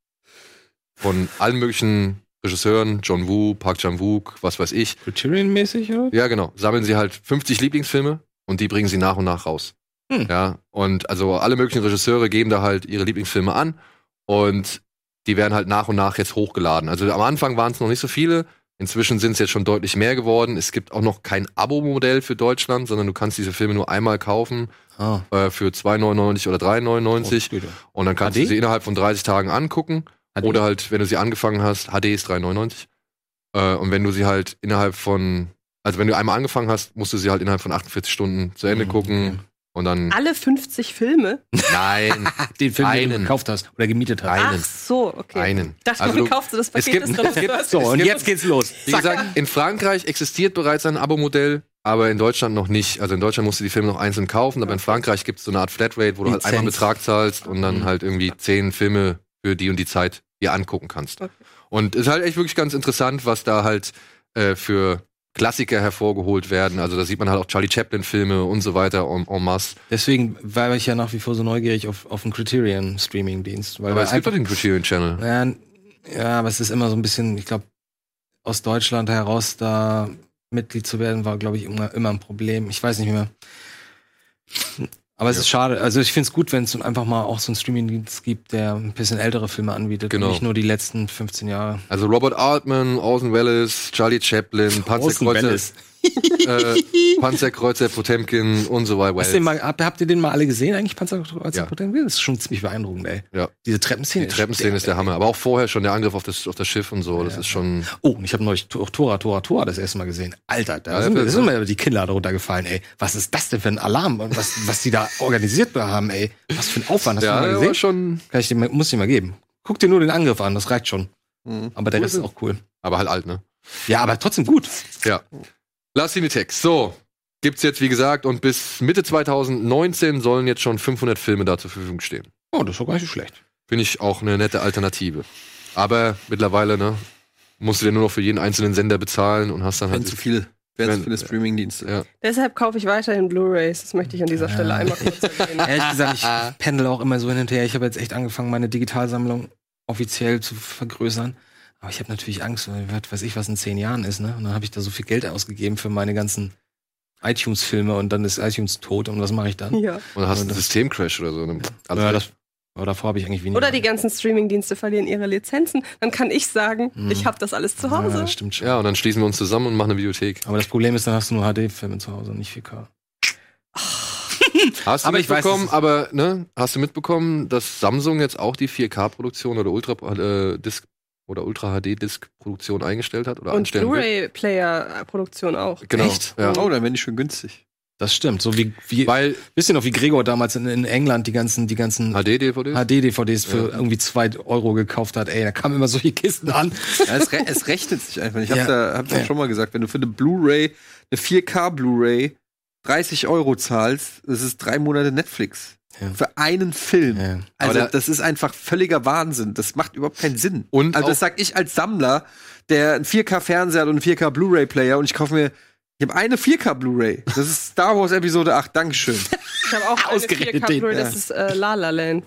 von allen möglichen Regisseuren, John Woo, Park Chan-wook, was weiß ich, Criterion-mäßig, oder? ja, genau. Sammeln sie halt 50 Lieblingsfilme und die bringen sie nach und nach raus. Hm. Ja, und also alle möglichen Regisseure geben da halt ihre Lieblingsfilme an und die werden halt nach und nach jetzt hochgeladen. Also am Anfang waren es noch nicht so viele, inzwischen sind es jetzt schon deutlich mehr geworden. Es gibt auch noch kein Abo-Modell für Deutschland, sondern du kannst diese Filme nur einmal kaufen Ah. äh, für 2,99 oder 3,99 und dann kannst du HD? sie innerhalb von 30 Tagen angucken. HD? Oder halt, wenn du sie angefangen hast, HD ist 3,99. Äh, und wenn du sie halt innerhalb von, also wenn du einmal angefangen hast, musst du sie halt innerhalb von 48 Stunden zu Ende Mhm, gucken. okay. Und dann, Alle 50 Filme? nein, Den Film, den du Einen. gekauft hast oder gemietet hast. einen. Ach so, *laughs* okay. Einen. Ich dachte, Also du du- kaufst du das es Paket, gibt, das dran es gibt, So, und es gibt, *laughs* jetzt geht's los. wie gesagt, in Frankreich existiert bereits ein Abo-Modell, aber in Deutschland noch nicht. Also in Deutschland musst du die Filme noch einzeln kaufen, aber in Frankreich gibt es so eine Art Flatrate, wo du halt Lizenz. einmal einen Betrag zahlst und Mhm. dann halt irgendwie zehn Filme für die und die Zeit dir angucken kannst. Okay. Und es ist halt echt wirklich ganz interessant, was da halt äh, für Klassiker hervorgeholt werden. Also da sieht man halt auch Charlie Chaplin-Filme und so weiter en, en masse. Deswegen war ich ja nach wie vor so neugierig auf, auf den Criterion-Streaming-Dienst. Weil Aber wir es gibt doch den einfach- Criterion Channel. Ja, n- ja, aber es ist immer so ein bisschen, ich glaube, aus Deutschland heraus da Mitglied zu werden, war, glaube ich, immer, immer ein Problem. Ich weiß nicht mehr. Aber es ist schade. Also ich finde es gut, wenn es einfach mal auch so einen Streamingdienst gibt, der ein bisschen ältere Filme anbietet. Genau. Und nicht nur die letzten 15 Jahre. Also Robert Altman, Orson Welles, Charlie Chaplin, Panzerkreuzer, *laughs* äh, Panzerkreuzer Potemkin und so weiter. Hast du den mal, hab- habt ihr den mal alle gesehen eigentlich, Panzerkreuzer Ja. Potemkin? Das ist schon ziemlich beeindruckend, ey. Ja. Diese Treppenszene. Die Treppenszene ist der Hammer. Aber auch vorher schon der Angriff auf das, auf das Schiff und so. Das Ja. ist schon. Oh, und ich habe neulich Tor- auch Tora, Tora, Tora das erste Mal gesehen. Alter, da Ja, sind, das da ist- sind mir über die Kinnlade runtergefallen, ey. Was ist das denn für ein Alarm? Und was, was die da organisiert haben, ey. Was für ein Aufwand. Hast ja, du der mal war gesehen? schon. Kann ich dir, mal- muss ich dir mal geben. Guck dir nur den Angriff an, das reicht schon. Mhm. Aber der Cool Rest ist sind- auch cool. Aber halt alt, ne? Ja, aber trotzdem gut. Ja. Lass ihn die Text. So. Gibt's jetzt, wie gesagt, und bis Mitte 2019 sollen jetzt schon 500 Filme da zur Verfügung stehen. Oh, das ist doch gar nicht so schlecht. Finde ich auch eine nette Alternative. Aber mittlerweile, ne? Musst du dir nur noch für jeden einzelnen Sender bezahlen und hast dann Wenn halt. zu viele, wenn zu Wenn- viele Streamingdienste. Ja. Deshalb kaufe ich weiterhin Blu-Rays. Das möchte ich an dieser Stelle Ah. Ja. *laughs* einmal kurz erwähnen. Ehrlich gesagt, ich pendel auch immer so hin und her. Ich habe jetzt echt angefangen, meine Digitalsammlung offiziell zu vergrößern. Aber ich habe natürlich Angst, weil was weiß ich, was in zehn Jahren ist, ne? Und dann habe ich da so viel Geld ausgegeben für meine ganzen iTunes-Filme und dann ist iTunes tot und was mache ich dann? Ja. Und hast Und einen das- Systemcrash oder so. Also, Ja, das, aber davor habe ich eigentlich weniger. Oder die ganzen Streaming-Dienste verlieren ihre Lizenzen. Dann kann ich sagen, Mhm. ich habe das alles zu Ja, Hause. das stimmt schon. ja, und dann schließen wir uns zusammen und machen eine Videothek. Aber das Problem ist, dann hast du nur HD-Filme zu Hause und nicht 4K. Hast du Aber ich weiß, mitbekommen, dass es- aber ne, hast du mitbekommen, dass Samsung jetzt auch die 4K-Produktion oder Ultra äh, Disc oder Ultra HD-Disc-Produktion eingestellt hat oder Und anstellen will? Blu-ray-Player-Produktion auch. Genau. Echt? Ja. Oh, dann werden die schon günstig. Das stimmt. So wie, wie Weil wisst ihr noch, wie Gregor damals in, in England die ganzen, die ganzen HD-DVD. HD-DVDs für irgendwie 2 Euro gekauft hat, ey, da kamen immer solche Kisten an. Ja, es, re es rechnet sich einfach. nicht. Ich hab's Ja. ja, hab's Ja. ja schon mal gesagt, wenn du für eine Blu-ray, eine 4K Blu-ray 30 Euro zahlst, das ist drei Monate Netflix. Ja. Für einen Film. Ja. Also Aber da- das ist einfach völliger Wahnsinn. Das macht überhaupt keinen Sinn. Und also auch- das sag ich als Sammler, der einen 4K-Fernseher hat und einen 4K-Blu-ray-Player und ich kaufe mir, ich habe eine 4K-Blu-ray. Das ist Star Wars Episode 8, Dankeschön. Ich habe auch *laughs* Ausgerechnet eine 4K den, Blu-ray, ja. das ist äh, La La Land.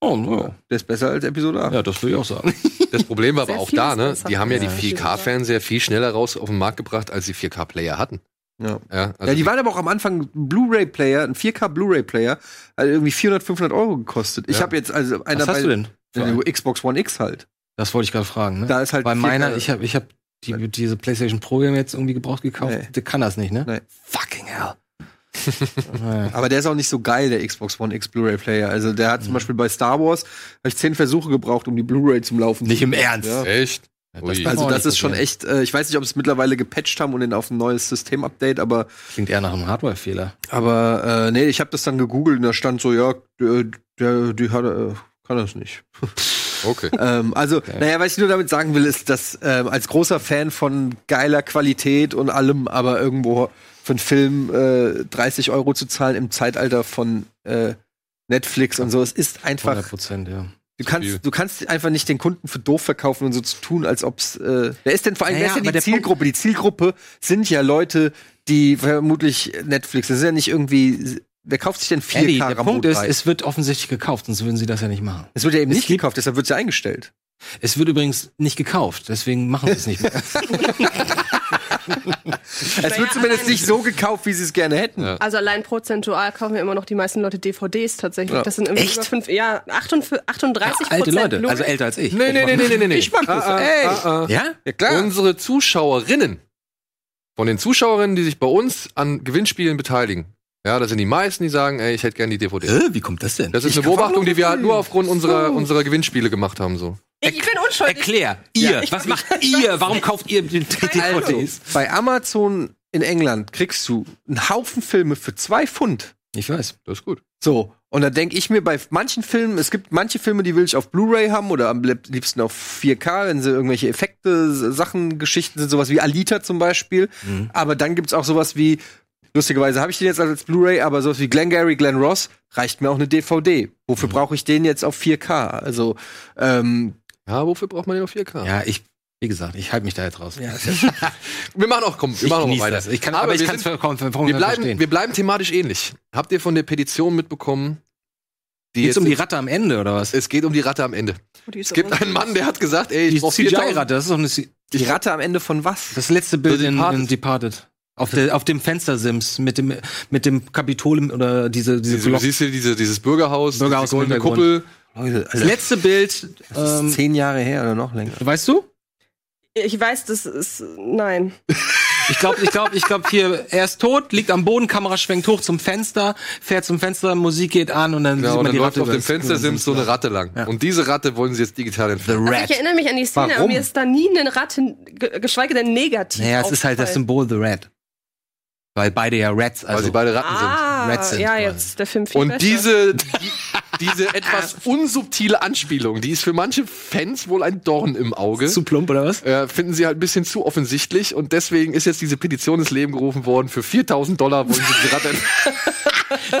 Oh, no. Der ist besser als Episode 8. ja, das würde ich auch sagen. Das Problem war aber Sehr auch vieles da, ne? besser. Die haben ja die Ja. 4K-Fernseher viel schneller raus auf den Markt gebracht, als die 4K-Player hatten. Ja. Ja, also Ja, die die- waren aber auch am Anfang ein Blu-ray-Player, ein 4K Blu-ray-Player, hat irgendwie 400, 500 Euro gekostet. Ich Ja. habe jetzt also einer Was hast du bei denn? für einen? eine Xbox One X halt. Das wollte ich gerade fragen, ne? Da ist halt Bei 4K meiner, ich habe ich hab die, diese PlayStation Pro Game jetzt irgendwie gebraucht gekauft. Nee. Die kann das nicht, ne? Nee. Fucking hell. *laughs* naja. Aber der ist auch nicht so geil, der Xbox One X Blu-ray Player. Also der Mhm. hat zum Beispiel bei Star Wars hab ich zehn Versuche gebraucht, um die Blu-ray zum Laufen. zu Nicht im bringen. Ernst. Ja. Echt? das Ui. war- Also Auch das nicht ist schon passiert. echt. Äh, ich weiß nicht, ob sie es mittlerweile gepatcht haben und den auf ein neues System update, aber Klingt eher nach einem Hardware-Fehler. aber äh, nee, ich habe das dann gegoogelt und da stand so ja, der, der die hat äh, kann das nicht. Okay. Ähm, also, naja, was ich nur damit sagen will, ist, dass ähm, als großer Fan von geiler Qualität und allem, aber irgendwo für einen Film äh, 30 Euro zu zahlen im Zeitalter von äh, Netflix und so, es ist einfach, 100 Prozent, ja. du viel. kannst, du kannst einfach nicht den Kunden für doof verkaufen und so zu tun, als ob's, äh, wer ist denn vor allem, Naja, wer ist denn aber die der Punkt- Zielgruppe? Die Zielgruppe sind ja Leute, die vermutlich Netflix, das sind ja nicht irgendwie, wer kauft sich denn 4K Eddie, der Rambo Punkt ist, 3? es wird offensichtlich gekauft, sonst würden sie das ja nicht machen. es wird ja eben es nicht gibt- gekauft, deshalb wird's ja eingestellt. Es wird übrigens nicht gekauft, deswegen machen sie es *laughs* nicht mehr. Es wird zumindest nicht so gekauft, wie sie es gerne hätten. Ja. Also allein prozentual kaufen ja immer noch die meisten Leute DVDs tatsächlich. Ja. Das sind irgendwie Echt? über fünf, ja, 38, 38 Alte Prozent Leute, Blu-ray. also älter als *laughs* ich. Nee, nee, nee, nee, nee, Ah. nee. Ich mach das. Ey. Ja? Ja, klar. Unsere Zuschauerinnen, von den Zuschauerinnen, die sich bei uns an Gewinnspielen beteiligen, ja, das sind die meisten, die sagen, ey, ich hätte gerne die DVD. Äh, wie kommt das denn? Das ist eine Beobachtung, die wir halt nur aufgrund unserer, unserer Gewinnspiele gemacht haben, so. ich bin unschuldig. Erklär, ihr, was macht ihr? Warum kauft ihr den Also. DVDs? Bei Amazon in England kriegst du einen Haufen Filme für zwei Pfund. Ich weiß. Das ist gut. So. Und da denke ich mir bei manchen Filmen, es gibt manche Filme, die will ich auf Blu-ray haben oder am lieb- liebsten auf 4K, wenn sie irgendwelche Effekte, S- Sachen, Geschichten sind, sowas wie Alita zum Beispiel. Aber dann gibt's auch sowas wie, lustigerweise habe ich den jetzt als Blu-ray, aber sowas wie Glengarry Glen Ross reicht mir auch eine DVD. Wofür brauche ich den jetzt auf 4K? Also, ähm, Ja, wofür braucht man den auf 4K? Ja, ich, wie gesagt, ich halte mich da jetzt raus. *laughs* Wir machen auch, komm, wir ich machen auch genieße weiter. das. Ich kann, Aber aber, ich wir kann es sind- vollkommen wir bleiben, verstehen. wir bleiben thematisch ähnlich. Habt ihr von der Petition mitbekommen? Die Geht's um die Ratte am Ende oder was? es geht um die Ratte am Ende. Oh, die ist Es gibt aber- einen Mann, der hat gesagt, ey, Die ich brauche 4000. CGI-Ratte, das ist doch eine C die Ratte am Ende von was? das letzte Bild The in, Departed. in Departed. Auf, der, auf dem Fenstersims mit dem mit dem Kapitol im- oder diese diese Diese, Glock. siehst du diese, dieses Bürgerhaus, Bürgerhaus diese goldene im Hintergrund. Kuppel. Das letzte Bild. Das ist Ähm, zehn Jahre her oder noch länger. weißt du? Ich weiß, das ist, nein. Ich glaube, ich glaube, ich glaube hier er ist tot, liegt am Boden, Kamera schwenkt hoch zum Fenster, fährt zum Fenster, Musik geht an und dann Ja, sieht Genau, und man dann die läuft Ratte auf dem über das- Fenstersims so eine Ratte lang. Ja. Und diese Ratte wollen sie jetzt digital The entfernen. Also ich Rat. erinnere mich an die Szene, aber Warum? mir ist da nie eine Ratte, ge- geschweige denn negativ. Naja, es ist halt das aufgefallen. Symbol The Rat. Weil beide ja Rats, weil also sie beide Ratten Ah, Red sind ja, quasi. jetzt ist der Film viel sind. Und besser. diese, *laughs* die, diese etwas unsubtile Anspielung, die ist für manche Fans wohl ein Dorn im Auge. zu plump oder was? *laughs* äh, finden sie halt ein bisschen zu offensichtlich und deswegen ist jetzt diese Petition ins Leben gerufen worden. Für 4000 Dollar wollen sie die *laughs* Ratte.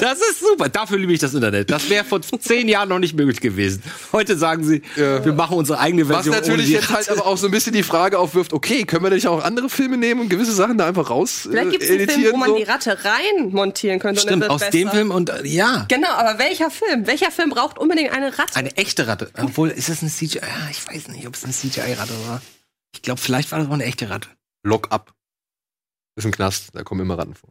Das ist super. Dafür liebe ich das Internet. Das wäre vor *laughs* zehn Jahren noch nicht möglich gewesen. Heute sagen sie, wir machen unsere eigene Was Version. ohne natürlich die jetzt halt Ratte. aber auch so ein bisschen die Frage aufwirft, okay, können wir nicht auch andere Filme nehmen und gewisse Sachen da einfach raus äh, Vielleicht gibt es einen editieren? Film, wo man so? die Ratte rein montieren könnte. und Stimmt, dann aus wird dem besser. Film und äh, ja. Genau, aber welcher Film? Welcher Film braucht unbedingt eine Ratte? Eine echte Ratte. Obwohl, ist das eine CGI? Ah, Ich weiß nicht, ob es eine CGI-Ratte war. Ich glaube, vielleicht war das auch eine echte Ratte. Lock up. Ist ein Knast, da kommen immer Ratten vor.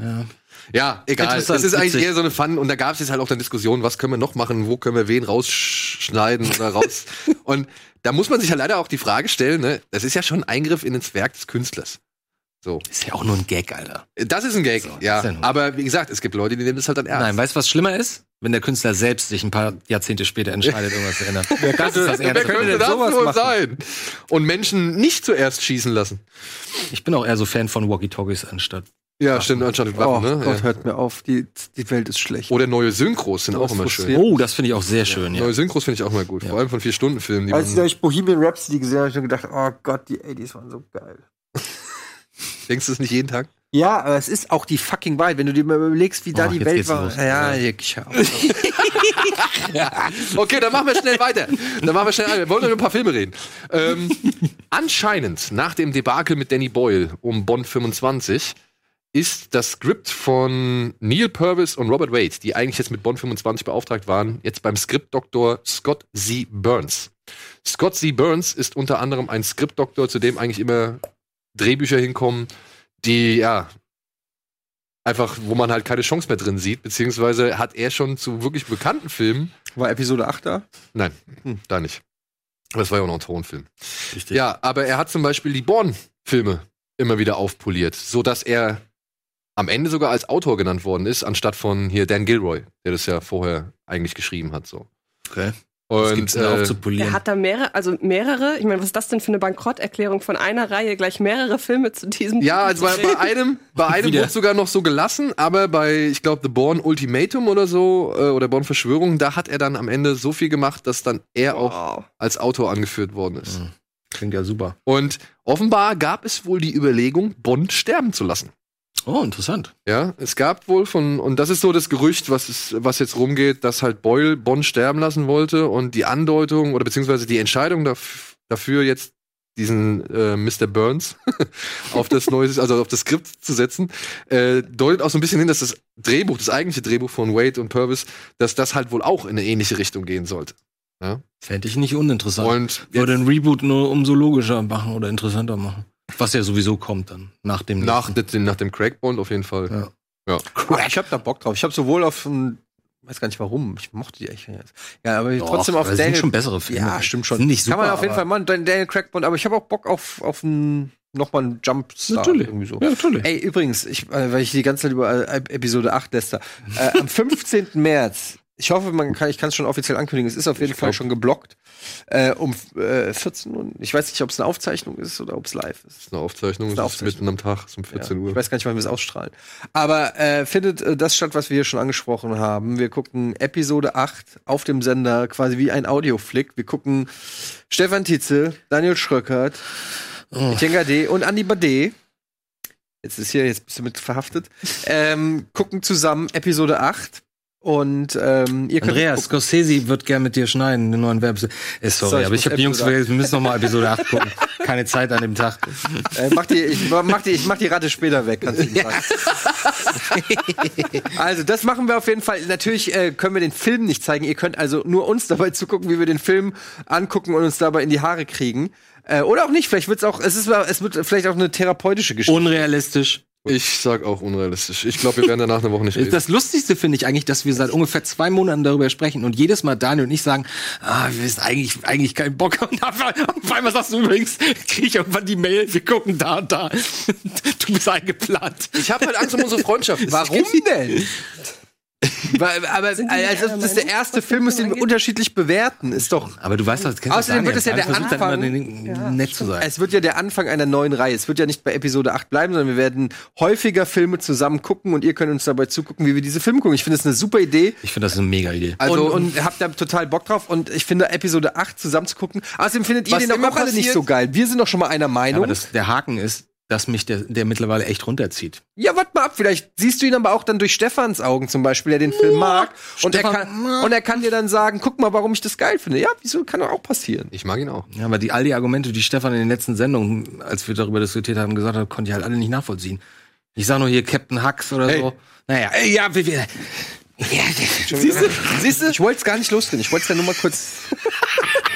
Ja. Ja, egal. Es Interessant, ist eigentlich witzig. eher so eine Fun und da gab es jetzt halt auch dann Diskussionen, was können wir noch machen, wo können wir wen rausschneiden oder raus. und da muss man sich ja leider auch die Frage stellen, ne, das ist ja schon ein Eingriff in ins Werk des Künstlers. So. Ist ja auch nur ein Gag, Alter. Das ist ein Gag, ja. ist ja nun- Aber wie gesagt, es gibt Leute, die nehmen das halt dann ernst. Nein, weißt du, was schlimmer ist? Wenn der Künstler selbst sich ein paar Jahrzehnte später entscheidet, irgendwas zu ändern. Das ist das Wer könnte Problem. das sowas nur machen? sein? Und Menschen nicht zuerst schießen lassen. Ich bin auch eher so Fan von Walkie-Talkies anstatt. Ja, stimmt, anstatt mit Waffen, oh ne? Gott, ja. hört mir auf, die, die Welt ist schlecht. Oder neue Synchros sind auch immer schön. Oh, das finde ich auch sehr schön, ja. Neue Synchros finde ich auch immer gut. Vor allem von Vier-Stunden-Filmen. die Oh, Als man- ich euch Bohemian Rhapsody gesehen habe, habe ich nur gedacht, oh Gott, die 80s waren so geil. Denkst du es nicht jeden Tag? Ja, aber es ist auch die fucking Wahrheit, wenn du dir mal überlegst, wie da Oh, die jetzt Welt geht's war. los. Ja, *laughs* ich hab- Okay, dann machen wir schnell weiter. Dann machen wir schnell weiter. Wir wollen noch über ein paar Filme reden. Ähm, anscheinend, nach dem Debakel mit Danny Boyle um Bond 25, ist das Skript von Neil Purvis und Robert Wade, die eigentlich jetzt mit Bond 25 beauftragt waren, jetzt beim Skriptdoktor Scott Z. Burns. Scott Z. Burns ist unter anderem ein Skriptdoktor, zu dem eigentlich immer Drehbücher hinkommen, die ja einfach, wo man halt keine Chance mehr drin sieht, beziehungsweise hat er schon zu wirklich bekannten Filmen. War Episode 8 da? Nein, Hm. da nicht. Das war ja auch noch ein Tonfilm. Richtig. Ja, aber er hat zum Beispiel die Born-Filme immer wieder aufpoliert, sodass er am Ende sogar als Autor genannt worden ist, anstatt von hier Dan Gilroy, der das ja vorher eigentlich geschrieben hat. So. Okay. Was Und gibt's denn da äh, aufzupolieren? Er hat da mehrere, also mehrere, ich meine, was ist das denn für eine Bankrotterklärung von einer Reihe, gleich mehrere Filme zu diesem ja, also bei, Typen zu bei einem, *laughs* bei einem Wieder. wurde sogar noch so gelassen, aber bei, ich glaube, The Born Ultimatum oder so, äh, oder Born Verschwörung, da hat er dann am Ende so viel gemacht, dass dann er auch Wow. als Autor angeführt worden ist. Klingt ja super. Und offenbar gab es wohl die Überlegung, Bond sterben zu lassen. Oh, interessant. Ja, es gab wohl von, und das ist so das Gerücht, was, ist, was jetzt rumgeht, dass halt Boyle Bond sterben lassen wollte und die Andeutung oder beziehungsweise die Entscheidung daf dafür jetzt diesen äh, Mr. Burns *laughs* auf das neue, also auf das Skript zu setzen, äh, deutet auch so ein bisschen hin, dass das Drehbuch, das eigentliche Drehbuch von Wade und Purvis, dass das halt wohl auch in eine ähnliche Richtung gehen sollte. Fände ich nicht uninteressant. Und jetzt- Würde ein Reboot nur umso logischer machen oder interessanter machen. Was ja sowieso kommt dann, nach dem nach, nächsten. de- nach dem Craig Bond auf jeden Fall. Ja. Ach, ich hab da Bock drauf. Ich hab sowohl auf ein, weiß gar nicht warum, ich mochte die echt. nicht. Ja, aber Doch, trotzdem auf aber es sind schon bessere Filme. Ja, stimmt schon. Sind nicht super, Kann man auf jeden aber- Fall machen, Dan- Daniel Crackbond, aber ich habe auch Bock auf, auf einen, nochmal einen Jumpstart. Natürlich. Irgendwie so. Ja, natürlich. Ey, übrigens, ich, äh, weil ich die ganze Zeit über äh, Episode 8 läster. Äh, am 15. *laughs* März, ich hoffe, man kann, ich kann es schon offiziell ankündigen, es ist auf jeden Fall schon geblockt. Äh, um äh, 14 Uhr. Ich weiß nicht, ob es eine Aufzeichnung ist oder ob es live ist. Das ist eine Aufzeichnung, Das ist das eine ist mitten am Tag, es ist um 14 Ja, Uhr. Ich weiß gar nicht, wann wir es ausstrahlen. Aber äh, findet äh, das statt, was wir hier schon angesprochen haben. Wir gucken Episode 8 auf dem Sender, quasi wie ein Audioflick. Wir gucken Stefan Tietze, Daniel Schröckert, Oh. Jenga D und Andi Bade. Jetzt ist hier, jetzt bist du mit verhaftet. Ähm, gucken zusammen Episode 8. Und ähm, ihr könnt. *laughs* Andreas, Scorsese wird gern mit dir schneiden, den neuen Werbes. Äh, sorry, So, ich aber ich muss habe die Jungs Episode vergessen, wir müssen nochmal Episode 8 *laughs* gucken. Keine Zeit an dem Tag. Äh, mach die, ich, mach die, ich mach die Ratte später weg, kannst du ihm sagen. also, das machen wir auf jeden Fall. Natürlich äh, können wir den Film nicht zeigen. Ihr könnt also nur uns dabei zugucken, wie wir den Film angucken und uns dabei in die Haare kriegen. Äh, oder auch nicht. Vielleicht wird's auch, es ist, es wird vielleicht auch eine therapeutische Geschichte. *laughs* Unrealistisch. Ich sag auch unrealistisch. Ich glaube, wir werden danach eine Woche nicht reden. Das Lustigste finde ich eigentlich, dass wir seit ungefähr zwei Monaten darüber sprechen und jedes Mal Daniel und ich sagen, ah, wir wissen eigentlich, eigentlich keinen Bock. *laughs* Und auf einmal- auf einmal sagst du übrigens, kriege ich irgendwann die Mail, wir gucken da und da. *laughs* Du bist eingeplant. Ich habe halt Angst um unsere Freundschaft. Warum denn? Weil, aber also, Sind die nicht als ob einer das der Meinung, erste was Film ist, den Filme wir unterschiedlich bewerten. Ist doch. Aber du weißt, das kennst Außerdem wird es ja der Anfang- Ja, nett zu sein. Es wird ja der Anfang einer neuen Reihe. Es wird ja nicht bei Episode 8 bleiben, sondern wir werden häufiger Filme zusammen gucken und ihr könnt uns dabei zugucken, wie wir diese Filme gucken. Ich finde es eine super Idee. Ich finde das eine mega Idee. Also- und, und habt da total Bock drauf und ich finde Episode 8 zusammen zu gucken. Außerdem findet ihr Was den doch immer auch alle nicht passiert- so geil. Wir sind doch schon mal einer Ja, aber Meinung. das, der Haken ist, dass mich der, der mittlerweile echt runterzieht. Ja, warte mal ab, vielleicht siehst du ihn aber auch dann durch Stefans Augen zum Beispiel, der den Film mag. Und er, Stefan- kann, und er kann dir dann sagen, guck mal, warum ich das geil finde. Ja, wieso kann doch auch passieren. Ich mag ihn auch. Ja, aber die, all die Argumente, die Stefan in den letzten Sendungen, als wir darüber diskutiert haben, gesagt hat, konnte ich halt alle nicht nachvollziehen. Ich sag nur hier Captain Hux oder so. Naja, ey, ja, wir, wir, Siehst du? Siehst du? Ich wollte es gar nicht losdrehen. Ich wollte es ja nur mal kurz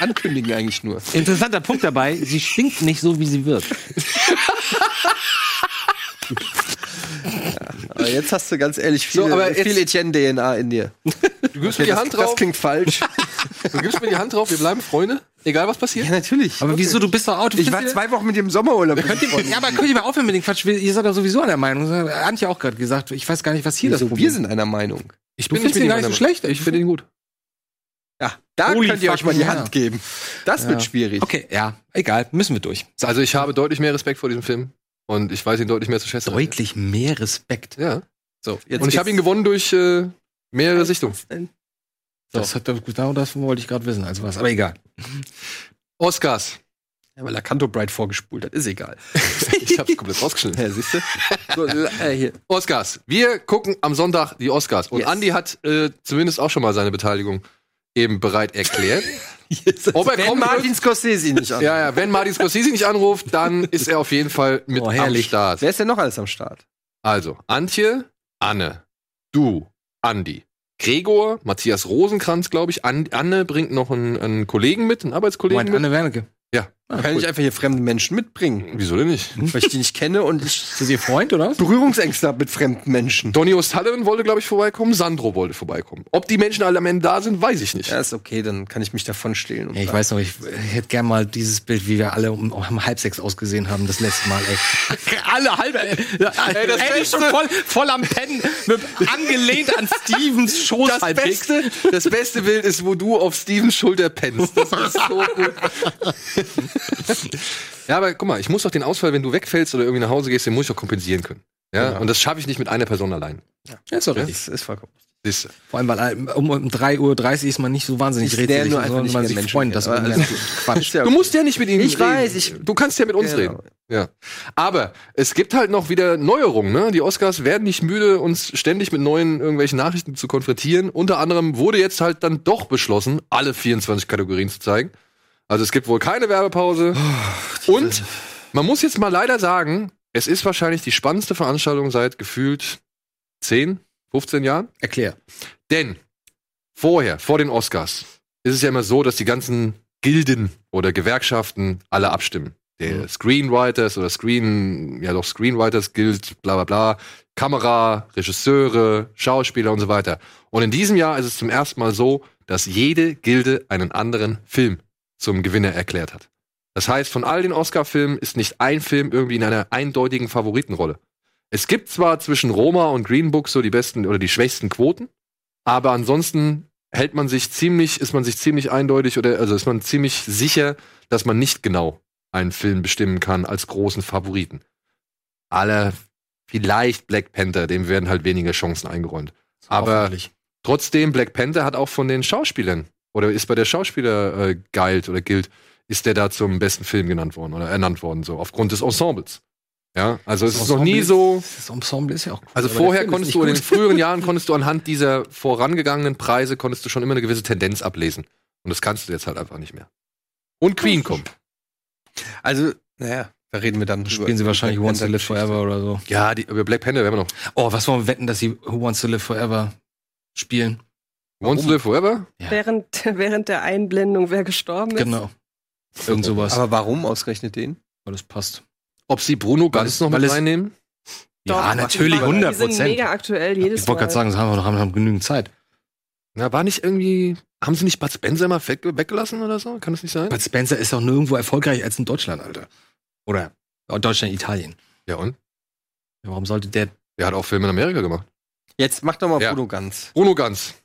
ankündigen eigentlich nur. Interessanter Punkt dabei, sie stinkt nicht so, wie sie wird. Aber jetzt hast du ganz ehrlich viel, So, aber viel jetzt- Etienne-DNA in dir. Du gibst mir die das, Hand das drauf. klingt falsch. Du gibst mir die Hand drauf. Wir bleiben Freunde. Egal was passiert. natürlich. aber wieso, du bist doch out. Ich war zwei Wochen mit dir im Sommerurlaub. Könnt ihr, ja, aber könnt ihr mal aufhören mit dem Quatsch? Wir- Ihr seid doch sowieso einer Meinung. Das hat Antje auch gerade gesagt. Ich weiß gar nicht, was hier das Wieso? Problem Wir ist. sind einer Meinung. Ich Du findest ihn gar nicht so schlecht. Ich finde ihn gut. Ja, da Holy könnt ihr euch mal die fucking Hand hell. geben. Das wird schwierig. Okay, ja, egal. Müssen wir durch. Also ich habe deutlich mehr Respekt vor diesem Film und ich weiß ihn deutlich mehr zu schätzen. Deutlich mehr Respekt. Ja. So, jetzt und ich habe ihn gewonnen durch äh, mehrere Sichtungen. Das hat, genau das wollte ich gerade wissen. Also was, aber egal. Oscars. Ja, weil er Canto Bright vorgespult hat. Ist egal. Ich habe es *laughs* komplett rausgeschnitten. Ja, siehst du? So, äh, hier. Oscars. Wir gucken am Sonntag die Oscars und Yes. Andy hat äh, zumindest auch schon mal seine Beteiligung eben bereit erklärt. Ob er Wenn kommen wird- Martin Scorsese ihn nicht an. Ja, ja, wenn Martin Scorsese nicht anruft, dann ist er auf jeden Fall mit Oh, am herrlich. Start. Wer ist denn noch alles am Start? Also, Antje, Anne, du, Andi, Gregor, Matthias Rosenkranz, glaube ich. An Anne bringt noch einen, einen Kollegen mit, einen Arbeitskollegen Moment, mit. Anne Wernicke. Ja. Kann ich einfach hier fremde Menschen mitbringen, Wieso denn nicht? weil ich die nicht kenne und ich *laughs* Ist das ihr Freund oder was? Berührungsängste habe mit fremden Menschen. Donny O'Sullivan wollte, glaube ich, vorbeikommen. Sandro wollte vorbeikommen. Ob die Menschen alle am Ende da sind, weiß ich nicht. Ja, ist okay, dann kann ich mich davon stehlen. Und Ja, ich weiß noch, ich, ich hätte gern mal dieses Bild, wie wir alle um, um halb sechs ausgesehen haben, das letzte Mal, ey. *laughs* alle halb, ey, das ey, schon voll, voll am Pennen, mit, angelehnt an Stevens Schoß Das halbwegs. beste, das beste Bild ist, wo du auf Stevens Schulter pennst. Das ist so *laughs* gut. ja, aber guck mal, ich muss doch den Ausfall, wenn du wegfällst oder irgendwie nach Hause gehst, den muss ich doch kompensieren können. Ja, Genau. und das schaffe ich nicht mit einer Person allein. Ja, ist doch richtig. Das ist vollkommen. Siehst du. Vor allem, weil um, um 3.30 Uhr ist man nicht so wahnsinnig Ich lerne redselig, nur einfach sondern nicht man gern sich Menschen freuen, dass kennen, man aber lernt. Quatsch. Ja, Du musst ja nicht mit ihnen Ich reden. weiß, ich- du kannst ja mit uns Genau. reden. Ja. Aber es gibt halt noch wieder Neuerungen. Ne? Die Oscars werden nicht müde, uns ständig mit neuen irgendwelchen Nachrichten zu konfrontieren. Unter anderem wurde jetzt halt dann doch beschlossen, alle 24 Kategorien zu zeigen. Also es gibt wohl keine Werbepause. Und man muss jetzt mal leider sagen, es ist wahrscheinlich die spannendste Veranstaltung seit gefühlt 10, 15 Jahren. Erklär. Denn vorher, vor den Oscars, ist es ja immer so, dass die ganzen Gilden oder Gewerkschaften alle abstimmen. Der Screenwriters oder Screen, ja doch Screenwriters Guild, bla bla bla, Kamera, Regisseure, Schauspieler und so weiter. Und in diesem Jahr ist es zum ersten Mal so, dass jede Gilde einen anderen Film zum Gewinner erklärt hat. Das heißt, von all den Oscar-Filmen ist nicht ein Film irgendwie in einer eindeutigen Favoritenrolle. Es gibt zwar zwischen Roma und Green Book so die besten oder die schwächsten Quoten, aber ansonsten hält man sich ziemlich, ist man sich ziemlich eindeutig oder also ist man ziemlich sicher, dass man nicht genau einen Film bestimmen kann als großen Favoriten. Alle vielleicht Black Panther, dem werden halt weniger Chancen eingeräumt. Aber Hoffentlich. trotzdem, Black Panther hat auch von den Schauspielern oder ist bei der Schauspieler äh, geilt oder gilt, ist der da zum besten Film genannt worden oder ernannt worden, so aufgrund des Ensembles. Ja, also es ist noch nie so. Das Ensemble ist ja auch cool, Also aber vorher der Film konntest ist du in den *laughs* nicht früheren Jahren konntest du anhand dieser vorangegangenen Preise konntest du schon immer eine gewisse Tendenz ablesen und das kannst du jetzt halt einfach nicht mehr. Und Queen kommt. Also, naja, da reden wir dann drüber. gut. Spielen sie wahrscheinlich Once to Live Forever oder so. Ja, die, über Black Panther werden wir noch. Oh, was wollen wir wetten, dass sie Who Wants to Live Forever spielen? Once to Live Forever? Ja. Während, *laughs* während der Einblendung, wer gestorben ist. Genau. Irgend sowas. Aber warum ausgerechnet den? Aber das passt. Ob sie Bruno Ganz es- noch weil mit es- reinnehmen? Doch, ja, die natürlich, machen- 100 Die sind mega Prozent. aktuell jedes Ich wollte Mal. *laughs* gerade sagen, das haben wir noch haben wir noch genügend Zeit. Na, war nicht irgendwie haben sie nicht Bud Spencer mal weg, weggelassen oder so? Kann das nicht sein? Bud Spencer ist doch nirgendwo erfolgreich als in Deutschland, Alter. Oder Deutschland, Italien. Ja und? Warum sollte der Der hat auch Filme in Amerika gemacht. Jetzt mach doch mal Ja. Bruno ganz. Bruno Ganz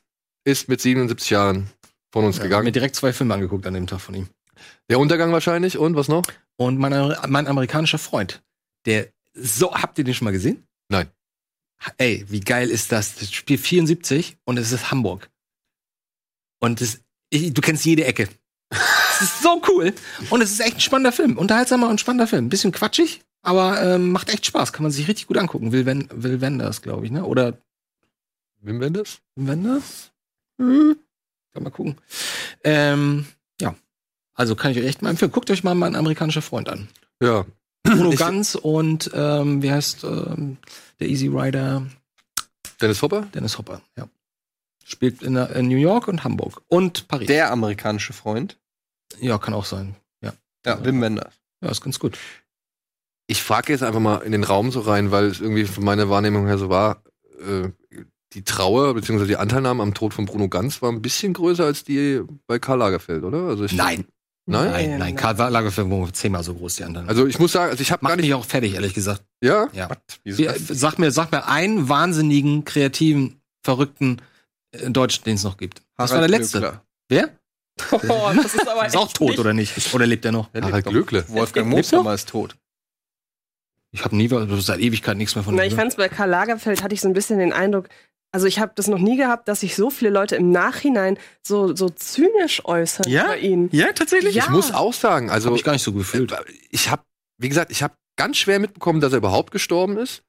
ist mit 77 Jahren von uns Ja, hab gegangen. mir direkt zwei Filme angeguckt an dem Tag von ihm. Der Untergang wahrscheinlich und was noch? Und mein, Amer- mein amerikanischer Freund, der so, habt ihr den schon mal gesehen? Nein. Ey, wie geil ist das? Das Spiel 74 und es ist Hamburg. Und es, ich, du kennst jede Ecke. Es ist so cool. Und es ist echt ein spannender Film. Unterhaltsamer und spannender Film. Bisschen quatschig, aber ähm, macht echt Spaß. Kann man sich richtig gut angucken. Will, wenn, will Wenders, glaube ich, ne? Oder Wim Wenders? Wenders? Hm. Kann mal gucken. Ähm, ja. Also kann ich euch echt mal empfehlen. Guckt euch mal mein amerikanischer Freund an. Ja. Bruno Ich- Ganz und ähm, wie heißt ähm, der Easy Rider? Dennis Hopper? Dennis Hopper, ja. Spielt in, der- in New York und Hamburg und Paris. Der amerikanische Freund. ja, kann auch sein. Ja, Wim Wenders. Ja, ist ganz gut. Ich frage jetzt einfach mal in den Raum so rein, weil es irgendwie von meiner Wahrnehmung her so war, äh, die Trauer bzw. die Anteilnahme am Tod von Bruno Ganz war ein bisschen größer als die bei Karl Lagerfeld, oder? Also ich, Nein, Nein? nein, nein. Karl Lagerfeld war zehnmal so groß die anderen. Also ich muss sagen, also ich habe gar Macht nicht. mich auch fertig, ehrlich gesagt. Ja, Ja. äh, Wieso Wie, sag mir, sag mir einen wahnsinnigen, kreativen, verrückten äh, Deutschen, den es noch gibt. das war der Harald letzte. Glöckler. Wer? Oh, das ist aber Ist auch echt tot nicht- oder nicht? Oder lebt er noch? Der Harald lebt doch. Glöckle. Wolfgang Lebt Moshammer ist tot. Ich habe nie, also seit Ewigkeit nichts mehr von Na, ihm ich gehört. fand's bei Karl Lagerfeld hatte ich so ein bisschen den Eindruck, also ich habe das noch nie gehabt, dass sich so viele Leute im Nachhinein so, so zynisch äußern Ja? über ihn. Ja, tatsächlich. ich muss auch sagen, also Habe ich gar nicht so gefühlt. ich habe, wie gesagt, ich habe ganz schwer mitbekommen, dass er überhaupt gestorben ist.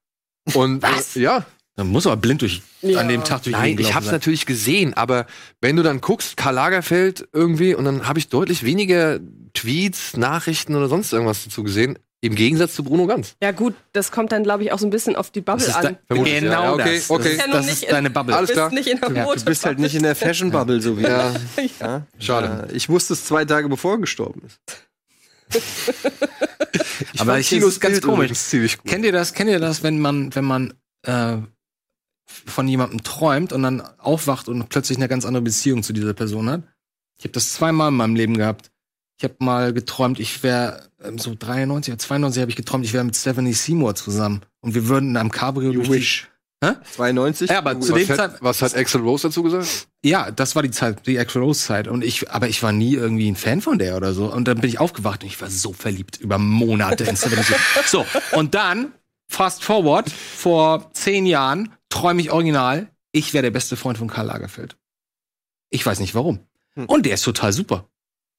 Und Äh, ja, Dann muss aber blind durch Ja. an dem Tag durch Nein, ich habe es natürlich gesehen, aber wenn du dann guckst, Karl Lagerfeld irgendwie, und dann habe ich deutlich weniger Tweets, Nachrichten oder sonst irgendwas dazu gesehen, Im Gegensatz zu Bruno Ganz. Ja, gut, das kommt dann, glaube ich, auch so ein bisschen auf die Bubble an. Vermutlich, ja. Ja, okay, das. okay. Das ist, Ja, nun das nicht ist deine Bubble. Alles bist klar. nicht in der Ja, Oh, Botschaft. du bist halt nicht in der Fashion Bubble, so wie Ja, *laughs* Ja. schade. Äh, Ich wusste es zwei Tage bevor er gestorben ist. Aber ich ist ganz komisch. Ziemlich gut. Kennt ihr das? Kennt ihr das, wenn man, wenn man äh, von jemandem träumt und dann aufwacht und plötzlich eine ganz andere Beziehung zu dieser Person hat? Ich habe das zweimal in meinem Leben gehabt. Ich habe mal geträumt, ich wäre ähm, so 93 oder 92 habe ich geträumt, ich wäre mit Stephanie Seymour zusammen und wir würden in einem Cabrio. You durch die- wish. Hä? 92? Ja, aber zu Was dem hat, Zeit, was hat Axel Rose dazu gesagt? ja, das war die Zeit, die Axl Rose Zeit und ich, aber ich war nie irgendwie ein Fan von der oder so und dann bin ich aufgewacht und ich war so verliebt über Monate in Stephanie Seymour. So und dann fast forward vor zehn Jahren träume ich original, ich wäre der beste Freund von Karl Lagerfeld. Ich weiß nicht warum und der ist total super.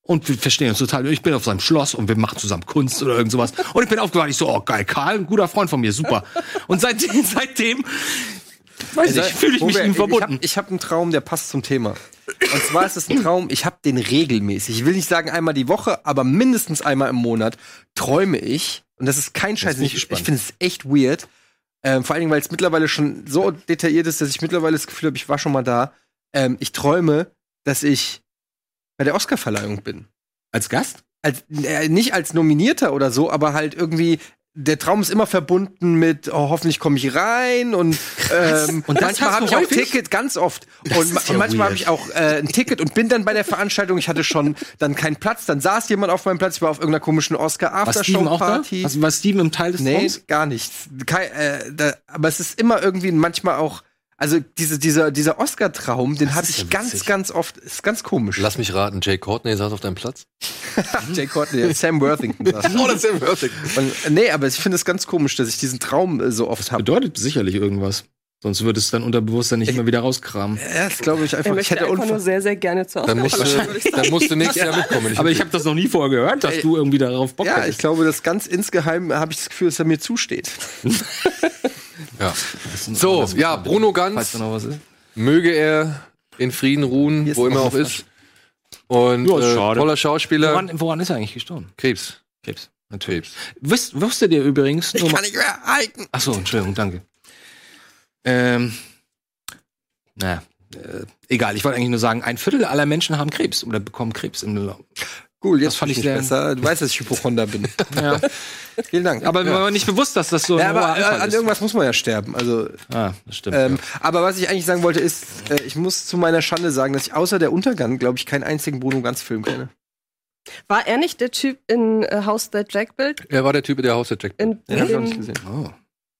Und wir verstehen uns total. Ich bin auf seinem Schloss und wir machen zusammen Kunst oder irgend sowas. Und ich bin aufgewacht. Ich so, oh geil, Karl, ein guter Freund von mir, super. Und seitdem, *laughs* seitdem, weiß ich, fühle Also Robert, ich mich mit ihm verbunden. Also, Ich habe hab einen Traum, der passt zum Thema. Und zwar ist es ein Traum, ich habe den regelmäßig. Ich will nicht sagen einmal die Woche, aber mindestens einmal im Monat träume ich. Und das ist kein Scheiß. bin ich Ich, ich gespannt. finde es echt weird. Ähm, vor allen Dingen, weil es mittlerweile schon so detailliert ist, dass ich mittlerweile das Gefühl habe, ich war schon mal da. Ähm, ich träume, dass ich bei der Oscarverleihung bin Als Gast? als, äh, nicht als Nominierter oder so, aber halt irgendwie. Der Traum ist immer verbunden mit, oh, hoffentlich komme ich rein *laughs* und, ähm, Und manchmal das hast habe du ich auch häufig? Ticket, ganz oft. Und, ma- ist ja und manchmal weird. habe ich auch äh, ein Ticket und bin dann bei der Veranstaltung. Ich hatte schon dann keinen Platz, dann saß jemand auf meinem Platz, ich war auf irgendeiner komischen War Steven auch da? Oscar-Aftershow-Party. Was, war Steven im Teil des Nee, *laughs* Traums? gar nichts. Kei- äh, da, aber es ist immer irgendwie manchmal auch, also diese, dieser, dieser Oscar-Traum, den hatte ich ja ganz, witzig. ganz oft, ist ganz komisch. *laughs* Lass mich raten, Jay Courtney saß auf deinem Platz. Jay Courtney, äh, Sam Worthington saß. Oh, das ist ja perfekt. Und, äh, nee, aber ich finde es ganz komisch, dass ich diesen Traum äh, so oft habe. Bedeutet sicherlich irgendwas. Sonst würde es dann Unterbewusstsein nicht immer wieder rauskramen. Ja, das glaube ich Er einfach. Ich möchte hätte einfach nur unver sehr, sehr gerne zu Hause. Dann musst, du, dann musst du nächstes Jahr mitkommen. Aber ich habe das noch nie vorher gehört, dass du irgendwie darauf Bock ja, ich hast. glaube, das ganz insgeheim habe ich das Gefühl, dass er mir zusteht. ja. So, ja, Bruno Falls da Ganz, noch was Ähm. ist. möge er in Frieden ruhen, wo immer auch ist. Und Ja, ist äh, schade. toller Schauspieler. Woran, woran ist er eigentlich gestorben? Krebs. Krebs. Natürlich. Krebs. Wisst, wusstet ihr übrigens, nur mal- nicht mehr halten. Achso, Entschuldigung, danke. Ähm, naja, äh, egal, ich wollte eigentlich nur sagen, ein Viertel aller Menschen haben Krebs oder bekommen Krebs im Laufe. Cool, jetzt Das fand fand ich ich mich sehr- besser. Du weißt, dass ich Hypochonder bin. Ja. Vielen Dank. *laughs* ja. Aber mir war nicht bewusst, dass das so ein Ja, hoher aber äh, Anteil an ist. irgendwas muss man ja sterben. Also, Ah, das stimmt. ähm, ja. aber was ich eigentlich sagen wollte, ist, äh, ich muss zu meiner Schande sagen, dass ich außer der Untergang, glaube ich, keinen einzigen Bruno Ganz-Film kenne. War er nicht der Typ in äh, House That Jack built? Er war der Typ, der Haus der Jack. In, Den habe ich noch nicht dem- gesehen. Oh.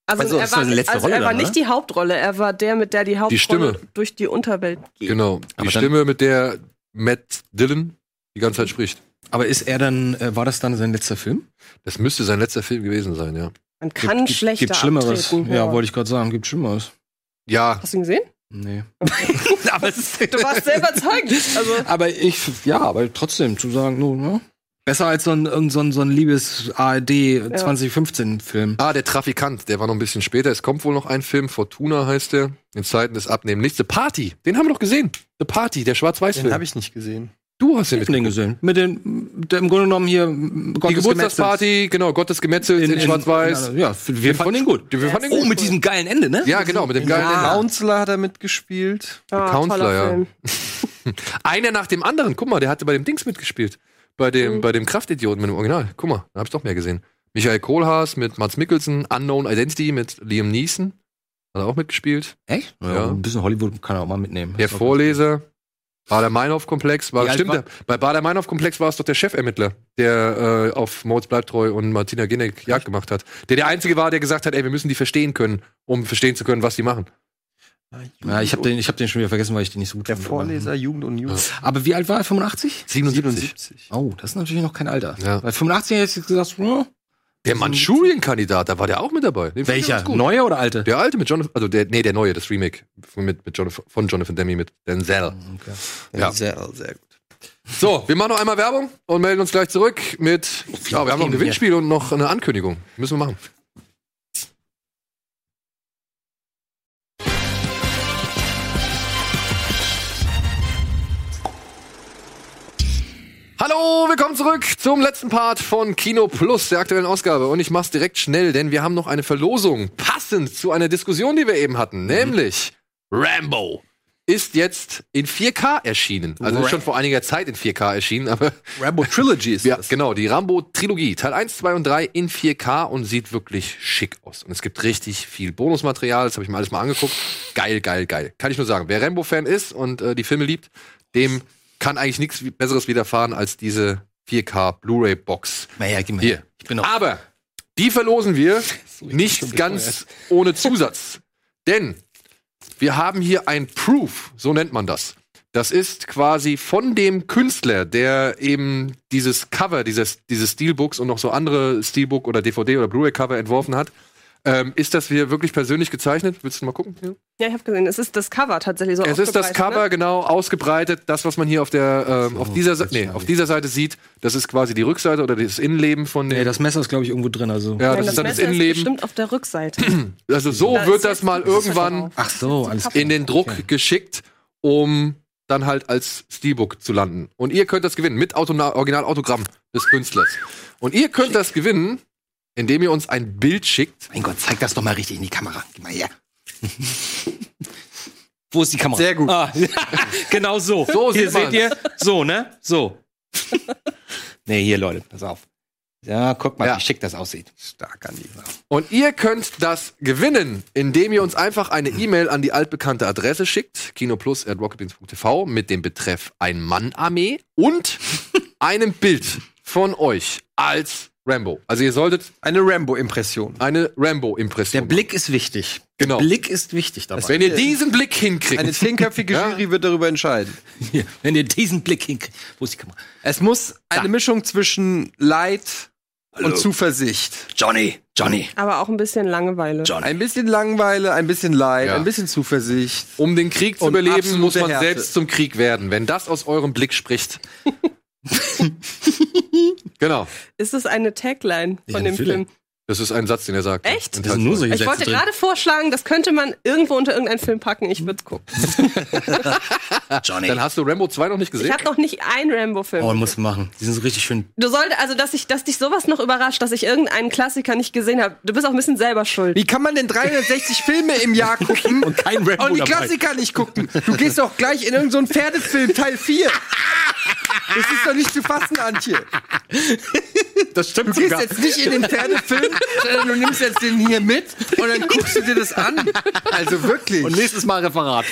also, Also, er das war war, seine letzte also Rolle er war dann, nicht ne? die Hauptrolle, er war der, mit der die Hauptrolle Stimme. durch die Unterwelt geht. Genau. Die Aber dann- Stimme, mit der Matt Dillon die ganze Zeit spricht. Aber ist er dann, äh, war das dann sein letzter Film? Das müsste sein letzter Film gewesen sein, ja. Man kann schlechter Gibt Schlimmeres. abtreten. Ja, wollte ich gerade sagen, gibt Schlimmeres. Ja, Hast du ihn gesehen? Nee. *laughs* aber du warst sehr überzeugt. Also, Aber ich, ja, aber trotzdem zu sagen, no, ne? Besser als so ein, irgend so ein, so ein liebes ARD 2015-Film. Ah, der Trafikant, der war noch ein bisschen später. Es kommt wohl noch ein Film, Fortuna heißt der, in Zeiten des Abnehmen. Nicht The Party, den haben wir doch gesehen. The Party, der Den Schwarz-Weiß-Film. habe ich nicht gesehen. Du hast den mit. Den gesehen. Mit den, der im Grunde genommen hier m, Die Gottes Geburtstagsparty, genau, Gottes Gemetzel in, Schwarz-Weiß. in- Ja, wir fanden ihn gut. Wir fanden ihn Genau. Oh, gut. mit diesem geilen Ende, ne? Ja, genau, mit dem geilen Ja. Ende. Counselor hat er mitgespielt. ah, Counselor, toller ja. Film. *laughs* Einer nach dem anderen. Guck mal, der hatte bei dem Dings mitgespielt. Bei dem, bei dem Kraftidioten mit dem Original. Guck mal, da hab ich doch mehr gesehen. Michael Kohlhaas mit Mats Mikkelsen, Unknown Identity mit Liam Neeson. Hat er auch mitgespielt. Echt? Ja, Ja. Ein bisschen Hollywood kann er auch mal mitnehmen. Der Ist auch- Vorleser. Bader-Meinhof-Komplex war, Wie alt stimmt, war- bei Bader-Meinhof-Komplex war es doch der Chefermittler, der äh, auf Mautz bleibt treu und Martina Ginneck Jagd gemacht hat. Der der Einzige war, der gesagt hat, ey, wir müssen die verstehen können, um verstehen zu können, was die machen. Ja, ich habe den, ich hab den schon wieder vergessen, weil ich den nicht so gut Der fand. Vorleser Jugend und Jugend. Aber wie alt war er? 85? 77. Oh, das ist natürlich noch kein Alter. Ja. Bei 85 hätte ich gesagt, ja. Der Manchurien-Kandidat, da war der auch mit dabei. Den fand ich welcher? ganz gut. Neue oder alte? Der alte mit Jonathan, also der, nee, der neue, das Remake von, mit, mit Jonathan, von Jonathan Demi mit Denzel. Ja. Sehr, sehr gut. So, wir machen noch einmal Werbung und melden uns gleich zurück mit, ja, wir haben noch ein Themen Gewinnspiel und noch eine Ankündigung. Müssen wir machen. Hallo, willkommen zurück zum letzten Part von Kino Plus, der aktuellen Ausgabe. Und ich mach's direkt schnell, denn wir haben noch eine Verlosung, passend zu einer Diskussion, die wir eben hatten, nämlich Rambo ist jetzt in 4K erschienen. Also ist schon vor einiger Zeit in 4K erschienen, aber Rambo Trilogy ist *laughs* ja, das. genau, die Rambo-Trilogie, Teil 1, 2 und 3 in 4K und sieht wirklich schick aus. Und es gibt richtig viel Bonusmaterial, das habe ich mir alles mal angeguckt. Geil, geil, geil. Kann ich nur sagen, wer Rambo-Fan ist und äh, die Filme liebt, dem kann eigentlich nichts wie- Besseres widerfahren als diese 4K Blu-ray-Box. Naja, gib mir Hier. Ich Ah, bin noch. Aber die *laughs* verlosen wir nicht ganz *laughs* ohne Zusatz. Denn wir haben hier ein Proof, so nennt man das. Das ist quasi von dem Künstler, der eben dieses Cover, dieses, dieses Steelbooks und noch so andere Steelbook oder DVD oder Blu-ray-Cover entworfen hat. Ähm, ist das hier wirklich persönlich gezeichnet? Willst du mal gucken? Ja. Ja, ich habe gesehen, es ist das Cover tatsächlich so Es ist das aufgebreitet, Cover, ne? genau, ausgebreitet. Das, was man hier auf der, ähm, auf dieser, Se- nee, auf dieser Seite sieht, das ist quasi die Rückseite oder das Innenleben von dem. Nee, das Messer ist, glaube ich, irgendwo drin. Also. ja, Nein, das ist dann das Messer ist Innenleben. bestimmt auf der Rückseite. Also so Da wird ist das jetzt- mal das ist irgendwann drauf. Ach so, alles in den Druck geschickt, um dann halt als Steelbook zu landen. Und ihr könnt das gewinnen mit Autona- Originalautogramm des Künstlers. Und ihr könnt das gewinnen, indem ihr uns ein Bild schickt. Mein Gott, zeig das doch mal richtig in die Kamera. Gib mal her. *laughs* Wo ist die Kamera? Sehr gut. *laughs* Ah, genau so. So hier sieht seht man's. ihr. So, ne? So. *laughs* Nee, hier, Leute, pass auf. Ja, guck mal, Ja. wie schick das aussieht. Stark an die. Und ihr könnt das gewinnen, indem ihr uns einfach eine E-Mail an die altbekannte Adresse schickt, kinoplus.rocketbeans.tv mit dem Betreff Ein Mann-Armee *laughs* und einem Bild von euch als Rambo. Also ihr solltet Eine Rambo-Impression. eine Rambo-Impression. Der Blick ist wichtig. Genau. Der Blick ist wichtig dabei. Wenn ihr diesen Blick hinkriegt, Äh, *laughs* Eine zehnköpfige Ja. Jury wird darüber entscheiden. Hier, wenn ihr diesen Blick hinkriegt. Wo ist die Kamera? Es muss eine Mischung zwischen Leid und Zuversicht. Johnny, Johnny. Aber auch ein bisschen Langeweile. Ein bisschen Langeweile, ein bisschen Leid, Ja. ein bisschen Zuversicht. um den Krieg zu Und überleben, absolute muss man Härte. selbst zum Krieg werden. Wenn das aus eurem *laughs* Blick spricht. genau. Ist es eine Tagline Ja, von dem natürlich. Film? Das ist ein Satz, den er sagt. Echt? In Das Teil sind nur zwei. solche Ich wollte Sätze gerade vorschlagen, das könnte man irgendwo unter irgendeinen Film packen. Ich würde gucken. drin. Johnny. Dann hast du Rambo 2 noch nicht Ich gesehen? habe noch nicht einen Rambo-Film. Oh, muss man machen. Die sind so richtig schön. Du solltest, also, dass, ich, dass dich sowas noch überrascht, dass ich irgendeinen Klassiker nicht gesehen habe. Du bist auch ein bisschen selber schuld. Wie kann man denn 360 Filme im Jahr gucken und, kein Rambo die dabei? Klassiker nicht gucken? Du gehst doch gleich in irgendeinen Pferdefilm, Teil 4. Das ist doch nicht zu fassen, Antje. Das stimmt Du gehst jetzt nicht in den Pferdefilm, sondern du nimmst jetzt den hier mit und dann guckst du dir das an. Also wirklich. Und nächstes Mal Referat.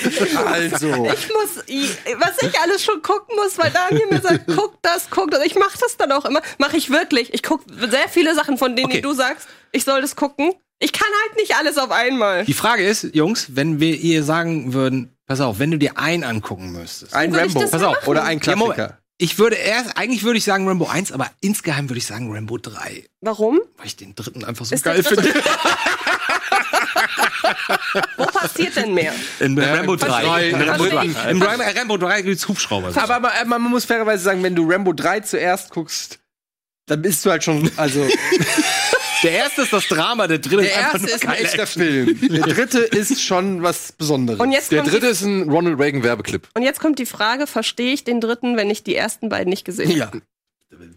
also. *laughs* Ich muss, i- was ich alles schon gucken muss, weil Daniel mir *laughs* sagt, guck das, guck das. Ich mache das dann auch immer. Mache ich wirklich. Ich gucke sehr viele Sachen, von denen Okay. du sagst, ich soll das gucken. Ich kann halt nicht alles auf einmal. Die Frage ist, Jungs, wenn wir ihr sagen würden, pass auf, wenn du dir einen angucken müsstest. Ein Würde ich Rambo. das Pass auf, machen? Oder ein Ja, Klassiker. Moment. ich würde erst, eigentlich würde ich sagen Rambo 1, aber insgeheim würde ich sagen Rambo 3, Warum? weil ich den dritten einfach so Ist geil der dritte- finde. Wo passiert denn mehr? In Rambo 3. In Rambo Verstehe 3, ich. in Rambo, Rambo 3 gibt's Hubschrauber. Aber man, äh, man muss fairerweise sagen, wenn du Rambo 3 zuerst guckst, dann bist du halt schon, also Der erste ist das Drama, der dritte der erste ist ein echter Film. Der dritte ist schon was Besonderes. Und jetzt, Der kommt dritte ist ein Ronald Reagan Werbeclip. die, und jetzt kommt die Frage, verstehe ich den dritten, wenn ich die ersten beiden nicht gesehen habe? ja.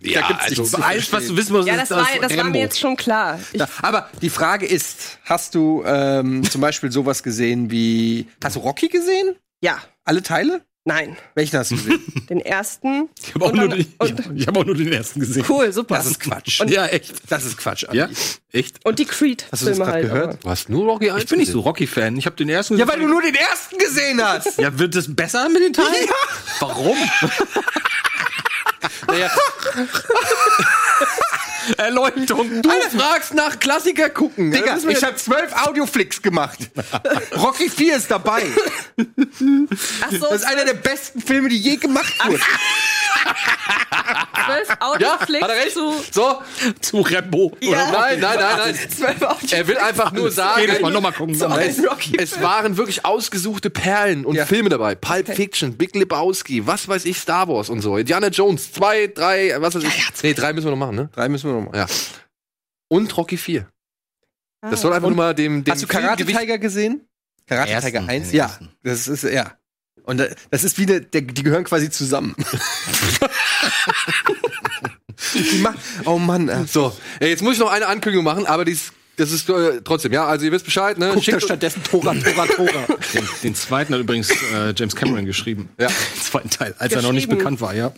Ja, also, Alles, was du wissen musst, Ja, ist das, war, das war Rambo. mir jetzt schon klar. Ich, Ja, aber die Frage ist, hast du ähm, zum Beispiel sowas gesehen wie. Hast du Rocky gesehen? ja, Alle Teile? nein. Welchen hast *laughs* du gesehen? Den ersten. Ich habe auch, Und nur dann- den- und- ich hab auch nur den ersten gesehen. Cool, super. Das ist Quatsch. *laughs* Ja, echt. Das ist Quatsch. Andi. Ja, echt. Und die Hast du das Creed-Filme gerade halt. gehört? du hast nur Rocky 1 Ich bin nicht so Rocky-Fan. Ich habe den ersten Ja, weil du nur den ersten gesehen *laughs* hast. Ja, wird es besser mit den Teilen? Warum? Erleuchtung. Du fragst nach Klassiker ne? gucken. Digga, ich habe zwölf *laughs* Audioflicks gemacht. Rocky 4 ist dabei. Ach so, Das ist einer der besten Filme, die je gemacht wurden. zwölf ja, hat Audioflicks er recht? zu. So, *laughs* Zu Rambo. Ja. nein, nein, nein, nein. Zwölf Audioflicks. Er will einfach nur sagen, Jedes Mal nochmal gucken. es, es waren wirklich ausgesuchte Perlen und Filme dabei. Pulp Fiction, Big Lebowski, was weiß ich, Star Wars und so. Indiana Jones, zwei, drei, was weiß ich. nee, drei müssen wir noch machen, ne? Drei müssen wir noch mal. Ja. Und Rocky 4. Das soll einfach nur mal dem, dem Hast du Karate Filmgewicht- Tiger gesehen? Karate Ersten, Tiger 1? den Ja. ersten. Das ist, ja. Und äh, das ist wie eine, der, die gehören quasi zusammen. *laughs* die macht, oh Mann, äh, So, ey, jetzt muss ich noch eine Ankündigung machen, aber die ist, das ist äh, trotzdem, ja, also ihr wisst Bescheid, ne? guckt da uns- stattdessen Tora, Tora, Tora. *laughs* Den, den zweiten hat übrigens äh, James Cameron geschrieben. *laughs* Ja. Den zweiten Teil, als er noch nicht Geschrieben. bekannt war, ja.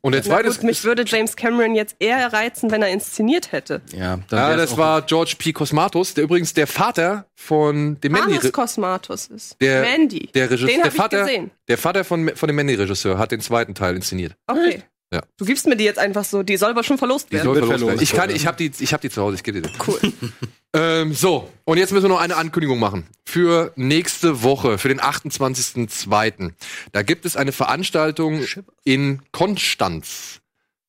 Und der Na zweite gut, ist, mich würde James Cameron jetzt eher reizen, wenn er inszeniert hätte. Ja, dann ja, wär's das auch- war George P. Cosmatos, der übrigens der Vater von dem Mandy, Manus Cosmatos ist. der, Mandy. der Regisseur, Den der habe ich Vater, gesehen. der Vater von, von dem Mandy-Regisseur hat den zweiten Teil inszeniert. Okay. Ja. Du gibst mir die jetzt einfach so, die soll aber schon verlost Die werden. soll wird verlost werden. verlost, Ich kann, ich habe die, ich habe die zu Hause. Ich gebe dir. Cool. *laughs* ähm, so und jetzt müssen wir noch eine Ankündigung machen für nächste Woche, für den 28.02. Da gibt es eine Veranstaltung in Konstanz.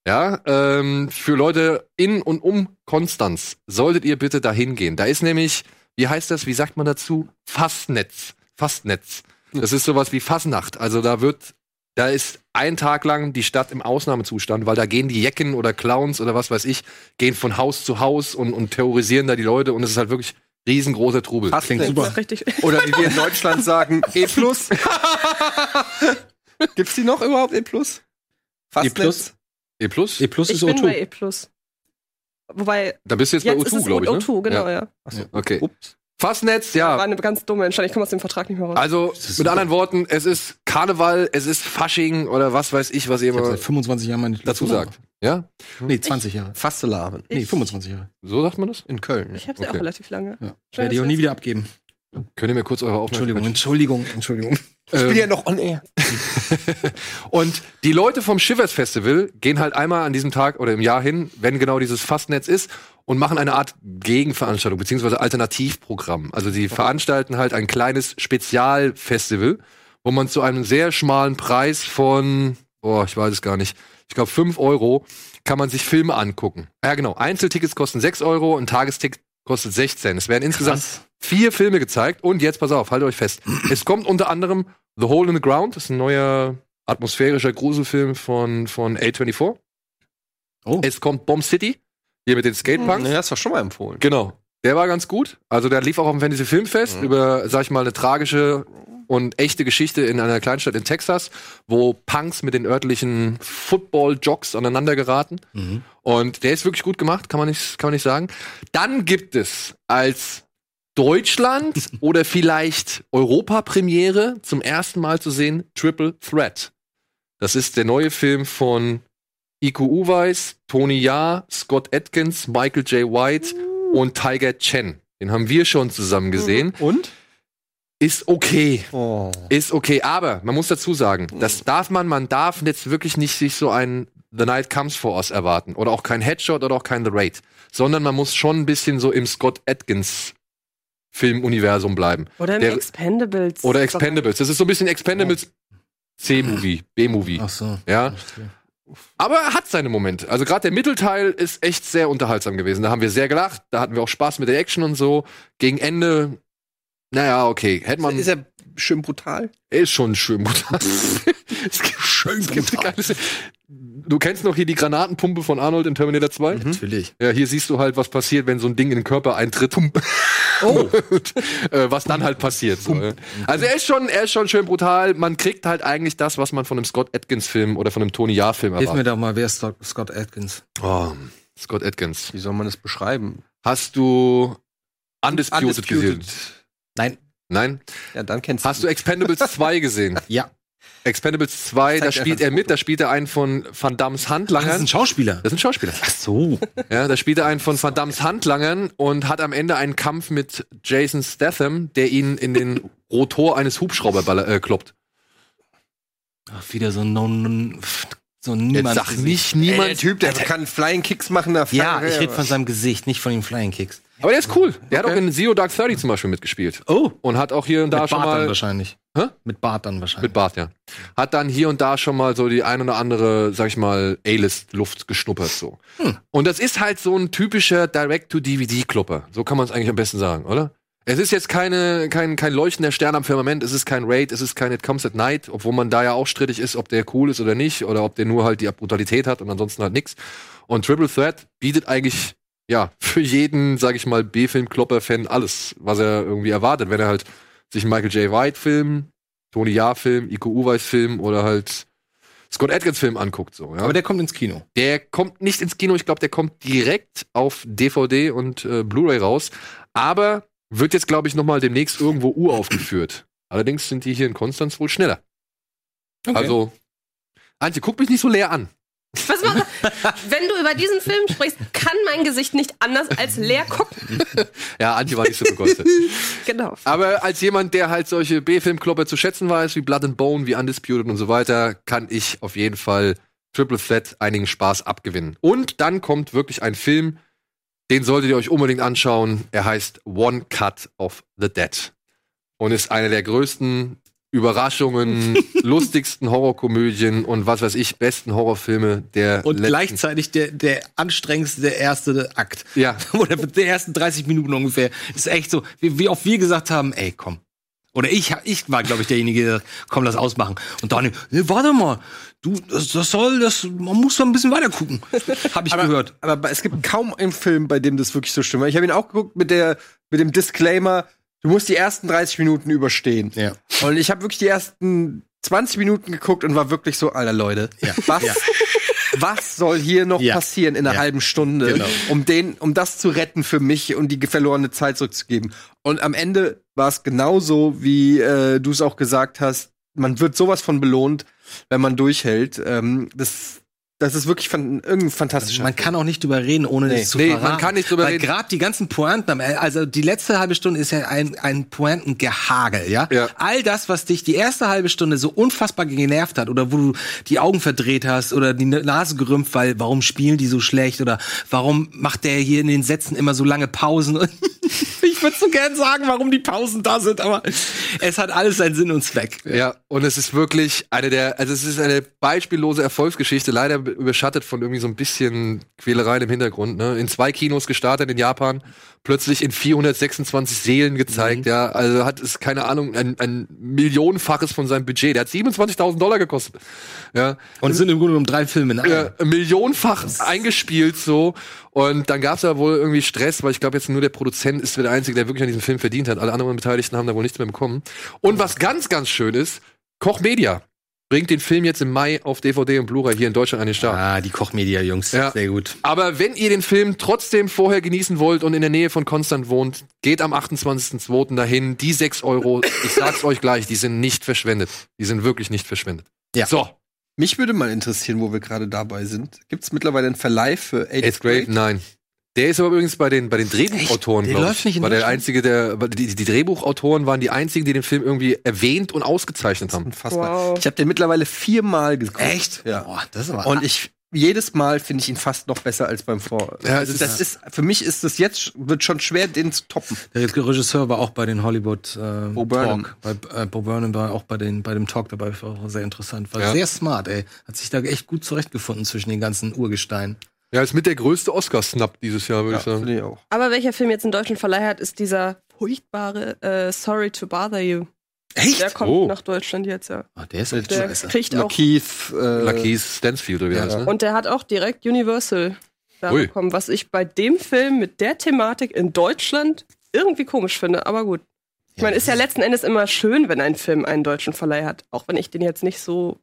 Ja, ähm, für Leute in und um Konstanz solltet ihr bitte dahin gehen. Da ist nämlich, wie heißt das? Wie sagt man dazu? Fastnetz. Fastnetz. Das ist sowas wie Fasnacht. Also da wird da ist ein Tag lang die Stadt im Ausnahmezustand, weil da gehen die Jecken oder Clowns oder was weiß ich, gehen von Haus zu Haus und, und terrorisieren da die Leute und es ist halt wirklich riesengroßer Trubel. Klingt Das ist richtig. Oder wie wir in Deutschland sagen, E plus. *laughs* Gibt's die noch überhaupt E plus? Fast E+. plus. E plus? E Plus Ich ist bin bei O2. E+. Wobei, Da bist du jetzt, jetzt bei ist O2, es glaube ich. Ne? O2, genau, Ja. Ah. ja. Okay. Ups. Fastnetz, ja. War eine ganz dumme Entscheidung. Ich komme aus dem Vertrag nicht mehr raus. Also mit anderen Worten, es ist Karneval, es ist Fasching oder was weiß ich, was ihr Ich hab immer halt seit 25 Jahren meine dazu Diplomarbeit. sagt. Ja? Nee, 20 Jahre. Fastelarben Nee, Ich- 25 Jahre. So sagt man das? in Köln. ich habe sie okay. auch relativ lange. Ja. Schön, Werde ich dass auch wir- nie wieder abgeben. Könnt ihr mir kurz eure Aufmerksamkeit Entschuldigung, Entschuldigung, Entschuldigung. Ich bin ja noch on air. Und die Leute vom Shivers Festival gehen halt einmal an diesem Tag oder im Jahr hin, wenn genau dieses Fastnetz ist, und machen eine Art Gegenveranstaltung, beziehungsweise Alternativprogramm. Also sie veranstalten halt ein kleines Spezialfestival, wo man zu einem sehr schmalen Preis von, boah, ich weiß es gar nicht, ich glaube 5 Euro, kann man sich Filme angucken. Ja, genau. Einzeltickets kosten 6 Euro, ein Tagesticket kostet 16. Es werden insgesamt vier Filme gezeigt und jetzt, pass auf, haltet euch fest. Es kommt unter anderem The Hole in the Ground, das ist ein neuer atmosphärischer Gruselfilm von, von A24. Oh. Es kommt Bomb City, hier mit den Skatepunks. Mhm. das war schon mal empfohlen. Genau. Der war ganz gut. Also der lief auch auf dem Fantasy Filmfest über, sag ich mal, eine tragische und echte Geschichte in einer Kleinstadt in Texas, wo Punks mit den örtlichen Football-Jocks aneinander geraten. Und der ist wirklich gut gemacht, kann man nicht, kann man nicht sagen. Dann gibt es als Deutschland oder vielleicht Europa-Premiere zum ersten Mal zu sehen Triple Threat. Das ist der neue Film von Iku Uweis, Tony Jaa, Scott Atkins, Michael J. White und Tiger Chen. Den haben wir schon zusammen gesehen. Mhm. Und? Ist okay. Oh. Mhm. Ist okay, aber man muss dazu sagen, das darf man, man darf jetzt wirklich nicht sich so ein The Night Comes For Us erwarten oder auch kein Headshot oder auch kein The Raid, sondern man muss schon ein bisschen so im Scott Atkins Filmuniversum bleiben. Oder im der- Expendables. Oder Expendables. Das ist so ein bisschen Expendables Oh. C-Movie, B-Movie. Ah. Ach so. Ja. Aber er hat seine Momente. Also gerade der Mittelteil ist echt sehr unterhaltsam gewesen. Da haben wir sehr gelacht, da hatten wir auch Spaß mit der Action und so. Gegen Ende, naja, okay. Hätte man. Ist er schön brutal? Er ist schon schön brutal. es gibt, schön es gibt eine geile- Du kennst noch hier die Granatenpumpe von Arnold in Terminator 2? Mhm. Natürlich. Ja, hier siehst du halt, was passiert, wenn so ein Ding in den Körper eintritt. Oh. *laughs* Und, äh, was dann halt passiert. So, ja. Also er ist schon, er ist schon schön brutal. Man kriegt halt eigentlich das, was man von einem Scott Atkins Film oder von einem Tony Jaa Film Hilf mir erwartet. doch mal, wer ist Scott- Scott Atkins? Oh, Scott Atkins. Wie soll man das beschreiben? Hast du Ah, Undisputed, gesehen? Nein. Nein? Ja, dann kennst Hast du Expendables 2 gesehen? Ja. Expendables 2, da zeigt spielt einfach er mit, da spielt er einen von Ah, Van Dammes Das ist Handlangern. ein Schauspieler. Das sind Schauspieler. Ach so. Ja, da spielt er einen von Van Dammes Handlangern und hat am Ende einen Kampf mit Jason Statham, der ihn in den Rotor eines Hubschraubers baller- äh, kloppt. Ach, wieder so ein no, no, so ein Jetzt niemand. sag nicht Ey, niemand. der Typ, der kann Flying Kicks machen. da Ja, fliegen- ich rede von seinem Gesicht, nicht von den Flying Kicks. aber der ist cool. Der hat auch in Zero Dark Thirty zum Beispiel mitgespielt. Oh. Und hat auch hier und da mit schon Bart dann mal. wahrscheinlich. Hä? Mit Bart dann wahrscheinlich. Mit Bart, ja. Hat dann hier und da schon mal so die ein oder andere, sag ich mal, A-List-Luft geschnuppert so. Und das ist halt so ein typischer Direct-to-DVD-Klopper. So kann man es eigentlich am besten sagen, oder? Es ist jetzt keine, kein, kein leuchtender Stern am Firmament, es ist kein Raid, es ist kein It Comes at Night, obwohl man da ja auch strittig ist, ob der cool ist oder nicht, oder ob der nur halt die Brutalität hat und ansonsten halt nix. Und Triple Threat bietet eigentlich, ja, für jeden, sag ich mal, B-Film-Klopper-Fan alles, was er irgendwie erwartet. Wenn er halt sich einen Michael J. White-Film Tony Jahr-Film, Iko Uweis-Film oder halt Scott Adkins-Film anguckt. So, ja. Aber der kommt ins Kino. Der kommt nicht ins Kino, ich glaube, der kommt direkt auf DVD und äh, Blu-ray raus. Aber wird jetzt, glaube ich, nochmal demnächst irgendwo uraufgeführt. Allerdings sind die hier in Konstanz wohl schneller. Also, Antje, guck mich nicht so leer an. Was war, wenn du über diesen Film sprichst, kann mein Gesicht nicht anders als leer gucken. Ja, Antje war nicht so begeistert. Genau. Aber als jemand, der halt solche B-Film-Klopper zu schätzen weiß, wie Blood and Bone, wie Undisputed und so weiter, kann ich auf jeden Fall Triple Threat einigen Spaß abgewinnen. Und dann kommt wirklich ein Film, den solltet ihr euch unbedingt anschauen. Er heißt One Cut of the Dead. Und ist eine der größten Überraschungen, lustigsten Horrorkomödien und was weiß ich, besten Horrorfilme der Und letzten- gleichzeitig der, der anstrengendste, der erste Akt. *laughs* Ja. Oder der ersten 30 Minuten ungefähr. Das ist echt so, wie, wie oft wir gesagt haben, ey, komm. Oder ich, ha- ich war, glaube ich, derjenige, der sagt, komm, lass ausmachen. Und Daniel, nee, warte mal, du, das, das soll, das, man muss da ein bisschen weiter gucken. Hab ich gehört. Aber bei- es gibt kaum einen Film, bei dem das wirklich so stimmt. Ich habe ihn auch geguckt mit, der, mit dem Disclaimer, du musst die ersten 30 Minuten überstehen. Ja. Und ich habe wirklich die ersten 20 Minuten geguckt und war wirklich so, alter Leute, was, was soll hier noch Ja. passieren in einer Ja. halben Stunde, Genau. um, den, um das zu retten für mich und die ge- verlorene Zeit zurückzugeben. Und am Ende war es genauso, wie äh, du es auch gesagt hast, man wird sowas von belohnt, wenn man durchhält. Ähm, das, das ist wirklich fan irgendein fantastischer Man kann auch nicht drüber reden, ohne Nee. das zu Nee, verraten. man kann nicht drüber Weil reden. Gerade die ganzen Pointen, am Ende- also die letzte halbe Stunde ist ja ein, ein Pointengehagel, ja? Ja. All das, was dich die erste halbe Stunde so unfassbar genervt hat oder wo du die Augen verdreht hast oder die Nase gerümpft, weil warum spielen die so schlecht oder warum macht der hier in den Sätzen immer so lange Pausen? *laughs* ich würde so gern sagen, warum die Pausen da sind, aber es hat alles seinen Sinn und Zweck. Ja, und es ist wirklich eine der, also es ist eine beispiellose Erfolgsgeschichte, leider be- überschattet von irgendwie so ein bisschen Quälereien im Hintergrund. Ne? In zwei Kinos gestartet in Japan, plötzlich in 426 Seelen gezeigt. Ja, also hat es keine Ahnung, ein, ein Millionenfaches von seinem Budget. Der hat 27.000 Dollar gekostet. Ja, Und es sind im Grunde genommen drei Filme in einem. äh, millionenfach eingespielt so. Und dann gab es da wohl irgendwie Stress, weil ich glaube jetzt nur der Produzent ist der Einzige, der wirklich an diesem Film verdient hat. Alle anderen Beteiligten haben da wohl nichts mehr bekommen. Und was ganz, ganz schön ist, Koch Media bringt den Film jetzt im Mai auf DVD und Blu-ray hier in Deutschland an den Start. Ah, die Kochmedia-Jungs, Ja. sehr gut. Aber wenn ihr den Film trotzdem vorher genießen wollt und in der Nähe von Konstanz wohnt, geht am 28.02. dahin. Die 6 Euro, ich *coughs* sag's euch gleich, die sind nicht verschwendet. Die sind wirklich nicht verschwendet. Ja. So, Mich würde mal interessieren, wo wir gerade dabei sind. Gibt es mittlerweile einen Verleih für Eighth Grade? Nein. Der ist aber übrigens bei den, bei den Drehbuchautoren, Der glaube läuft ich. nicht in war der Deutschland? einzige, der, die, die Drehbuchautoren waren die einzigen, die den Film irgendwie erwähnt und ausgezeichnet haben. Unfassbar. Wow. Ich habe den mittlerweile viermal geguckt. Echt? Ja. Boah, das ist aber Und ich jedes Mal finde ich ihn fast noch besser als beim Vor. Ja, also es das ist für mich ist das jetzt sch- wird schon schwer den zu toppen. Der Regisseur war auch bei den Hollywood äh, Bo Burnham. Talk. Bei, äh, Bo Burnham war auch bei, den, bei dem Talk dabei, war auch sehr interessant. War Ja. sehr smart, ey. Hat sich da echt gut zurechtgefunden zwischen den ganzen Urgesteinen. Ja, ist mit der größte Oscar-Snap dieses Jahr, würde ich sagen. finde ich auch. Aber welcher Film jetzt einen deutschen Verleih hat, ist dieser furchtbare äh, Sorry to Bother You. Echt? Der kommt Oh. nach Deutschland jetzt, ja. Ah, der ist echt Der scheiße. kriegt auch. Lakeith, äh, Lakeith Stansfield oder wie ja. heißt, ne? Und der hat auch direkt Universal da Ui. bekommen, was ich bei dem Film mit der Thematik in Deutschland irgendwie komisch finde, aber gut. Ich meine, ist ja letzten Endes immer schön, wenn ein Film einen deutschen Verleih hat, auch wenn ich den jetzt nicht so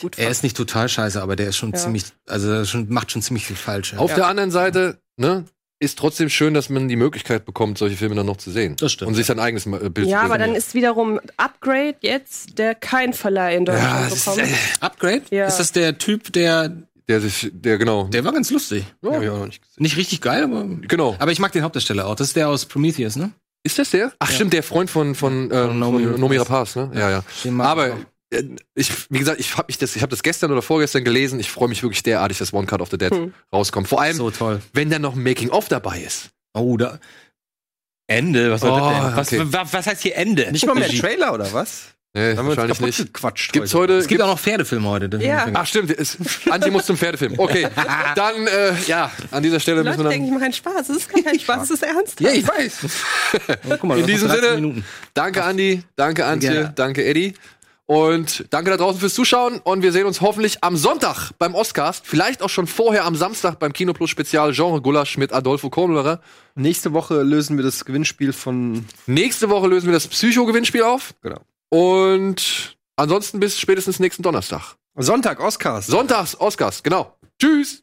gut Er fand. ist nicht total scheiße, aber der ist schon Ja. ziemlich, also der ist schon, macht schon ziemlich viel falsch. ey. Auf Ja. der anderen Seite, ne, ist trotzdem schön, dass man die Möglichkeit bekommt, solche Filme dann noch zu sehen. Das stimmt, Und sich sein eigenes Ma- äh, Bild ja, zu aber dann definieren. ist wiederum Upgrade jetzt, der kein Verleih in Deutschland das ist, äh, bekommt. Upgrade? Ja. Ist das der Typ, der, Der sich, der, genau. der war ganz lustig. hab ich auch noch nicht gesehen. Nicht richtig geil, aber. genau. Aber ich mag den Hauptdarsteller auch. Das ist der aus Prometheus, ne? Ist das der? Ach, stimmt, der Freund von, von, äh, Von von Naomi Rapace. Nomi Rapaz, ne? Ja, ja. Den mag ich Aber auch. äh, ich, wie gesagt, ich habe mich das, ich habe das gestern oder vorgestern gelesen. Ich freue mich wirklich derartig, dass One Cut of the Dead rauskommt. Vor allem, so toll. wenn dann noch ein Making of dabei ist. Oh, da. Ende, was soll Oh, das denn? okay. Was, wa- was heißt hier Ende? Nicht mal mehr Trailer oder was? Nee, uns Ne, wahrscheinlich kaputt nicht. gequatscht. Gibt's heute? Es gibt auch noch Pferdefilme heute. das Ja. hab ich Ach stimmt, es, Antje muss zum Pferdefilm. *laughs* Okay, dann äh, ja, an dieser Stelle müssen Leute wir denken, dann. ich mache einen Spaß. Es ist gar kein Spaß, es ist ernst. Ja, ich weiß. guck mal, In das diesem sind 13 Sinne, Minuten. danke Andi, danke Antje, Gerne. danke Eddie und danke da draußen fürs Zuschauen und wir sehen uns hoffentlich am Sonntag beim Oscars, vielleicht auch schon vorher am Samstag beim Kino Plus Spezial Genre Gulasch mit Adolfo Kornlerer. Nächste Woche lösen wir das Gewinnspiel von Nächste Woche lösen wir das Psycho-Gewinnspiel auf. Genau. Und Ansonsten bis spätestens nächsten Donnerstag. Sonntag, Oscars. Sonntags, Oscars, genau. Tschüss.